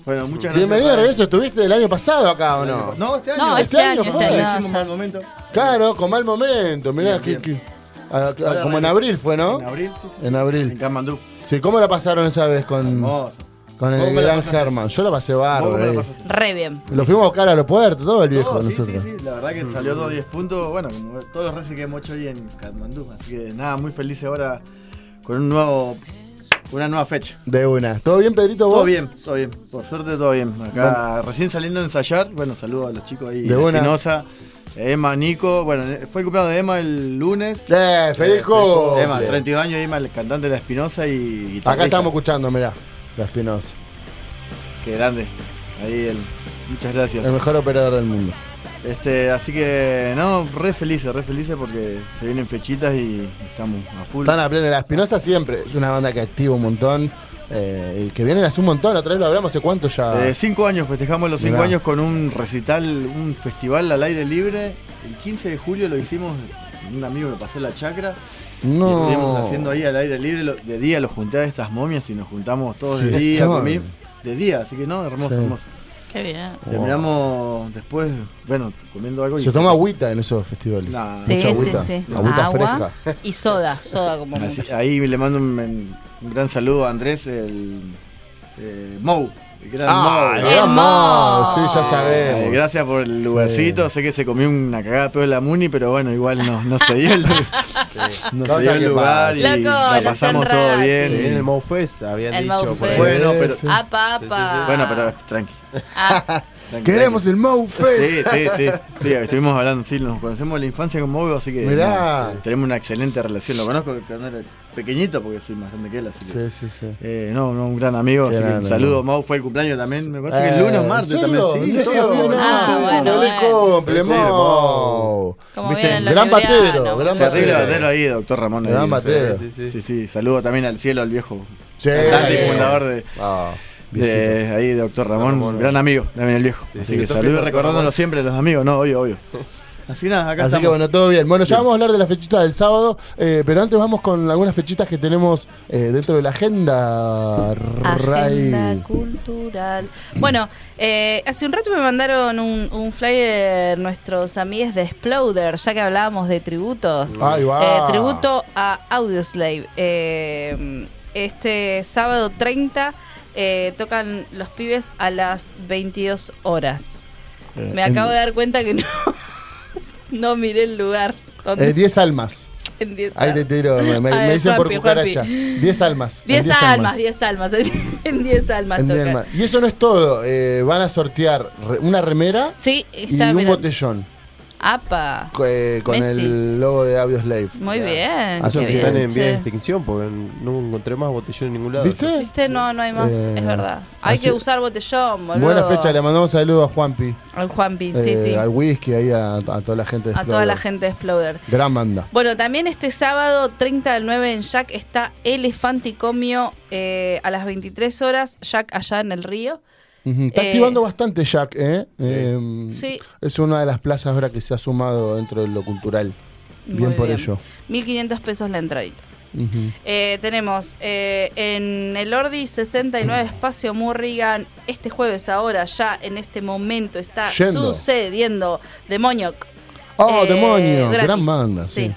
K: Bueno, muchas gracias.
A: Bienvenido de
K: padre.
A: regreso. ¿Estuviste el año pasado acá o no?
K: No, este año.
B: No, este año,
A: fue.
B: este
K: Hicimos mal momento.
A: Claro, con mal momento. Mirá,
K: Bien,
A: que- que- a- a- como en abril fue, ¿no?
K: En abril, sí,
A: En abril. Mm.
K: En Kamandú.
A: Sí, ¿cómo la pasaron esa vez con,
K: Hermoso.
A: con
K: ¿Vos
A: el
K: cómo la
A: gran
K: pasaste?
A: Germán? Yo la pasé bárbaro.
K: ¿Vos cómo la
A: ahí.
K: pasaste?
B: Re bien.
A: Lo fuimos a buscar al aeropuerto, todo el viejo,
K: Todo, sí, sí,
A: nosotros.
K: sí, la verdad que salió todos 10 puntos, bueno, como todos los races que hemos hecho hoy en Katmandú, así que nada, muy feliz ahora con un nuevo, una nueva fecha.
A: De una. ¿Todo bien, Pedrito? ¿Vos?
K: Todo bien, todo bien, por suerte todo bien. Acá recién saliendo a ensayar, bueno, saludo a los chicos ahí,
A: De buena.
K: Espinosa, Emma, Nico, bueno, eh, fue el cumpleaños de Emma el lunes.
A: ¡Eh, feliz cumple!
K: Emma, 32 años, Emma, el cantante de La Espinosa y
A: Acá
K: guitarrista.
A: estamos escuchando, mirá. La Espinosa.
K: Qué grande, ahí el, muchas gracias.
A: El mejor operador del mundo.
K: Este, así que no, re felices, re felices porque se vienen fechitas y estamos a full.
A: Están a pleno. La Espinosa siempre es una banda que activa un montón. eh, y que vienen hace un montón. La otra vez lo hablamos hace cuánto ya.
K: Eh, cinco años, festejamos los cinco
A: Mirá.
K: años con un recital, un festival al aire libre. El 15 de julio lo hicimos, un amigo me pasó la chacra.
A: No.
K: Y estuvimos haciendo ahí al aire libre. lo- De día los junté a estas momias y nos juntamos todos de
A: Sí,
K: día,
A: estaba.
K: comí. De día, así que no, hermoso,
A: Sí.
K: hermoso.
B: Qué bien.
K: Terminamos después, bueno, comiendo algo y.
A: Se toma agüita en esos festivales.
K: Nah.
B: Sí,
A: Mucha
B: sí,
A: agüita.
B: sí.
A: Agüita
B: Agua
A: fresca.
B: y soda, soda como
K: Así-
B: mucho.
K: pues, ahí le mando un, men- un gran saludo a Andrés, el eh, Mou. el gran
A: Ah,
K: Mou.
A: el gran Mou, sí, ya sabemos.
K: Eh, gracias por el lugarcito. Sé que se comió una cagada peor la Muni, pero bueno, igual no, no se dio el, no se
A: Cosa
K: dio el
A: que
K: lugar y
B: pasa. Loco,
K: la
B: no
K: pasamos
B: sean
K: todo
B: raros.
K: bien.
E: Se viene el Mofes, habían
B: El
E: dicho. por ahí.
B: Mofes.
K: Bueno, pero, ah,
A: Sí.
B: Apa,
E: sí,
B: apa.
K: bueno, pero tranqui.
B: Ah,
K: Tranqui,
A: Queremos pues. el
K: Sí,
A: Moufe.
K: sí, sí, sí, estuvimos hablando, sí, nos conocemos de la infancia con Mogo, así que
A: Mirá.
K: no, tenemos una excelente relación. Lo conozco cuando era pequeñito, porque soy más grande que él, así que...
A: Sí, sí, sí.
K: Eh, no, no, un gran amigo,
A: Qué
K: así que
A: grande,
K: un saludo.
A: ¿no?
K: Mau fue el cumpleaños también, me parece que
A: Eh,
K: el lunes o
A: ¿en
K: martes
A: serio?
K: también. Sí,
A: ¿En serio?
K: todo.
B: Ah, bueno,
A: Feliz
B: bueno.
A: cumple,
K: Sí,
A: Mou.
B: Como
K: ¿viste?
B: vienen los
A: Gran
B: librianos,
A: batero, gran
B: boludo.
K: Terrible batero ahí, doctor Ramón. ahí,
A: Gran batero.
K: Sí, sí, sí. sí, saludo también al cielo, al viejo
A: Sí.
K: cantante y fundador de,
A: Ah,
K: de ahí, doctor Ramón, gran amigo también el viejo. así que saludo recordándolo siempre a los amigos, no, obvio, obvio. Así nada, acá
A: Así que
K: estamos.
A: bueno, todo bien. Bueno, ya vamos a hablar de la fechita del sábado, eh, pero antes vamos con algunas fechitas que tenemos eh, dentro de la agenda. Ray.
B: Agenda cultural. Bueno, eh, hace un rato me mandaron un, un flyer nuestros amigos de Exploder, ya que hablábamos de tributos.
A: Ahí va.
B: Eh, tributo a Audioslave. Eh, este sábado 30 eh, tocan los pibes a las 22 horas.
A: Eh,
B: Me acabo
A: en-
B: de dar cuenta que <laughs> no, no miré el lugar. donde-
A: Eh, 10 almas.
B: en 10
A: Ahí te tiro, me, me-
B: A
A: me
B: ver,
A: dicen por
B: Juanpi,
A: cucaracha.
B: Juanpi.
A: 10 almas. en
B: 10 almas, 10 almas. <laughs> En 10 almas
A: en 10
B: tocan.
A: almas. Y eso no es todo. eh, van a sortear re- una remera
B: Sí,
A: y
B: está
A: un
B: mirando.
A: botellón
B: Apa.
A: co- eh, con
B: Messi.
A: el logo de Avios Slave.
B: Muy bien.
E: Así
B: qué
E: que están
B: bien,
E: en vía de
B: che.
E: extinción porque no encontré más botellón en ningún lado.
A: ¿Viste?
B: Viste, no, no hay más,
A: Eh,
B: es verdad. Hay
A: así-
B: que usar botellón, boludo.
A: Buena fecha, le mandamos saludos a Juanpi.
B: Al Juanpi, sí,
A: eh,
B: sí.
A: Al whisky, ahí a, a toda la gente de
B: A toda la
A: Exploder.
B: gente de Exploder.
A: Gran banda.
B: Bueno, también este sábado 30 del 9 en Jack está Elefanticomio eh, a las 23 horas, Jack allá en el río.
A: Ujú, Está
B: Eh,
A: activando bastante Jack, ¿eh? Eh,
B: Sí.
A: Es una de las plazas ahora que se ha sumado dentro de lo cultural.
B: Muy
A: Bien por
B: bien.
A: ello.
B: 1.500 pesos la entradita.
A: Ujú.
B: Eh, tenemos eh, en el Ordi 69 Espacio Murrigan, este jueves ahora, ya en este momento está
A: Yendo.
B: sucediendo Demoniac.
A: Oh,
B: Eh,
A: demonio,
B: gratis,
A: gran banda. Sí.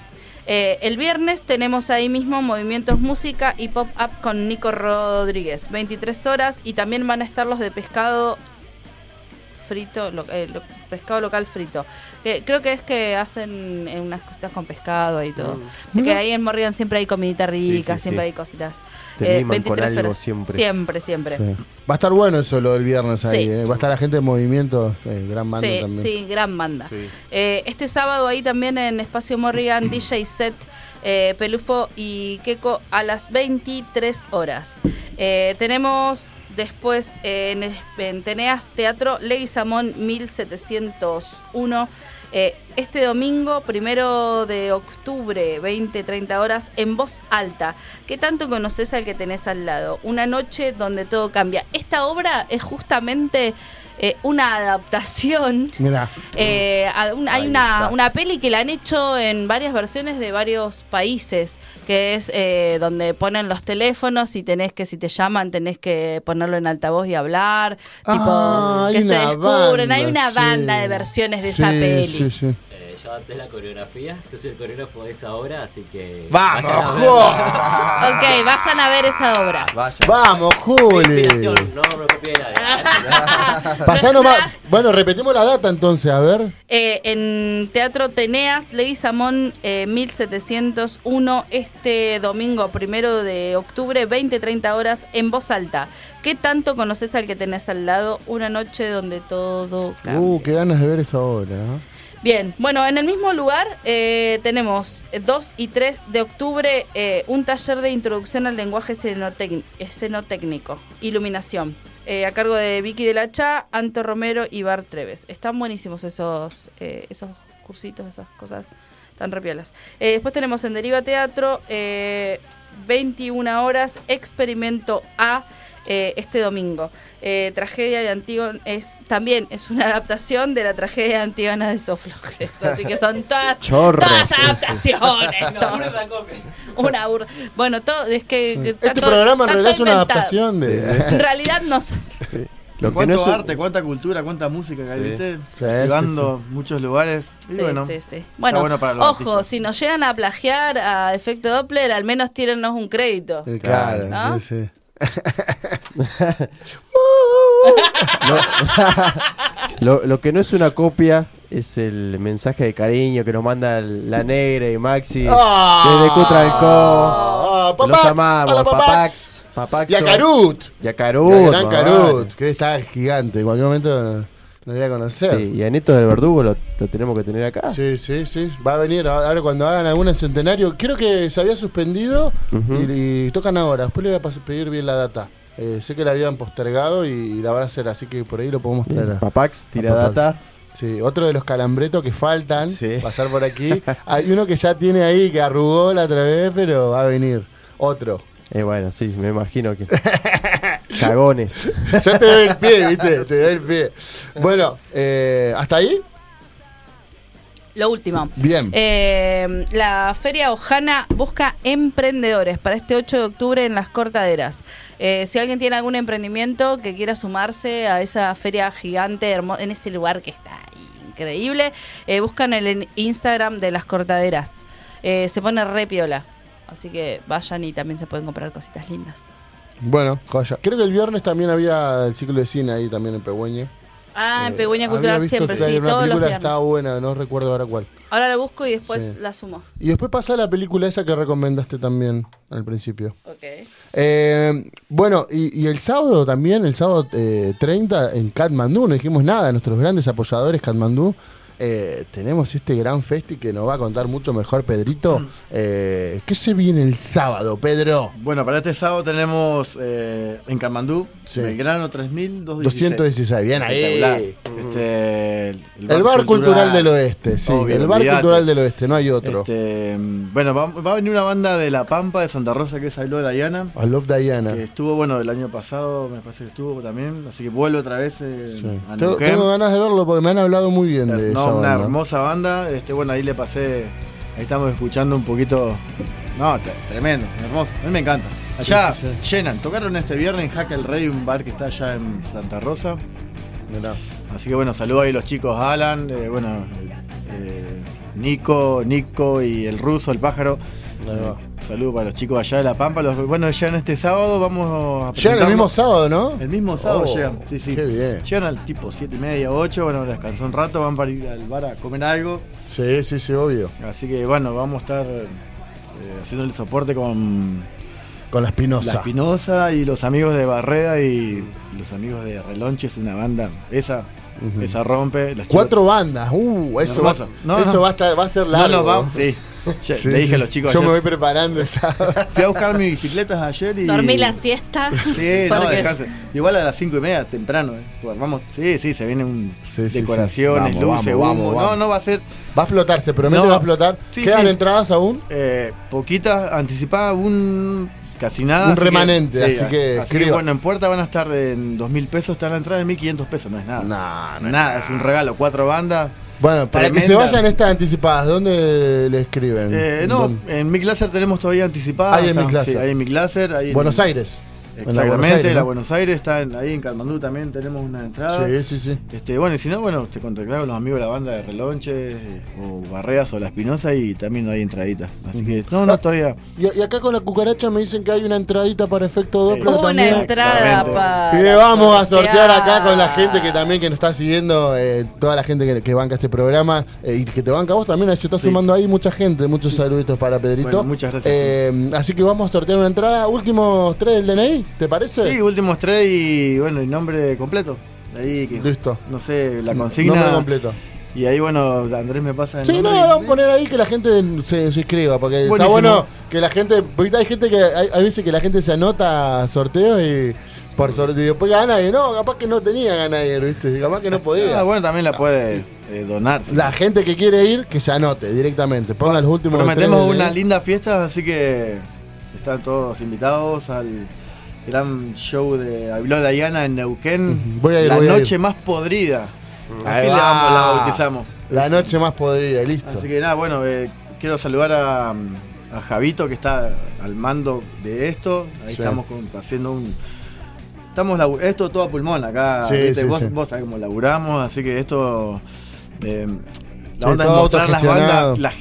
B: Eh, el viernes tenemos ahí mismo Movimientos Música y Pop Up con Nico Rodríguez, 23 horas, y también van a estar los de pescado frito, lo- eh, lo- pescado local frito. Que creo que es que hacen eh, unas cositas con pescado y todo. Porque ahí en Morrigan siempre hay comidita rica,
E: Mm. sí,
B: siempre
E: sí.
B: hay cositas. Eh,
E: Te miman con algo siempre.
B: Siempre, siempre.
A: Sí. Va a estar bueno eso lo del viernes ahí.
B: Sí.
A: ¿eh? Va a estar la gente de movimiento, eh, gran banda
B: Sí,
A: también.
B: sí, gran banda. Eh, este sábado ahí también en Espacio Morrigan, DJ Set, eh, Pelufo y Keko a las 23 horas. Eh, tenemos después eh, en, en Teneas Teatro Leguizamón 1701. eh, este domingo, primero de octubre, 20-30 horas, en voz alta. ¿Qué tanto conoces al que tenés al lado? Una noche donde todo cambia. Esta obra es justamente eh, una adaptación
A: Mirá.
B: eh, a- un- hay
A: Ahí
B: una,
A: está.
B: una peli que la han hecho en varias versiones de varios países, que es eh, donde ponen los teléfonos y tenés que, si te llaman, tenés que ponerlo en altavoz y hablar.
A: Ah,
B: tipo,
A: hay
B: que se
A: una
B: descubren. hay
A: banda,
B: una
A: sí.
B: banda de versiones de esa
A: Sí,
B: peli.
A: sí, sí.
G: Eh, yo adapté la coreografía, yo soy el coreógrafo de esa obra, así que.
A: ¡Vamos,
G: vayan a
A: Ju!
G: verla.
B: Ok, vayan a ver esa obra.
A: Vamos, Juli.
G: Inspiración, no me copié de nadie.
A: Pasá nomás. Bueno, repetimos la data entonces, a ver.
B: Eh, en Teatro Teneas, Leguizamón eh, 1701, este domingo primero de octubre, 20-30 horas, en voz alta. ¿Qué tanto conoces al que tenés al lado? Una noche donde todo cambia.
A: Uh, qué ganas de ver esa obra. ¿no?
B: Bien, bueno, en el mismo lugar eh, tenemos eh, 2 y 3 de octubre eh, un taller de introducción al lenguaje escenotec- escenotécnico, iluminación, eh, a cargo de Vicky de la Cha, Anto Romero y Bar Treves. Están buenísimos esos, eh, esos cursitos, esas cosas tan repiolas. Eh, después tenemos en Deriva Teatro, eh, 21 horas, Experimento A. eh, este domingo. Eh, tragedia de Antígona es también es una adaptación de la tragedia de Antígona de Sófocles. <laughs> Así que son todas,
A: Chorros,
B: todas
A: sí,
B: adaptaciones.
G: Una
B: todas.
G: burda copia.
B: Una burda. Bueno, todo, es que. que está
A: Este
B: todo-
A: programa en
B: está
A: realidad es
B: todo
A: una
B: inventado.
A: adaptación de.
B: En realidad
A: <laughs>
B: no son-
E: Lo que
K: cuánto
E: no es un-
K: arte, cuánta cultura, cuánta música que hay,
E: Sí.
K: ¿viste?
E: Sí,
K: Llegando
E: sí,
K: muchos lugares. Y
B: Sí,
K: bueno,
B: sí, sí.
K: está
B: Bueno,
K: bueno para los
B: ojo,
K: artistas.
B: si nos llegan a plagiar a efecto Doppler, al menos tírennos un crédito.
A: Eh, Claro,
B: ¿No?
A: sí, sí.
E: Lo, lo que no es una copia es el mensaje de cariño que nos manda el- la negra y Maxi desde Cutralcó. Los
A: Ah. Papax,
E: amamos,
A: hola,
E: Papax.
A: Papax.
E: Papax.
A: Y a Carut.
E: Y a
A: La
E: Carut.
A: gran
E: mamá.
A: Carut, que está gigante. En cualquier momento lo voy a conocer.
E: Sí, y a Neto del Verdugo lo, lo tenemos que tener acá.
A: Sí, sí, sí. Va a venir ahora cuando hagan algún en centenario. Creo que se había suspendido
E: Ujú.
A: y, y tocan ahora. Después le voy a pas- pedir bien la data. Eh, sé que la habían postergado y, la van a hacer, así que por ahí lo podemos traer. a-
E: Papax, tira
A: a Papax.
E: data.
A: Sí, otro de los calambretos que faltan pasar por aquí. Hay uno que ya tiene ahí, que arrugó la otra vez, pero va a venir. Otro.
E: Eh, bueno, sí, me imagino que. <laughs> Cagones.
A: Yo te doy el pie, viste, te doy el pie. Bueno, eh, ¿hasta ahí?
B: Lo último.
A: Bien.
B: Eh, la Feria Ojana busca emprendedores para este 8 de octubre en las cortaderas. Eh, si alguien tiene algún emprendimiento que quiera sumarse a esa feria gigante, hermo- en ese lugar que está increíble, eh, buscan el en- Instagram de las cortaderas. Eh, se pone re piola. Así que vayan y también se pueden comprar cositas lindas.
A: Bueno, joya. Creo que el viernes también había el ciclo de cine ahí también en Pegüeñe.
B: Ah, en
A: Eh,
B: Pegüeña
A: había
B: Cultural
A: visto
B: siempre,
A: que hay
B: sí,
A: una
B: todos los
A: película que
B: viernes.
A: Estaba buena, no recuerdo ahora cuál.
B: Ahora la busco y después
A: Sí.
B: la sumo.
A: Y después pasa la película esa que recomendaste también al principio.
B: Ok.
A: Eh, bueno, y, y el sábado también, el sábado eh, 30 en Katmandú, no dijimos nada, nuestros grandes apoyadores Katmandú. eh, tenemos este gran festi que nos va a contar mucho mejor Pedrito.
B: Mm.
A: Eh, ¿Qué se viene el sábado, Pedro?
K: Bueno, para este sábado tenemos eh, en Katmandú, Belgrano 3000,
A: 216, bien ahí.
K: Espectacular. Este, el,
A: El Bar, Cultural, del Oeste, sí.
K: Obvio,
A: el Bar
K: olvidate.
A: Cultural del Oeste, no hay otro.
K: Este, mm, bueno, va, va a venir una banda de La Pampa, de Santa Rosa, que es I Love Diana.
A: I Love Diana.
K: Que estuvo, bueno, el año pasado, me parece que estuvo también. Así que vuelve otra vez eh,
A: Sí.
K: a
A: Tengo,
K: Neuquén.
A: tengo ganas de verlo porque me han hablado muy bien de
K: No,
A: esa
K: una
A: banda.
K: hermosa banda. Este, bueno, ahí le pasé. Ahí estamos escuchando un poquito. No, te- tremendo, hermoso. A mí me encanta. Allá
A: Sí,
K: llenan. Tocaron este viernes en Jaca el Rey, un bar que está allá en Santa Rosa. Así que bueno, saludo ahí los chicos Alan, eh, bueno, eh, Nico, Nico y el ruso, el pájaro. Saludo para los chicos allá de La Pampa. Los, bueno, llegan este sábado, vamos a
A: Llegan el
K: presentarnos-
A: mismo sábado, ¿no?
K: El mismo sábado
A: Oh,
K: llegan, sí, sí.
A: Qué bien.
K: Llegan al tipo 7 y media, 8, bueno, descansó un rato, van para ir al bar a comer algo.
A: Sí, sí, sí, obvio.
K: Así que bueno, vamos a estar eh, haciéndole soporte con
A: Con la Espinosa.
K: La Espinosa y los amigos de Barrera y los amigos de Relonches, una banda. Esa, esa rompe. las
A: Cuatro bandas, uh, eso, va,
K: Hermoso. No,
A: eso
K: no.
A: va, a estar- va a ser
K: No,
A: largo.
K: no, vamos, sí. Che,
A: Sí,
K: le dije
A: sí.
K: a los chicos
A: Yo
K: ayer.
A: me voy
K: <laughs>
A: preparando el sábado.
K: Fui a buscar mis bicicletas ayer y.
B: Dormí la siesta.
K: <laughs> Sí, no,
B: <laughs> porque-
K: descansen. Igual a las 5 y media, temprano, ¿eh? Pues armamos. Sí, sí, se vienen un-
A: Sí, sí, sí.
K: decoraciones,
A: Vamos,
K: luces,
A: vamos,
K: humo.
A: vamos,
K: No, no va a ser.
A: Va a explotar, se promete
K: No.
A: va a explotar.
K: Sí,
A: ¿Quedan
K: sí.
A: entradas aún?
K: eh, poquitas anticipadas, un. casi nada.
A: Un
K: así que-
A: remanente, así que
K: Así que
A: escriba.
K: bueno, en puerta van a estar en 2.000 pesos, está la entrada en 1.500 pesos, no es nada.
A: Nah,
K: nada, es un regalo, cuatro bandas.
A: Bueno, para que se
K: Tremenda.
A: vayan estas anticipadas, ¿dónde le escriben?
K: Eh, no,
A: ¿Dónde?
K: en Mic Láser tenemos todavía anticipada.
A: Ahí en Mic Láser.
K: ahí en Mic Láser, ahí en-
A: Buenos Aires. En la
K: Exactamente,
A: Buenos Aires,
K: la
A: ¿no?
K: Buenos Aires está en- ahí en Katmandú también tenemos una entrada.
A: Sí, sí, sí.
K: Este, bueno, y si no, bueno, te contactás con los amigos de la banda de Relonches, eh, o Barreas o La Espinosa y también hay entraditas. Así que, no,
A: Ah.
K: no, todavía.
A: Y, y acá con la cucaracha me dicen que hay una entradita para efecto Doppler
B: Una
A: también.
B: entrada para.
A: Y le vamos a sortear
B: sortear.
A: acá con la gente que también que nos está siguiendo, eh, toda la gente que, que banca este programa eh, y que te banca vos también, ahí se está sumando ahí mucha gente, muchos saluditos para Pedrito.
K: Bueno, muchas gracias,
A: Eh, Así que vamos a sortear una entrada, últimos tres del DNI, ¿te parece?
K: Sí, últimos tres y, bueno, el nombre completo. Ahí que,
A: Listo.
K: No sé, la consigna.
A: Nombre completo.
K: Y ahí, bueno, Andrés me pasa el
A: Sí, no,
K: nombre y-
A: vamos a poner ahí que la gente se, se inscriba, porque
K: Buenísimo.
A: está bueno que la gente, porque hay gente que, hay, hay veces que la gente se anota a sorteos y por sorteo, y después gana y no, capaz que no tenía ganas de ir, ¿viste? Capaz que no podía.
K: Ah, bueno, también la puede eh, donar. sí.
A: La gente que quiere ir, que se anote directamente. Ponga los últimos
K: Prometemos
A: tres de-
K: una linda fiesta, así que están todos invitados al gran show de Habló Diana en Neuquén.
A: Voy a ir,
K: la
A: voy a ir. Mm.
K: noche más podrida.
A: Ahí
K: Así le
A: va.
K: vamos, la bautizamos.
A: La noche más podrida, listo.
K: Así que nada, bueno, eh, quiero saludar a, a Javito que está al mando de esto. Ahí
A: Sí.
K: estamos con- haciendo un. Estamos labu- esto todo a pulmón acá.
A: Sí,
K: ¿viste?
A: sí,
K: vos,
A: sí.
K: vos sabés cómo laburamos, así que esto. eh,
A: Sí,
K: la onda es
A: todo
K: mostrar las
A: autogestionado.
K: bandas,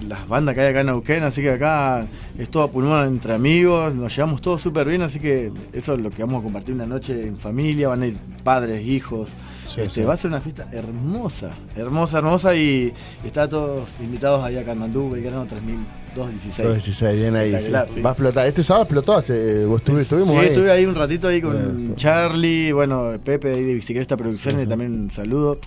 K: las, las bandas que hay acá en Neuquén, así que acá es todo a pulmón entre amigos, nos llevamos todo súper bien, así que eso es lo que vamos a compartir una noche en familia, van a ir padres, hijos.
A: Sí,
K: Este,
A: sí.
K: Va a ser una fiesta hermosa, hermosa, hermosa y está todos invitados ahí a Candandú, Belgrano 3216.
A: 16, bien ahí. sí.
K: Espectacular, sí.
A: Va a explotar. Este sábado explotó, hace- vos estuvi- estuvimos
K: Sí,
A: ahí. pues.
K: estuve ahí un ratito ahí con Charlie, bueno, Pepe ahí de Bicicleta Producciones, también un saludo.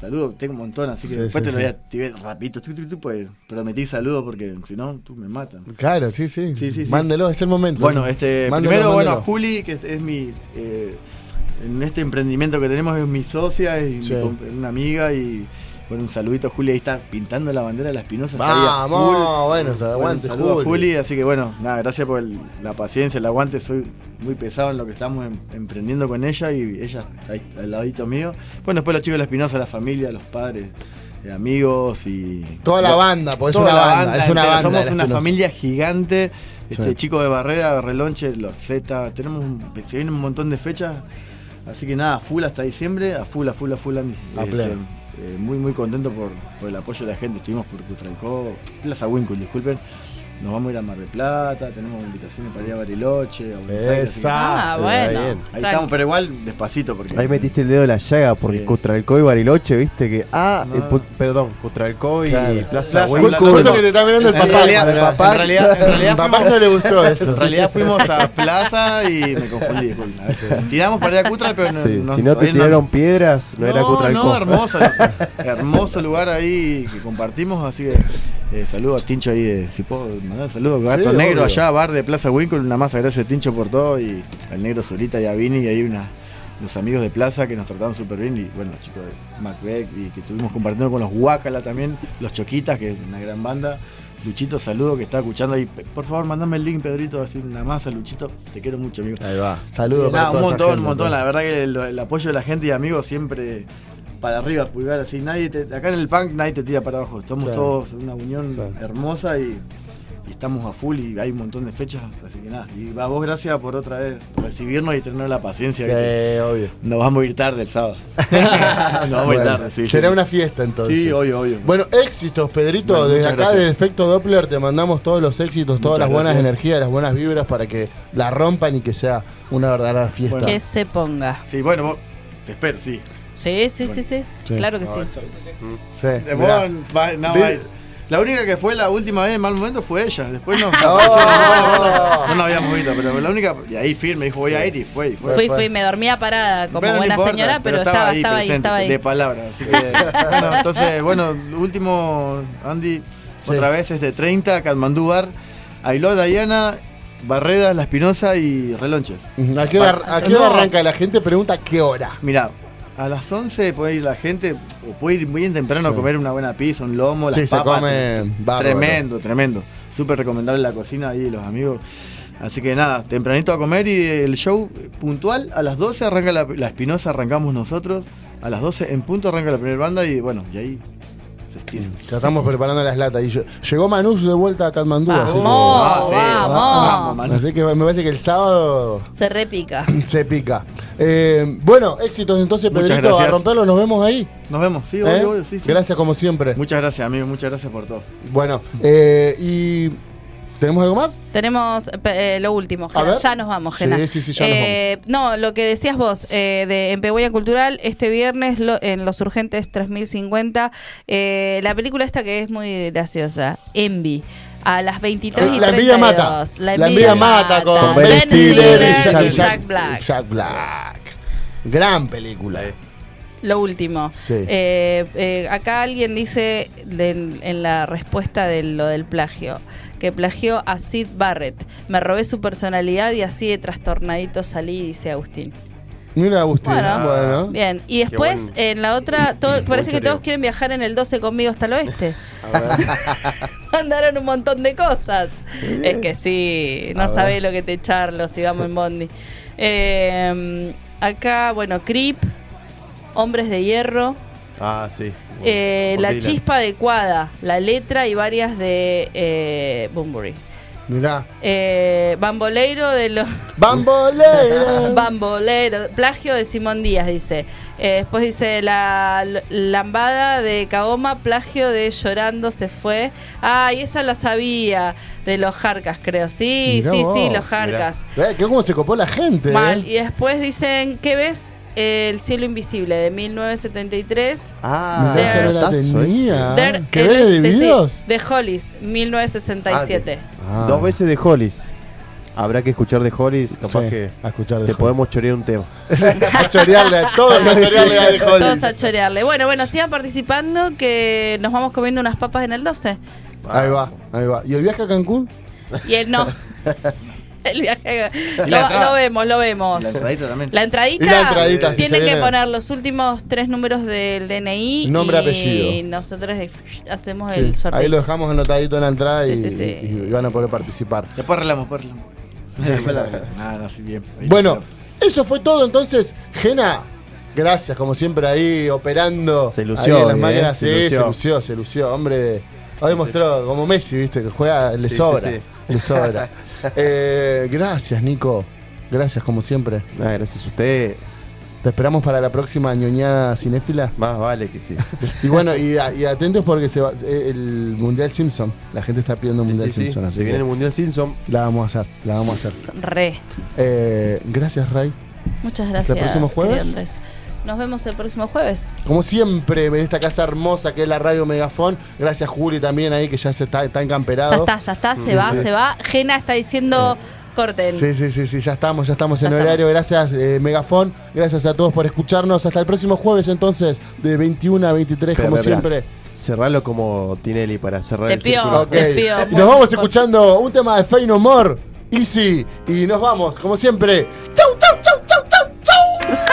K: Saludo, tengo un montón, así que
A: Sí,
K: después
A: sí,
K: te lo
A: sí.
K: voy a activar rapidito. Tú, tú, tú, pues, prometí saludo porque si no, tú me matan.
A: Claro, sí, sí.
K: Sí, sí, sí.
A: Mándelo, es el momento.
K: Bueno, este,
A: Mándelo,
K: primero, bueno, a
A: mándelo.
K: Juli, que es, es mi. eh, en este emprendimiento que tenemos es mi socia, es mi
A: Sí.
K: comp- una amiga y. Bueno, un saludito a Juli, ahí está pintando la bandera de la Espinosa. está ahí a
A: Vamos,
K: full.
A: bueno, se aguante,
K: un saludo a
A: Juli.
K: Juli, así que bueno, nada, gracias por el- la paciencia, el aguante. Soy muy pesado en lo que estamos em- emprendiendo con ella y ella ahí al ladito mío. Bueno, después los chicos de la Espinosa, la familia, los padres, eh, amigos y.
A: Toda la
K: Lo-
A: banda, porque es
K: toda
A: Pues una
K: la
A: banda, es una
K: entera.
A: banda
K: Somos
A: la
K: una
A: Espinosa.
K: familia gigante. Este,
A: Sí.
K: Chico de Barrera, Relonche, los Z. Tenemos un- se vienen un montón de fechas. Así que nada, full hasta diciembre, a full, a full, a full. Andy.
A: A
K: Este,
A: pleno.
K: eh, muy, muy contento por, por el apoyo de la gente. Estuvimos por Cutralcó, Plaza Wincul, disculpen. Nos vamos a ir a Mar del Plata, tenemos invitaciones para ir a Bariloche, a Buenos Aires. así que-
A: Esa. Ah, bueno.
K: Ahí
A: Tranqui.
K: estamos, pero igual despacito porque.
E: Ahí metiste el dedo en la llaga porque Cutralcó y Bariloche, viste que. Ah,
K: No.
E: el pu- perdón, Cutralcó y
K: Claro.
E: Plaza
K: Plaza
E: Huelco.
K: Huelco.
A: Justo que te está mirando el
K: En
A: papá.
K: realidad-
A: para-
K: en realidad- en realidad
A: Papá
K: fuimos-
A: no le gustó eso.
K: En realidad fuimos a Plaza y me confundí.
A: <laughs>
K: disculpen, a veces. Tiramos para ir a Cutra, pero no.
E: Sí,
K: no-
E: si no te
K: todavía
E: tiraron piedras, no, era Cutralcó.
K: No, hermoso. hermoso lugar ahí que compartimos. Así que eh, saludo a Tincho ahí. de- si puedo mandar saludos. Gato
A: Sí,
K: Negro
A: obvio.
K: allá, bar de Plaza Winkle. Una masa, gracias Tincho por todo. Y al Negro Solita y a Vini. Y ahí una, los amigos de Plaza que nos trataron súper bien. Y bueno, los chicos de Macbeth. Y que estuvimos compartiendo con los Huacala también. Los Choquitas, que es una gran banda. Luchito, saludo que está escuchando ahí. Por favor, mandame el link, Pedrito, así una masa, Luchito. Te quiero mucho, amigo.
A: Ahí va. Saludos
K: Nada,
A: para
K: un
A: toda esa
K: montón,
A: gente,
K: un montón.
A: entonces.
K: La verdad que el, el apoyo de la gente y amigos siempre para arriba, pulgar así. Nadie te- acá en el punk nadie te tira para abajo. Estamos
A: Claro.
K: todos en una unión hermosa y, y estamos a full y hay un montón de fechas. Así que nada. Y a vos gracias por otra vez recibirnos y tener la paciencia. que
A: Sí,
K: <laughs>
A: obvio.
K: Nos vamos a ir tarde
A: <laughs>
K: el sábado. Nos vamos a ir
A: Bueno,
K: tarde, sí.
A: Será
K: sí.
A: una fiesta entonces.
K: Sí, obvio, obvio.
A: Bueno, éxitos, Pedrito.
K: Bueno,
A: Desde
K: muchas
A: acá,
K: gracias.
A: desde Efecto Doppler, te mandamos todos los éxitos, todas
K: Muchas
A: las buenas
K: gracias.
A: energías, las buenas vibras para que la rompan y que sea una verdadera fiesta.
B: Que se ponga.
K: Sí, bueno, vos- te espero, sí.
B: Sí, sí, sí, sí.
A: Sí.
B: Claro que sí.
A: Sí,
K: De
A: mirá.
K: vos, va- no,
A: Vi-
K: va- La única que fue la última vez en mal momento fue ella.
A: <laughs>
K: Después no.
A: Oh.
K: no, nos habíamos visto, pero la única. Y ahí firme, dijo voy a ir y fue. Y fue.
B: Fui, fui, me dormía parada como
K: Pero no
B: buena
K: importa,
B: señora, pero, estaba, estaba ahí,
K: presente,
B: estaba ahí.
K: De palabra. Así que,
A: <laughs>
K: bueno, entonces, bueno, último, Andy, otra vez es de 30, Katmandú Bar, Ailó, Dayana, Barredas, La Espinosa y Relonches.
A: ¿A qué hora, a qué hora arranca? La gente pregunta qué hora.
K: Mira, a las 11 puede ir la gente, o puede ir bien temprano a comer una buena pizza, un lomo, las
A: Sí, se
K: papas,
A: come
K: tre- tre-
A: bárbaro.
K: Tremendo, tremendo. Súper recomendable la cocina ahí, los amigos. Así que nada, tempranito a comer y el show puntual. A las 12 arranca la, la Espinosa, arrancamos nosotros. A las 12 en punto arranca la primera banda y bueno, y ahí se estira.
A: Ya estamos preparando las latas. Y yo- llegó Manus de vuelta a Katmandú.
B: Vamos,
A: así que-
B: Ah, sí. vamos. Vamos, Manus.
A: Así que me parece que el sábado <clears throat>
B: Se repica.
A: se pica. Eh, bueno, éxitos entonces,
K: Muchas
A: Pedrito.
K: gracias.
A: A romperlo, nos vemos ahí.
K: Nos vemos, sí,
A: ¿Eh?
K: obvio, obvio, sí, sí.
A: Gracias como siempre.
K: Muchas gracias, amigo, muchas gracias por todo.
A: Bueno, eh, y ¿tenemos algo más?
B: Tenemos pe- eh, lo último, Gena.
A: ver.
B: ya nos vamos,
A: Sí,
B: Gena.
A: sí, sí, ya nos
B: Eh, No, lo que decías vos, eh, de en Pehuella Cultural, este viernes lo- en Los Urgentes 3050, eh, la película esta que es muy graciosa, Envy. A las 23 y
A: La envidia
B: 32.
A: mata. La envidia mata con
B: Ben
A: Ben Stiller
B: Stiller
A: y Jack,
B: Black.
A: Jack Black. Gran película.
B: Lo último.
A: Sí.
B: Eh, eh, acá alguien dice de- en, en la respuesta de lo del plagio que plagió a Sid Barrett. Me robé su personalidad y así de trastornadito salí, dice Agustín.
A: Mira, Agustín.
B: Bueno,
H: Ah,
A: Bueno,
B: Bien, y después en la
H: <laughs>
B: otra, todo- parece que todos quieren viajar en el 12 conmigo hasta el oeste. <laughs> Mandaron un montón de cosas. Es que sí,
H: A
B: no
H: ver.
B: sabés lo que te charlo si vamos
H: <laughs>
B: en Bondi. Eh, acá, bueno, Creep, Hombres de Hierro,
E: Ah, sí.
B: eh, La
E: Bob Dylan.
B: Chispa Adecuada, La Letra y varias de eh, Bunbury.
A: Mirá.
B: Eh, bamboleiro de los. <laughs>
A: Bamboleiro.
B: Bamboleiro. Plagio de Simón Díaz, dice. Eh, después dice la l- lambada de Kaoma, plagio de Llorando se fue. Ay, esa la sabía. De los Jarcas, creo. Sí,
A: Mirá
B: sí,
A: vos.
B: sí, los Jarcas.
A: Mirá. Eh, que cómo se copó la gente.
B: Mal.
A: eh.
B: Y después dicen, ¿qué ves? El cielo invisible de 1973.
E: <laughs> Ah,
A: Mirá, esa no la
E: datazo ese.
A: tenía.
B: Der-
A: ¿Que
B: el-
A: Ah,
B: este,
A: ves de
B: sí,
A: videos?
B: de Hollis, 1967.
A: Ah.
E: Dos veces de Hollis. Habrá que escuchar de Hollis, capaz
A: Sí,
E: que
A: a escuchar de
E: te
A: Hollis.
E: podemos chorear un tema.
A: <laughs> a chorearle, a
E: <laughs>
A: todos a chorearle a de
B: Todos
A: Hollis.
B: a chorearle. Bueno, bueno, sigan participando que nos vamos comiendo unas papas en el 12.
A: Ahí va, ahí va. ¿Y el viaje a Cancún?
B: Y
A: <laughs>
B: él no. El viaje-
A: Y la
B: lo,
A: entrada.
B: lo vemos, lo vemos.
K: La entradita también.
B: La entradita,
A: Y la entradita, si se
B: tienen que
A: viene.
B: poner los últimos tres números del DNI
A: Nombre,
B: y
A: apellido.
B: nosotros le- hacemos
A: Sí,
B: el sorteo.
A: Ahí lo dejamos anotadito en la entrada
B: Sí,
A: y,
B: sí, sí.
A: y- y van a poder participar.
K: Después arreglamos, después
A: <laughs>
K: arreglamos. Nada, no, sí, bien.
A: Bueno, eso fue todo entonces, Gena. Gracias, como siempre ahí operando. Se
E: lució,
A: las
E: eh,
A: máquinas.
E: se
A: Sí, se
E: lució.
A: lució, se lució. Hombre, hoy mostró como Messi, viste, que juega, le
E: Sí, sí,
A: sobra.
E: sí.
A: Le
E: <laughs>
A: sobra. Eh, gracias, Nico. Gracias, como siempre.
E: Ah, gracias a ustedes.
A: Te esperamos para la próxima ñoñada cinéfila.
E: Más vale
A: <laughs>
E: que sí.
A: Y bueno, y, a- y atentos porque se va, eh, el Mundial Simpson. La gente está pidiendo el Mundial
E: sí, sí.
A: Simpson. así
E: Se viene
A: que
E: el Mundial Simpson.
A: La vamos a hacer, la vamos a hacer.
B: Re.
A: Eh, gracias, Ray.
B: Muchas gracias.
A: ¿El próximo jueves?
B: querido Andrés. Nos vemos el próximo jueves.
A: Como siempre, en esta casa hermosa que es la Radio Megafón. Gracias, Juli, también ahí que ya se está, está encamperado.
B: Ya está, ya está, se
A: Sí,
B: va,
A: sí.
B: se va. Gena está diciendo corten.
A: Sí, sí, sí, sí, ya estamos, ya estamos
B: Ya
A: en horario. Gracias, eh, Megafón. Gracias a todos por escucharnos. Hasta el próximo jueves, entonces, de 21 a 23, como siempre.
E: Cerralo como Tinelli para cerrar
B: Te
E: el
B: pido,
E: círculo.
A: Ok. Nos vamos escuchando un tema de Fey No More, Easy. Y nos vamos, como siempre. ¡Chau, chau, chau, chau, chau, chau!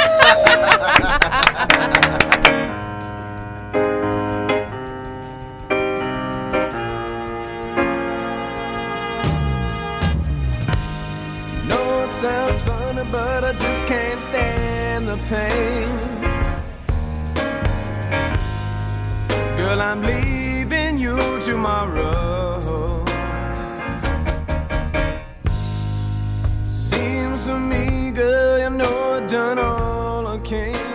K: No, it sounds funny, but I just can't stand the pain. Girl, I'm leaving you tomorrow. Seems to me, girl, you know I've done all I can.